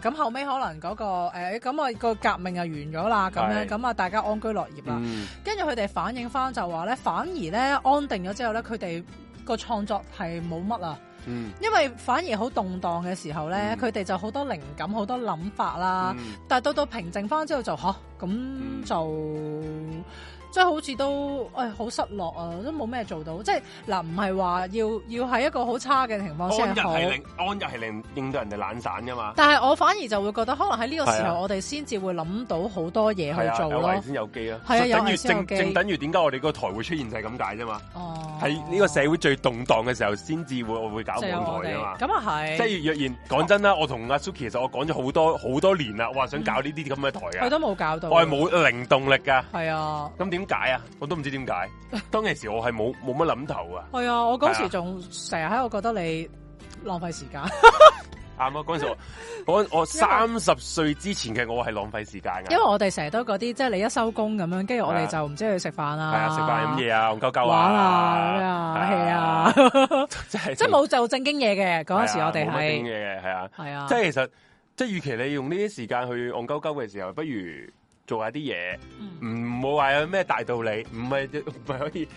嗯咁、後尾可能嗰、個誒咁啊個革命就完咗啦，咁樣係咁啊大家安居樂業啦，嗯跟住佢哋反映翻就話咧，反而咧安定咗之後咧，佢哋個創作係冇乜啊。嗯因為反而好動盪嘅時候咧嗯，佢哋、就好多靈感、好多諗法啦。嗯但係到到平靜翻之後就吓，咁、就即係好似都誒好、失落啊，都冇咩做到。即係嗱，唔係話要要喺一個好差嘅情況安先逸係好。係令安逸係令令到人哋懶散噶嘛，但係我反而就會覺得，可能喺呢個係時啊候，我哋先至會諗到好多嘢係去啊，做有咯為。先有機啊，係啊有等於為先有正機正等於點解我哋個台會出現就係咁解啫嘛。哦，喺呢個社會最動盪嘅時候，先至會我會搞就有網我台哋啊嘛。咁啊係，即係若然講真啦，我同阿 Suki 其實我講咗好多好多年啦，話想嗯搞呢啲咁嘅台佢噶，都冇搞到。我係冇零動力噶。係啊。咁點解啊？我都唔知點解。 當其時我係冇冇乜諗頭啊。係啊，我嗰係啊時仲成日喺度覺得你浪費時間，啱啊！嗰陣時我 我我三十歲之前嘅我係浪費時間㗎。因為我哋成日都嗰啲，即係你一收工咁樣，跟住係我啊哋就唔知去食飯係啊，啊，食飯飲嘢啊，戇鳩鳩玩啊，啊，咩啊，係係啊，， 即係即係冇做正經嘢嘅嗰陣時，係啊我哋冇乜經係嘅係啊。係啊，即係其實，即係與其你用呢啲時間去戇鳩鳩嘅時候，不如做下啲嘢，嗯唔好話有咩大道理，唔係唔係可以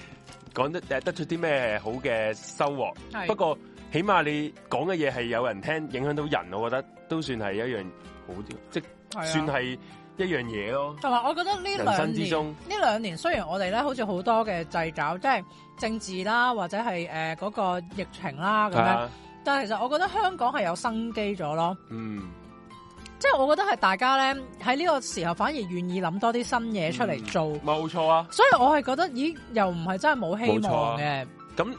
講得誒得出啲咩好嘅收穫。係不過起碼你講嘅嘢係有人聽，影響到人，我覺得都算係一樣好，即係啊算係一樣嘢咯。同埋，我覺得呢人生兩之年中呢兩年雖然我哋咧好似好多嘅掣肘，即係政治啦，或者係誒嗰個疫情啦咁係樣，啊，但係其實我覺得香港係有生機咗咯。嗯，即係我覺得係大家咧喺呢個時候反而願意諗多啲新嘢出嗯嚟做，冇錯啊。所以我係覺得咦又唔係真係冇希望嘅，咁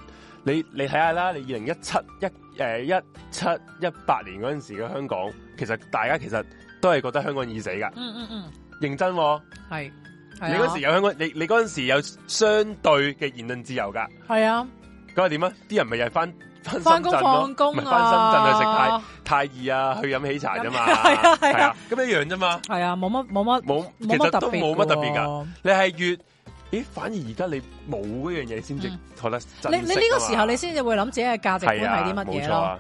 你你睇下啦，你二零一七一诶一七一八年嗰阵時嘅香港，其實大家其實都係覺得香港已死㗎。嗯嗯嗯，認真、喎，係啊你嗰時有香港，你你嗰阵时有相對嘅言論自由㗎。係啊，咁係點啊？啲人咪又係翻翻翻深工圳咯放，工唔係啊，翻深圳去食泰泰意啊，去飲喜茶啫嘛。飲係啊係啊係，咁一樣啫嘛。係啊，冇乜冇乜冇，其冇乜實特都別，哦冇乜特別㗎。㗎。你係越，咦？反而而家你冇嗰樣嘢，先至嗯覺得珍你你惜呢個啊嘛時候你先至會諗自己嘅價值觀係啊，係啲乜嘢冇錯咯，啊。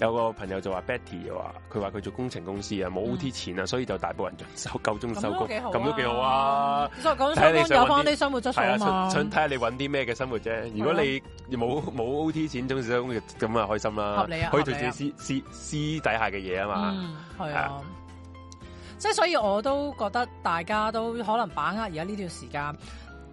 有個朋友就話 Betty 話，佢話佢做工程公司啊，冇嗯 OT 錢啊，所以就大部分人收夠鐘收工，咁都幾好啊咁都幾好啊。所以講睇下香你港想有搵翻啲啲生活質素係啊啊，嘛啊想，想睇下你揾啲咩嘅生活啫。如果你冇冇 OT 錢，總之都咁啊開心啦，合理啊可以做合理自啊己私私私底下嘅嘢啊嘛。嗯，係係啊啊。即係所以我都覺得大家都可能把握而家呢段時間，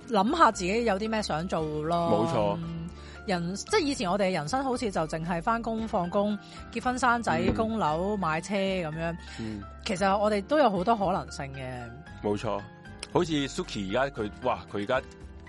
諗下自己有啲咩想做咯。冇錯嗯。人即係以前我哋人生好似就淨係翻工放工、結婚生仔、嗯供樓買車咁樣，嗯，其實我哋都有好多可能性嘅。冇錯。好似 Suki 而家佢哇，佢而家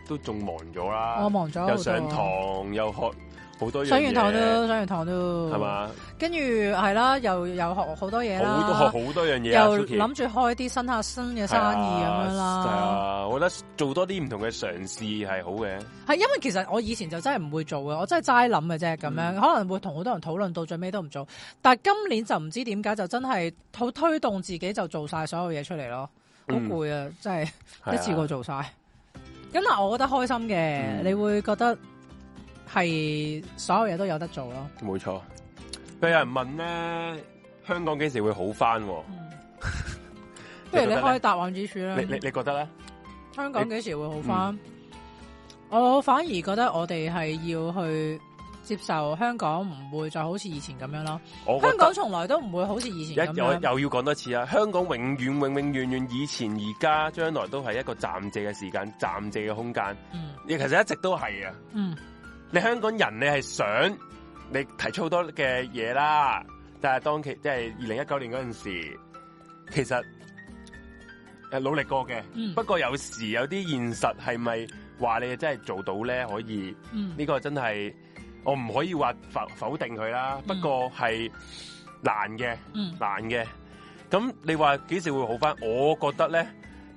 都仲忙咗我啦，忙咗好多又啊上，堂又學好多樣嘢，上完堂都上完堂都係？嘛？跟住係啦，又又學好多嘢啦，好多學好多樣嘢啊又，Suki 諗住開啲新下新嘅生意咁樣啦。係啊，我覺得做多啲唔同嘅嘗試係好嘅。係因為其實我以前就真係唔會做嘅，我真係齋諗嘅啫咁樣，嗯可能會同好多人討論到最尾都唔做，但係今年就唔知點解就真係好推動自己就做晒所有嘢出嚟咯，好嗯攰啊，真係係啊一次過做晒。咁但係我覺得開心嘅，嗯你會覺得係所有嘢都有得做咯。冇錯。有人問咧，香港幾時會好翻？不如嗯 你覺你得呢開答案之書啦你。你嗯你覺得咧？香港幾時會好翻？我反而覺得我哋係要去接受香港唔會再好似以前咁樣咯。我覺香得港從來都唔會好似以一前咁又樣。又要講多次啊！香港永遠永永遠遠以前而家將來都係一個暫借嘅時間、暫借嘅空間，嗯亦其實一直都係啊！嗯你香港人你係想你提出好多嘅嘢啦，但係當其即係二零一九年嗰陣時，其實誒努力過嘅，嗯不過有時有啲現實係咪話你真係做到咧？可以嗯，呢個真係我唔可以話否否定佢啦，不過係難嘅。嗯難嘅。咁你話幾時會好翻？我覺得咧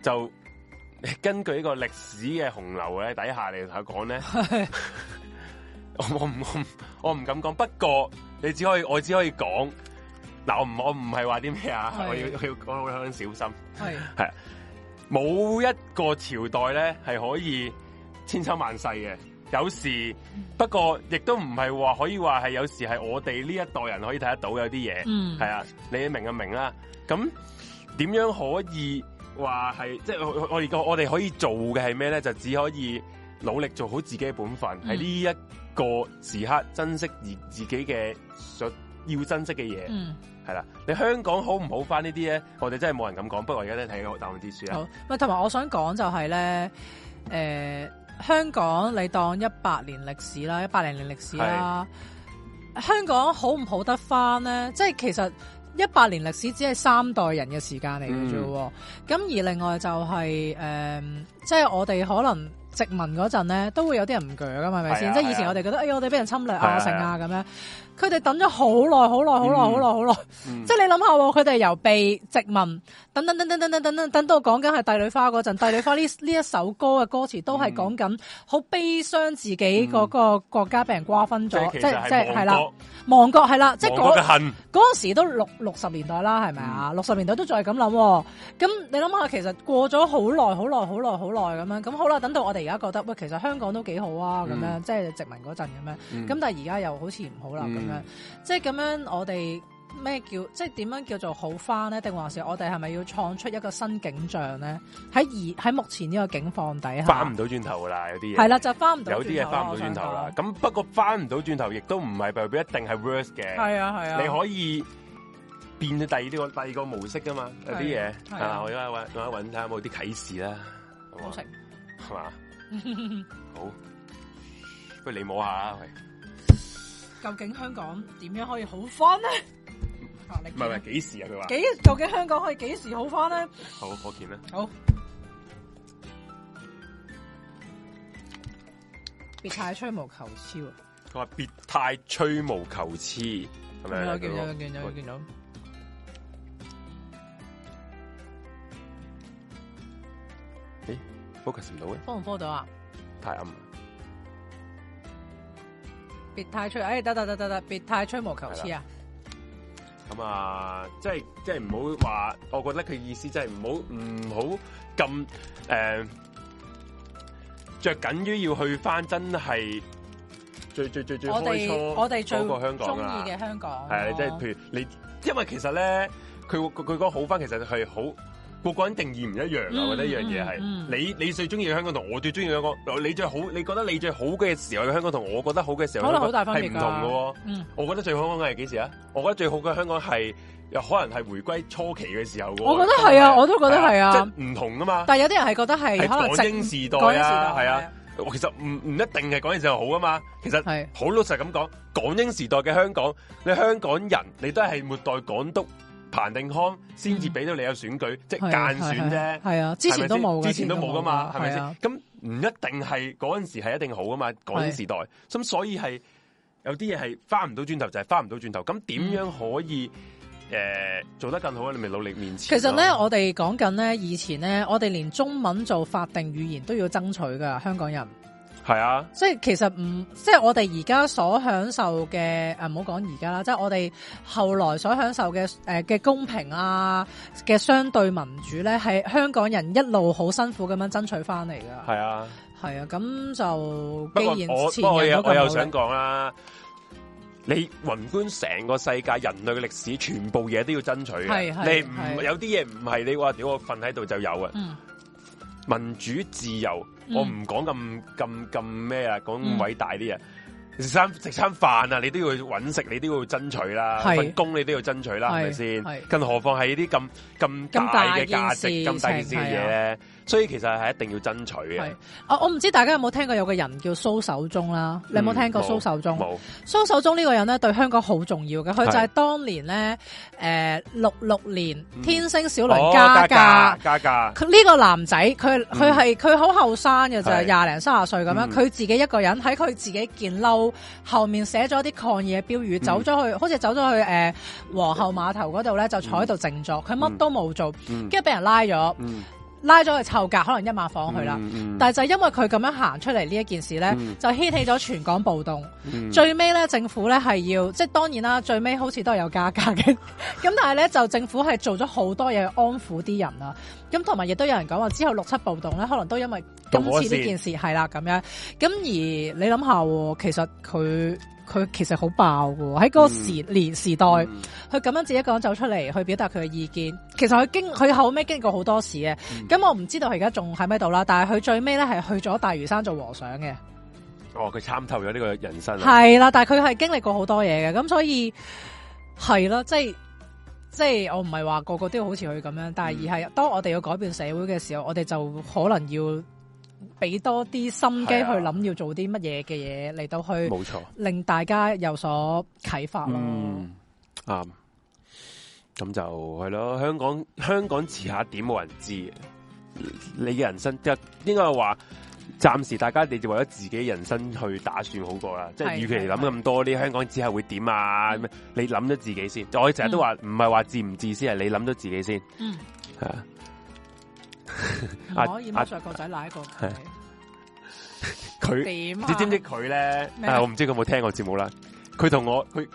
就 根據呢個歷史嘅洪流咧底下嚟講咧， 我我唔我唔我唔敢講。不過你只可以我只可以講嗱，我唔我唔係話啲咩啊，係我要我要我好小心。係啊冇一個朝代咧係可以千秋萬世嘅，有時嗯不過亦都唔係話可以話係有時係我哋呢一代人可以睇得到有啲嘢。嗯系啊，你明就明啦。咁點樣可以話係即係我我哋個我哋可以做嘅係咩咧？就只可以努力做好自己嘅本分，嗯喺呢一個時刻珍惜而自己嘅所要珍惜嘅嘢，嗯係啦、你香港好唔好翻呢啲咧？我哋真係冇人咁講。不過我而家都睇個答案之書啦。好。咪同埋我想講就係咧，誒香港你當一百年歷史啦，一百零年歷史啦，香港好唔好得翻咧？即係其實。一百年歷史只係三代人嘅時間嚟嗯嘅啫喎，咁、而另外就係、誒即係我哋可能殖民嗰陣咧，都會有啲人唔鋸噶嘛，係咪係先？啊即係以前我哋覺得，哎呀，我哋俾人侵略係啊啊、成啊咁樣，佢哋等咗好耐、好耐、好耐、好耐、好耐，嗯即係你諗下喎，佢哋由被殖民等等等等等等等等等到講緊係帝女花嗰陣，帝女花呢呢一首歌嘅歌詞都係講緊好悲傷自己嗰個國家俾人瓜分即咗係，哦即其係實即係係係啦亡，亡國係啦，即國係亡國嘅嗰恨，嗰陣時都六六十年代啦，係咪啊？六十年代都仲係咁諗喎，咁你諗下，其實過咗好耐、好耐、好耐、好耐咁樣，咁好啦，等到我哋而家覺得喂，其實香港都幾好啊，咁樣即係殖民嗰陣咁樣。咁咁但係而家又好似唔好啦咁嗯樣，即係咁樣我哋咩叫即係點樣叫做好翻咧？定還是我哋係咪要創出一個新景象咧？喺而喺目前呢個境況底翻下唔，到轉頭噶啦，有啲嘢係啦，就翻唔到有啲嘢翻唔到轉轉頭頭啦啦。。咁不過翻唔到轉頭，亦都唔係代表一定係 worse 嘅。係啊係啊，你可以變咗第二呢個第二個模式噶嘛？有啲嘢係啊啊，我而家揾揾一揾睇下有冇啲啟示啦，好好嘛食？係嘛？ 好，不如你摸下啦，喂，究竟香港點樣可以好翻咧？啊你 唔係唔見啊係幾時啊？佢話幾究竟香港可以幾時好翻咧？好，我見啦。好，別太吹毛求疵喎。佢話別太吹毛求疵咁樣啦。我見嗰到個見到見到。 focus 唔到嘅，科唔科到啊？太暗啦。別太吹，哎得得得得得，別太吹毛求疵啊！咁啊，即係即係唔好話，我覺得佢意思即係唔好唔好咁誒着緊於要去翻真係最最最最我開哋初我哋最嗰個香中港啦意，嘅哦香港咯，啊係即係譬如你，因為其實咧，佢佢佢講好翻，其實係好個個人定義唔一樣啊。嗯我覺得一樣嘢嗯係你你最中意嘅香港同我最中意嘅香港，你最好你覺得你最好嘅時候嘅香港同我覺得好嘅時候嘅可能好香港大分係別唔㗎同嘅喎。嗯我覺得最好香港係幾時啊？我覺得最好嘅香港係有可能係回歸初期嘅時候喎我覺得係啊我都覺得係啊即係唔同噶嘛。但係有啲人係覺得係係可能港英時代港英啊，時代係啊。其實唔唔一定係港英時代好噶嘛。其實係好老實咁講，港英時代嘅香港，你香港人你都係末代港督彭定康先至嗯俾到你有選舉，即係係啊間選啫。係啊，之前都係冇咪嘅，先之前都冇噶嘛，係咪係啊先？咁唔一定係嗰陣時係一定好噶嘛，嗰陣時代，咁所以係有啲嘢係翻唔到轉頭，就係翻唔到轉頭。咁點樣可以誒做得更好咧？你咪努力面前嗯其咯。實咧，我哋講緊咧，以前咧，我哋連中文做法定語言都要爭取㗎，香港人。係啊，即係其實唔，即係我哋而家所享受嘅，诶唔好講而家啦，即係我哋後來所享受嘅诶嘅公平啊嘅相對民主咧，係香港人一路好辛苦咁樣爭取翻嚟噶。係啊。係啊，咁就不過既然我不過我前人有嗰我個又想講啦，你宏觀成個世界人類嘅歷史，全部嘢都要爭取係嘅。係你唔係有啲嘢唔係你話屌我瞓喺度就有啊。嗯民主自由，嗯我唔講咁咁咁咩啊，講咁嗯偉大啲嘢。食餐食餐飯啊，你都要揾食，你都要爭取啦，係份工你都要爭取啦，係咪先？係更何況係呢啲咁咁咁大大嘅件價值、事啊咁大件事嘅嘢咧，所以其實係一定要爭取嘅係。啊，我唔知大家有冇聽過有個人叫蘇守忠啦，你有冇嗯聽過蘇冇守忠？冇蘇守忠呢個人咧對香港好重要嘅，佢就係係當年咧，诶六六年嗯天星小輪哦加價。加價，佢呢個男仔，佢佢係佢好後生嘅就係係廿零三十歲咁樣，嗯佢自己一個人喺佢自己件褸後面寫咗啲抗議嘅標語，嗯走咗去，好似走咗去诶皇后碼頭嗰度咧，就坐喺度靜坐，佢乜都冇做，嗯跟住俾人拉咗，嗯，拉咗去臭格，可能一晚房去啦。嗯，但係就因為佢咁樣行出嚟呢一件事咧，嗯就掀起咗全港暴動。嗯最尾咧，政府咧係要，即係當然啦，最尾好似都係有加價嘅。 咁但係咧，就政府係做咗好多嘢去安撫啲人啦。咁同埋亦都有人講話，之後六七暴動咧，可能都因為今次呢件事係啦咁樣。咁而你諗下喎，其實佢佢其實好爆嘅喎，喺嗰個時年時代，佢嗯咁樣自己一個人走出嚟去表達佢嘅意見。其實佢經佢後尾經過好多事嘅。嗯咁我唔知道佢而家仲喺咩度啦，但係佢最尾咧係去咗大嶼山做和尚嘅。哦，佢參透咗呢個人生啊，系啦，但系佢係經歷過好多嘢嘅，咁所以係啦，即係即系我唔係話個個都要好似佢咁樣，但係嗯而係當我哋要改變社會嘅時候，我哋就可能要俾多啲心機係去啊諗要做啲乜嘢嘅嘢嚟到去冇錯。令大家有所啟發咯。嗯，啱。咁就係咯，香港香港遲下點冇人知嘅。你嘅人生即係應該係話，暫時大家你就為咗自己人生去打算好過啦。即係係與其係諗咁多啲香港之後會點啊，咁樣你諗咗自己先。我成日都話唔係話自唔自私，係你諗咗自己先。嗯，係啊，唔啊可以啊剝削個仔奶一個係佢點啊？你知唔知佢咧？咩啊，我唔知佢有冇聽過節目啦。佢同我佢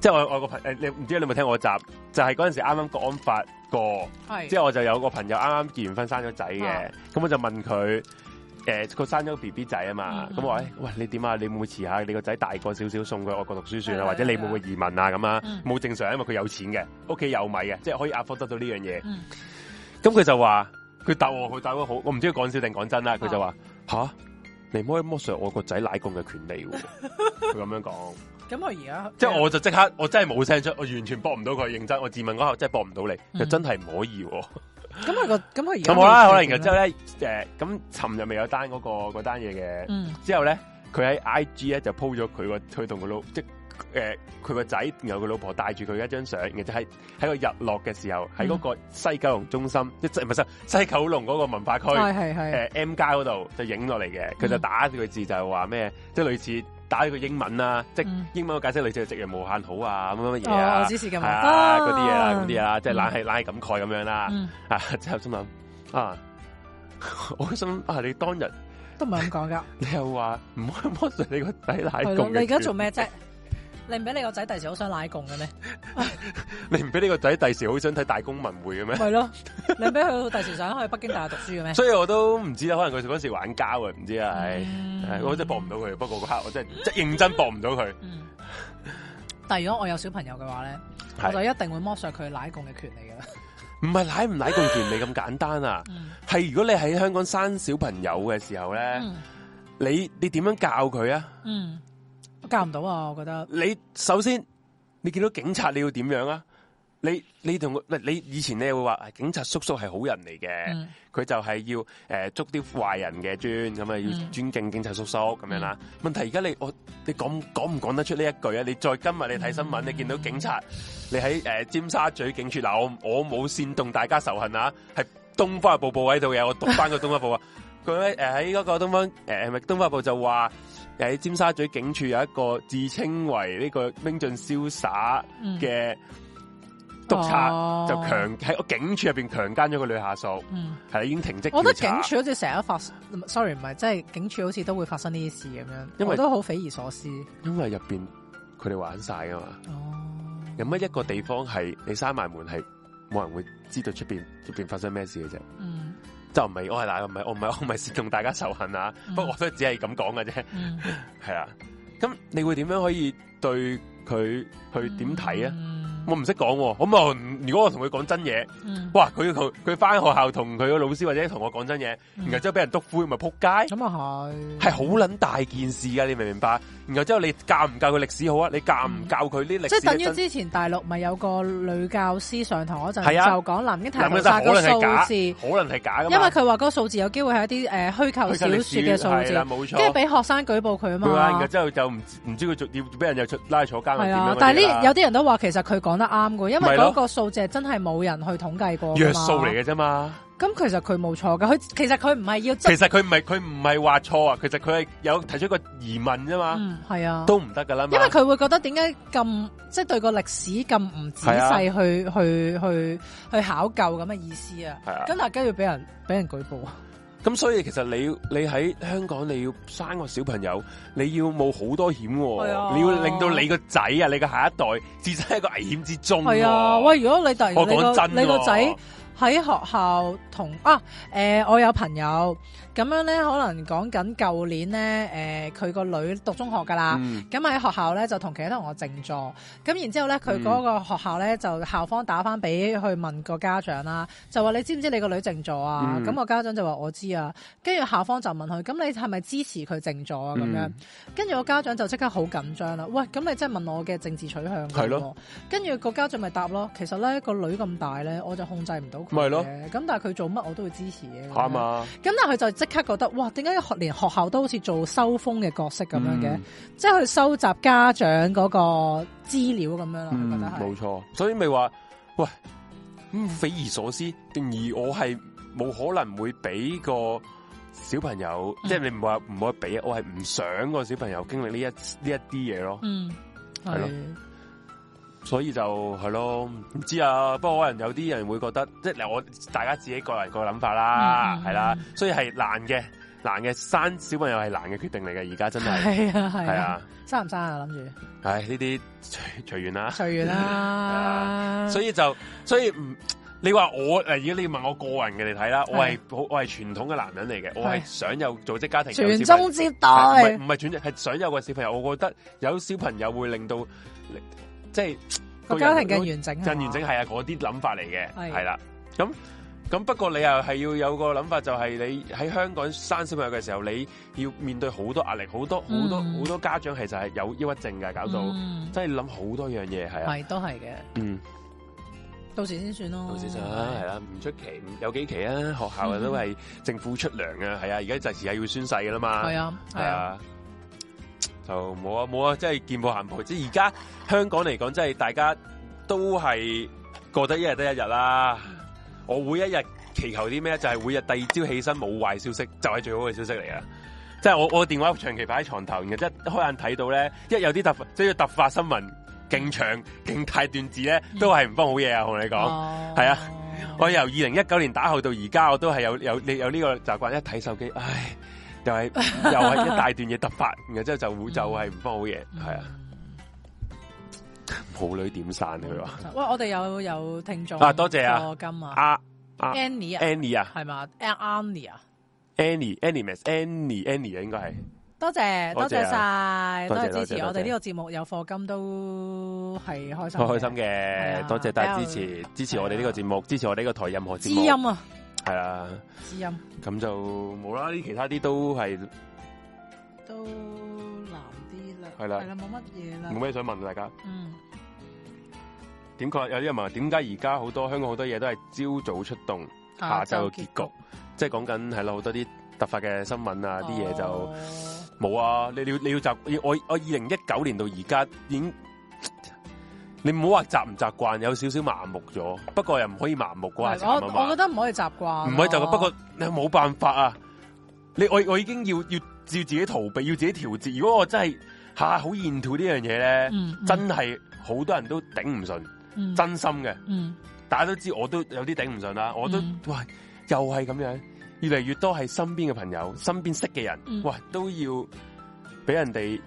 即係我我個朋誒，你唔知你有冇聽我集？就係嗰陣時啱啱國安法過。係？之後我就有個朋友啱啱結完婚生咗仔嘅啊，咁我就問佢，诶、佢生咗個 B B 仔啊嘛，嗯咁我話：，欸喂，你點啊？你會唔會遲下你個仔大個少少送佢外國讀書算係啊？啊或者你會唔會移民啊？咁啊嗯，冇正常，因為佢有錢嘅，屋企有米嘅，即係可以 afford 得到呢樣嘢。嗯咁佢就話：佢答我，佢答得好，我唔知佢講笑定講真啦。啊佢就話：吓，你唔可以剝削我個仔奶共嘅權利 喎。佢咁樣講，咁佢而家即係我就即刻，我真係冇聲出，我完全駁唔到佢，認真，我自問嗰刻真係駁唔到你，嗯就真係唔可以喎。咁佢個咁佢而家咁好啦，可能然點咧之後咧，誒咁尋日咪有單嗰、個嗰單嘢嘅，嗯之後咧佢喺 I G 咧就 po 咗佢個佢同佢老即誒佢個仔，然後佢老婆帶住佢一張相，然後就喺喺個日落嘅時候，喺嗰嗯個西九龍中心，即係唔係西西九龍嗰個文化區誒、哦係係係，呃 M 街嗰度就影落嚟嘅，佢就嗯打佢字就係話咩，即係類似打佢英文啦，即係嗯英文嘅解釋類似係夕陽無限好啊咁樣乜嘢哦，我啊，知是咁係啊啊嗰啲嘢啦，嗰啲嘢啦，即係嗯冷氣冷氣感慨咁樣啦。嗯啊， 之後心諗啊， 我心諗啊，你當日都唔係 咁講噶。你又話唔可以剝削你個仔奶係咯，共你而家做嘅咩啫？ 你唔俾你個仔第時好想奶共嘅咩？權你唔俾你個仔第時好想睇大公文匯嘅 咩？咪咯，你唔俾佢第時想去北京大學讀書嘅 咩？所以我都唔知啦，可能佢嗰時玩交啊，唔知啊，唉，嗯唉我真係搏唔到佢。不過嗰刻我真係即係認真搏唔到佢，嗯但係如果我有小朋友嘅話咧，我就係一定會剝削佢奶共嘅權利㗎啦。唔係奶唔奶共權利咁簡單啊？嗯係如果你喺香港生小朋友嘅時候咧，嗯你你點樣教佢啊？嗯，我教唔到啊，我覺得。你首先你見到警察你要點樣啊？你你同佢唔係你以前你會話啊警察叔叔係好人嚟嘅，嗯佢、就係要诶、呃捉啲壞人嘅專咁啊，要嗯尊敬警察叔叔咁樣啦。問題而家你我你講講唔講得出呢一句啊？你再今日你睇新嗯聞，你見到警察你喺诶、呃尖沙咀警署嗱，我我冇煽動大家仇恨啊，係東方日報報喺度嘅，我讀翻個東方日報 啊。佢咧诶喺嗰個東方诶係咪東方日報就話呃喺尖沙咀警署有一個自稱為呢個英俊瀟灑嗯嘅督察，哦就強喺個警署入边強姦咗個女下屬，嗯，係啦已經停職我覺得調查警署好似成日都發生唔係，sorry 唔係，即係警署好似都會發生呢啲事咁樣，因為我都好匪夷所思。因為入边佢哋玩晒噶嘛，哦，有乜一個地方係你閂埋門係冇人會知道出边出边發生咩事嘅啫？嗯就唔係我係嗱，唔係我唔係 我唔係煽動大家仇恨啊，嗯不過我都只係咁講嘅啫，嗯，係啊。咁你會點樣可以對佢去點睇啊？嗯我唔識講喎，咁我唔如果我同佢講真嘢，嗯，哇！佢佢佢翻學校同佢個老師或者同我講真嘢，然後嗯之後俾人督灰，咪扑街，咁啊係係，好撚大件事噶，你明唔明白？然後之後你教唔教佢歷史好啊？你教唔教佢呢歷即史係等於真？之前大陸咪有個女教師上堂嗰陣係啊就講南京大嗱屠咁殺就個可能係數假，字，因可能係假噶嘛。為佢話嗰個數字有機會係一啲誒虛構佢小就歷史説嘅數係啦字，冇跟住錯。俾學生舉報佢啊佢話，然嘛後。之後就唔知唔知佢仲要俾人又出拉坐監又係點啊樣，但係嗰啲呢啦有啲人都話其實佢講得啱嘅，因為咪咯嗰個數字係真係冇人去統計過㗎嘛約數嚟。嘅啫嘛。咁其實佢冇錯噶，佢其實佢唔係要其執，實佢唔係佢唔係話錯啊，其實佢係有提出一個疑問啫嘛，嗯係啊，都唔得噶啦嘛。因為佢會覺得點解咁即係對個歷史咁唔仔啊細去去去去考究咁嘅意思啊？係啊咁但係跟住俾人俾人啊舉報，咁所以其實你你喺香港你要生個小朋友，你要冇好多險、喎，係啊你要令到你個仔啊，你個下一代置身喺一個危險之中、喎。係啊！喂，如果你突然我你講個真、喎，你個仔喺學校同啊誒、我有朋友咁樣咧，可能講緊舊年咧誒，佢、個女讀中學㗎啦。嗯咁喺學校咧就同其他同學靜坐，咁然之後咧嗯佢嗰個學校咧就校方打翻俾去問個家長啦，就話你知唔知你個女靜坐啊？嗯咁、個家長就話我知啊，跟住校方就問佢，咁你係咪支持佢靜坐啊？咁樣嗯，跟住個家長就即刻好緊張啦，喂，咁你真係問我嘅政治取向㗎係喎咯，跟住個家長咪答咯，其實咧個女咁大咧，我就控制唔到佢咪係咯嘅，咁但係佢做乜我都會支持嘅，啱啊，咁但係佢就即刻覺得，哇！點解學連學校都好似做收風嘅角色咁樣嘅？嗯即係去收集家長嗰個資料咁樣啦，我覺嗯得冇係。錯，所以咪話喂，咁匪夷所思，定而我係冇可能會俾個小朋友，嗯即係你唔話唔可以俾，我係唔想個小朋友經歷呢一呢一啲嘢咯，嗯，係係咯所以就係咯，唔知啊，不過可能有啲人會覺得，即係我大家自己個人個諗法啦嗯，嗯係啦嗯，所以係難嘅，難嘅生小朋友係難嘅決定嚟嘅，而家真係係啊，係係啊啊，，生唔生啊？諗住唉呢啲 隨隨緣啦。隨緣 啦。所以以就所以唔，你話我誒，如果你問我個人嘅嚟睇啦，我係係好我係傳統嘅男人嚟嘅，我係係想有組織家庭，傳有小朋宗友接係唔係代唔係傳宗係想有個小朋友，我覺得有小朋友會令到你即係個家庭更完整，更完整係係啊，嗰啲諗法嚟嘅係係啦，咁。咁不過你又係要有個諗法，就係你喺香港生小朋友嘅時候，你要面對好多壓力，好多好多嗯好多家長其實係有抑鬱症㗎，嘛搞到嗯真係諗好多樣嘢係啊，係都係嘅，嗯。到時先算咯。老先生係啦，唔出奇，有幾期啊？學校啊都係政府出糧啊，係啊，而家就時係要宣誓噶啦嘛，係啊，係係啊，啊，就冇啊冇啊，即係見步行步。即係而家香港嚟講，即係大家都係覺得一日得一日啦。我每一日祈求啲咩，就係每日第二朝起身冇壞消息，就係最好嘅消息嚟啊！即係我我電話長期擺喺床頭，然後即係一開眼睇到咧，一有啲突即係突發新聞，勁長勁大段字咧，都係唔幫好嘢啊！我同你講。哦係啊，我由二零一九年打後到而家，我都係有有你有呢個習慣，一睇手機，唉，又 係又係一大段嘢突發，然後之後就會就嗯係唔方好嘢，係啊，母女點散佢話喂，我哋有有聽眾啊多謝啊課金啊啊啊，Annie 啊， Annie 啊係嘛？Annie 啊， Annie Annie Miss Annie Annie 啊，應該係多謝多多謝謝啊晒，多多謝謝支持多謝我哋呢個節目有課金都係開心，開開心係啊嘅，多謝大家支持支持我哋呢個節目，支持我哋呢個台任何知節目，音啊，係啊，知音咁就冇啦，呢其他啲都係都難啲啦，係啦係啦，冇乜嘢冇啦，咩想問大家。嗯，點解有啲人問點解而家好多香港好多嘢都係朝早出動？下啊晝嘅結局，即係講緊係啦，好多啲突發嘅新聞啊，哦啲嘢就就冇啊！你要你要習我我二零一九年到而家已經，你唔好話習唔習慣，有少少麻木咗。不過又唔可以麻木嗰下我慘啊我覺嘛，得唔可以習慣，啊唔可以就咁。不過你冇辦法啊！你我我已經要要要自己逃避，要自己調節。如果我真係下好厭吐呢樣嘢咧，嗯，嗯真係好多人都頂唔順，嗯真心嘅。嗯大家都知我都有啲頂唔順啦，我都、嗯哇又係咁樣，越嚟越多係身邊嘅朋友、身邊識嘅人，嗯哇都要俾人哋去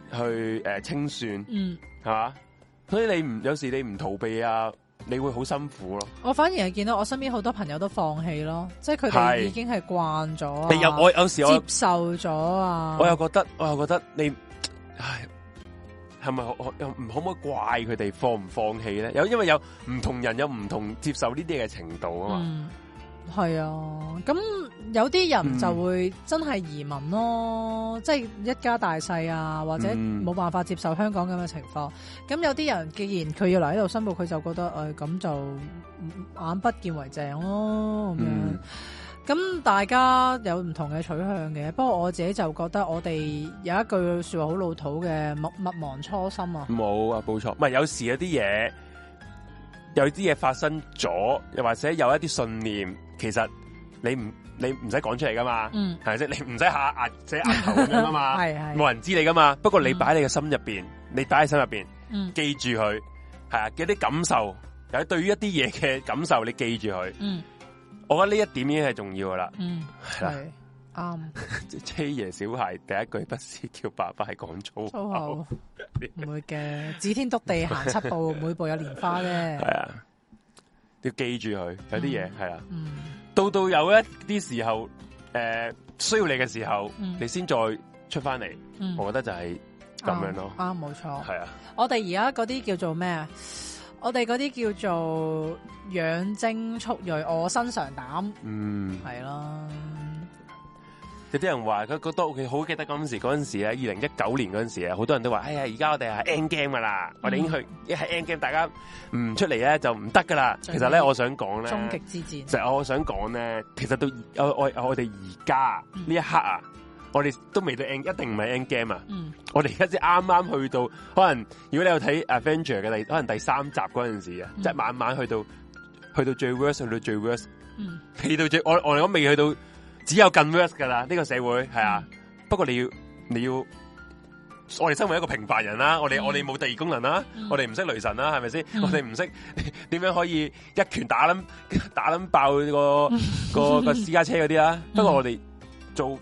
誒、呃清算，嗯，係嘛？所以你唔有時你唔逃避啊，你會好辛苦咯。我反而係見到我身邊好多朋友都放棄咯，即係佢哋係已經係慣咗啊，你有我有時接我受咗啊，我又覺得我又覺得你唉係咪可又唔可唔可以怪佢哋放唔放棄咧？有因為有唔同人有唔同接受呢啲嘅程度啊嘛，嗯，系啊，咁有啲嗯人就會真係移民咯，即係一家大細啊，或者嗯冇辦法接受香港咁嘅情況。咁有啲人既然佢要嚟呢度生活，佢就覺得诶咁、就嗯眼不見為淨咯咁樣。嗯咁大家有唔同嘅取向嘅，不過我自己就覺得我哋有一句说話好老土嘅，勿勿忘初心啊。冇啊，冇錯，唔係有時有啲嘢，有啲嘢發生咗，又或者有一啲信念，其實你唔你唔使講出嚟噶嘛，嗯，係咪先？你唔使下壓即額頭咁樣啊嘛，係係，冇人知你噶嘛。不過你嗯擺喺你嘅心入邊，你擺喺心入邊。嗯記住佢，系啊，有啲感受，有對於一啲嘢嘅感受，你記住佢。嗯我覺得呢一點已經係重要噶啦。嗯，係啦，係啱。車爺小孩第一句不是叫爸爸，係講粗粗口。口唔會嘅，指天篤地行七步，每步有蓮花係啫。啊，要記住佢，有啲嘢嗯係啊。嗯到到有一啲時候，诶、需要你嘅時候，嗯你先再出翻嚟。嗯，我哦覺得就係咁樣咯啱，啱冇錯。係啊，我哋而家嗰啲叫做咩啊？我哋嗰啲叫做養精蓄鋭，我身常膽嗯。係啦。有啲人話佢覺得佢好記得嗰陣時，嗰陣時咧，二零一九年嗰陣時咧，好多人都話：哎呀，而家我哋係 end game 噶嗯啦，我哋已經去一係 end game，大家唔出嚟咧就唔得噶啦。其最尾實咧，我想講終極咧，之戰，就係我想講咧，其實到而我我我哋而家嗯呢一刻啊，我哋都未到 end，一定唔係 end game 啊！嗯 我哋而家先啱啱去到，可能如果你有睇 Avenger 嘅第，可能第三集嗰陣時啊，嗯即係慢慢去到去到最 worst，去到最 worst。嗯，未到最，我我哋講未去到，只有更 worse 噶啦，呢、個社會係啊。嗯不過你要你要，我哋身為一個平凡人啦，我哋、嗯我哋冇第二功能啦，嗯我哋唔識雷神啦，係咪先？嗯我哋唔識 點樣可以一拳打冧 打冧爆個個個私家車嗰啲啦。嗯不過我哋做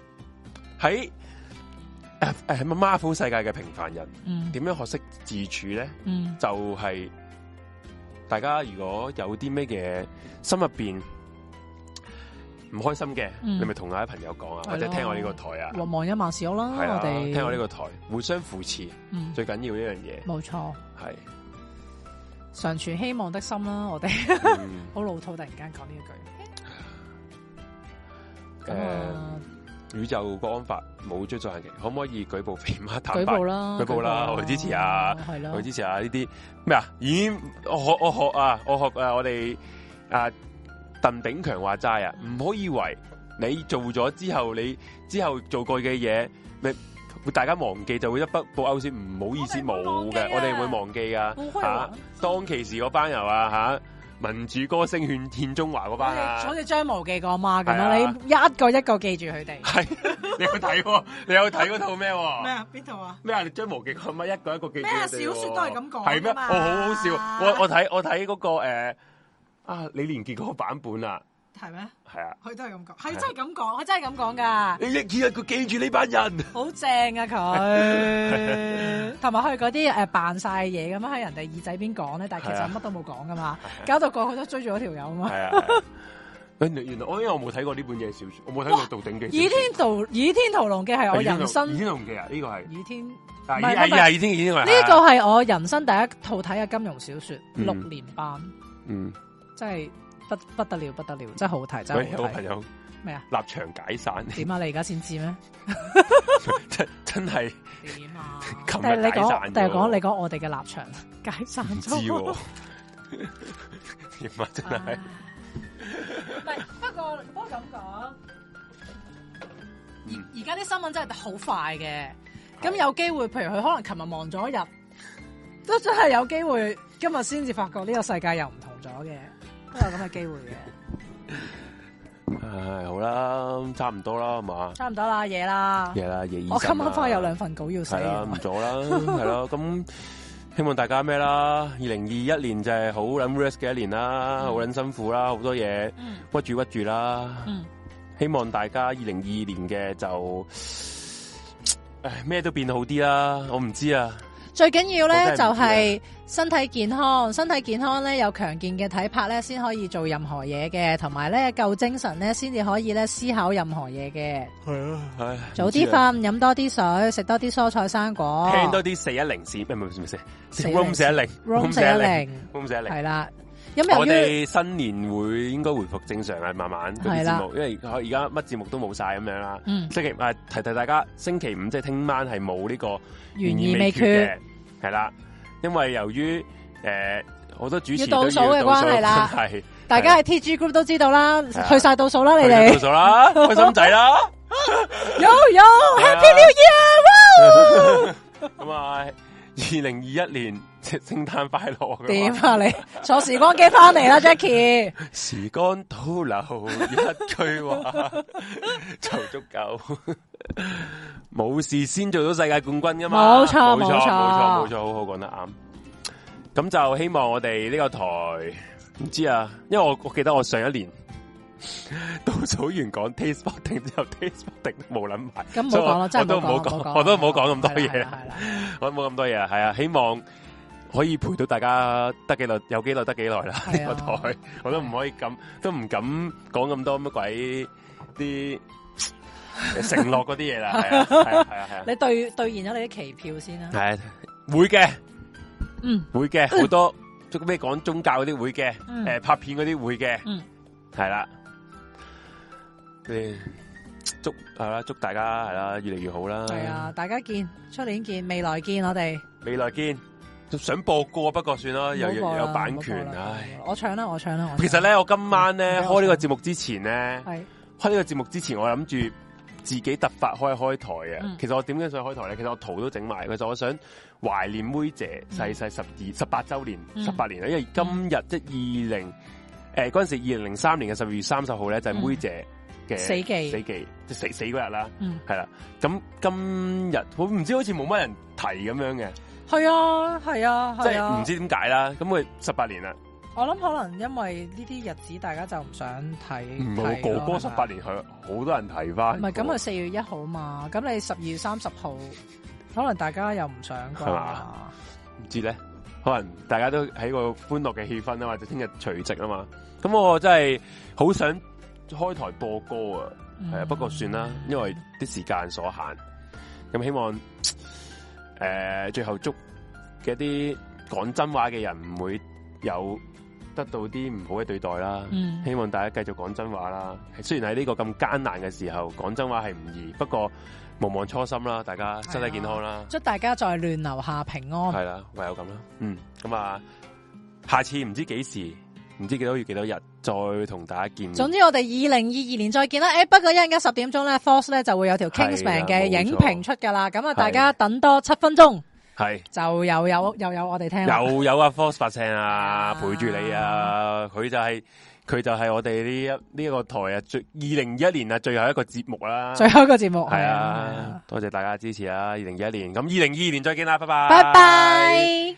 喺誒誒 Marvel 世界嘅平凡人，嗯點樣學識自處咧？嗯就係大家如果有啲咩嘅心入邊唔開心嘅，嗯你咪同下啲朋友講啊，係咯或者聽我呢個台啊，望望一萬事屋啦，係我啦，哋聽我呢個台，互相扶持嗯，最緊要呢樣嘢冇錯， 係常存希望的心啦，我哋嗯好老土，突然間講呢一句。咁誒啊，宇宙國安法冇追溯限期，可唔可以舉報肥媽舉坦白報？啦，舉報啦我哋支持啊係咯 我，支持下呢啲咩啊？已經我學我學啊，我學啊，我哋啊鄧炳強話齋啊，唔好以為你做咗之後，你之後做過嘅嘢，咪大家忘記就會一筆報勾先，唔好意思冇嘅，我我哋哋會會忘記噶好吓、啊。當其時嗰班人啊吓、民主歌聲勸獻中華嗰班啊好。似張無忌個阿媽咁係啊啦，你一個一個記住佢哋。系，你有睇喎？你有睇嗰套咩喎？啊？邊度啊？咩啊？你張無忌講乜一個一個記住咩啊佢哋小說都係咁講㗎嘛係咩？我好好笑。我我睇我睇嗰、個呃啊李連杰嗰個版本啊，係咩？係啊，佢都係咁講，佢真係咁講，佢真係咁講㗎，你一見佢記住呢班人，好正啊佢。 同埋佢嗰啲誒扮晒嘢咁樣喺人哋耳仔邊講咧，但係其係實啊乜都冇講㗎嘛，搞到個個都追住嗰條友啊嘛。係啊。係啊原來原來我因為我冇睇過呢本嘢小說，我冇睇過《盜鼎記》。倚天屠倚天屠龍記係我人倚生天龍記啊，呢個係倚天啊，唔係係啊唔係係啊，倚天倚天龍呢記係啊個係我人生第一套睇嘅金庸小說，嗯六年班。嗯，真係不不得了，不得了，真係好睇，真喂，係有個好朋睇。友咩啊？立場解散， 點啊？你而家先知咩？真真係點 啊？琴但係日你解散講，咗。但係講你講我哋嘅立場解散唔知咗。 喎， 點啊真係唉。唔係，不過不過咁講，而嗯而家啲新聞真係好快嘅。咁係有機會，譬如佢可能琴日忙咗一日，都真係有機會今日先至發覺呢個世界又唔同咗嘅，都有咁嘅機會 嘅。唉，好啦，差唔多啦，係嘛，差唔多啦，嘢啦。嘢啦，夜醫生啦我哦今晚翻去有兩份稿要系寫。啊啦，唔早啦，係咯，咁希望大家咩啦？二零二一年就係好撚 rest 嘅一年啦，嗯好撚辛苦啦，好多嘢嗯屈住屈住啦。嗯。希望大家二零二二年嘅就唉咩都變好啲啦，我唔知啊，最緊要咧我真就係唔知啊係身體健康，身體健康咧有強健嘅體魄咧，先可以做任何嘢嘅，同埋咧夠精神咧，先至可以咧思考任何嘢嘅。系啊，唉早啲，瞓，飲多啲水，食多啲蔬菜生唔果知啊，聽多啲四一零先，咩唔係唔係四410 room 四一零 room 四一零 room 四一零。係啦。咁由我於哋新年會應該回復正常啊，慢慢嗰啲係啦節目，因為而家乜節目都冇晒咁樣啦。嗯星期啊，提提大家，星期五即係聽晚係冇呢個懸意而未決決。嘅，係啦，因為由於诶好多主持要都倒數嘅關係啦系大家喺 T G Group 都知道啦，啊去晒倒數啦，你倒哋數啦，開心仔啦，有有啊 Happy New Year！咁啊，二零二一年即係聖誕快樂，點啊你坐時光機翻嚟啦，Jackie，時光倒流，一句話就足 夠。冇事先做到世界冠軍噶嘛？冇錯冇錯冇錯冇錯，冇錯，好好講得啱。咁就希望我哋呢個台唔知啊，因為我我記得我上一年倒數完講 taste boarding 之後，taste boarding 都冇諗埋，咁唔好所以我講啦，真係我都唔好冇講，講，我都冇講咁多係嘢啦。係啦係啦我冇咁多嘢啊，系啊，希望可以陪到大家得幾耐，有幾耐得幾耐啦。係呢 啊個台我都唔可以咁，都唔敢講咁多乜鬼啲承諾嗰啲嘢 啦。係啊，係啊，係啊，係啊你兑兑現咗你啲期票先啦。係啊，會嘅，嗯，會嘅，好多咩講宗教嗰啲會嘅，嗯誒拍片嗰啲會嘅嗯，係啦。誒祝係啦，祝大家係啦，越嚟越好啦。係啊，大家見，出年見，未來見，我哋未來見。想播歌，不過算啦，又唔好有播啦有版權唔好，播啦唉。我唱啦，我唱啦，我其實咧，我今晚嗯咧你開呢個節目之前咧，係開呢個節目之前，我諗住自己突發開開台嘅。嗯其實我點解想開台咧？其實我圖都整埋，其實我想懷念妹姐嗯逝世十二十八周年，嗯十八年啦。因為今日即係二零誒嗰陣時，二零零三年嘅十二月三十號咧，就係妹姐嘅嗯死忌死忌即係死死嗰日啦。嗯係啦，咁今日我唔知好似冇乜人提咁樣嘅，係啊，係啊，即係係啊唔。知點解啦。咁佢十八年啦，我諗可能因為呢啲日子大家就唔想睇，唔係睇哥咯哥係十嘛八年，佢好多人提翻。唔係咁啊，四月一號嘛，咁你十二月三十號，可能大家又唔想啩係嘛？唔知咧，可能大家都喺個歡樂嘅氣氛啊，或者聽日除夕啊嘛。咁我真係好想開台播歌啊，嗯係啊，不過算啦，因為啲時間所限。咁希望诶、誒最後祝嘅啲講真話嘅人唔會有得到啲唔好嘅對待啦。嗯希望大家繼續講真話啦。雖然喺呢個咁艱難嘅時候講真話係唔易，不過無忘初心啦，大家身體健康啦。祝大家在亂流下平安系。啦，唯有咁啦。嗯，咁啊，下次唔知幾時，唔知幾多月幾多日，再同大家見面。總之我哋二零二二年再見啦。诶、不過一陣間十點鐘咧，Force 咧就會有條係啊 Kingsman 冇錯嘅影評出㗎啦。咁啊，係大家等多七分鐘係就又有又有我哋聽啦。又有阿 Force 發聲啊，係啊陪住你啊，佢就係佢就係我哋呢一呢一個台啊，最二零二一年啊最後一個節目啦。最後一個節目係係啊係啊，多謝大家支持啊！二零二一年，咁二零二二年再見啦，拜拜，拜拜。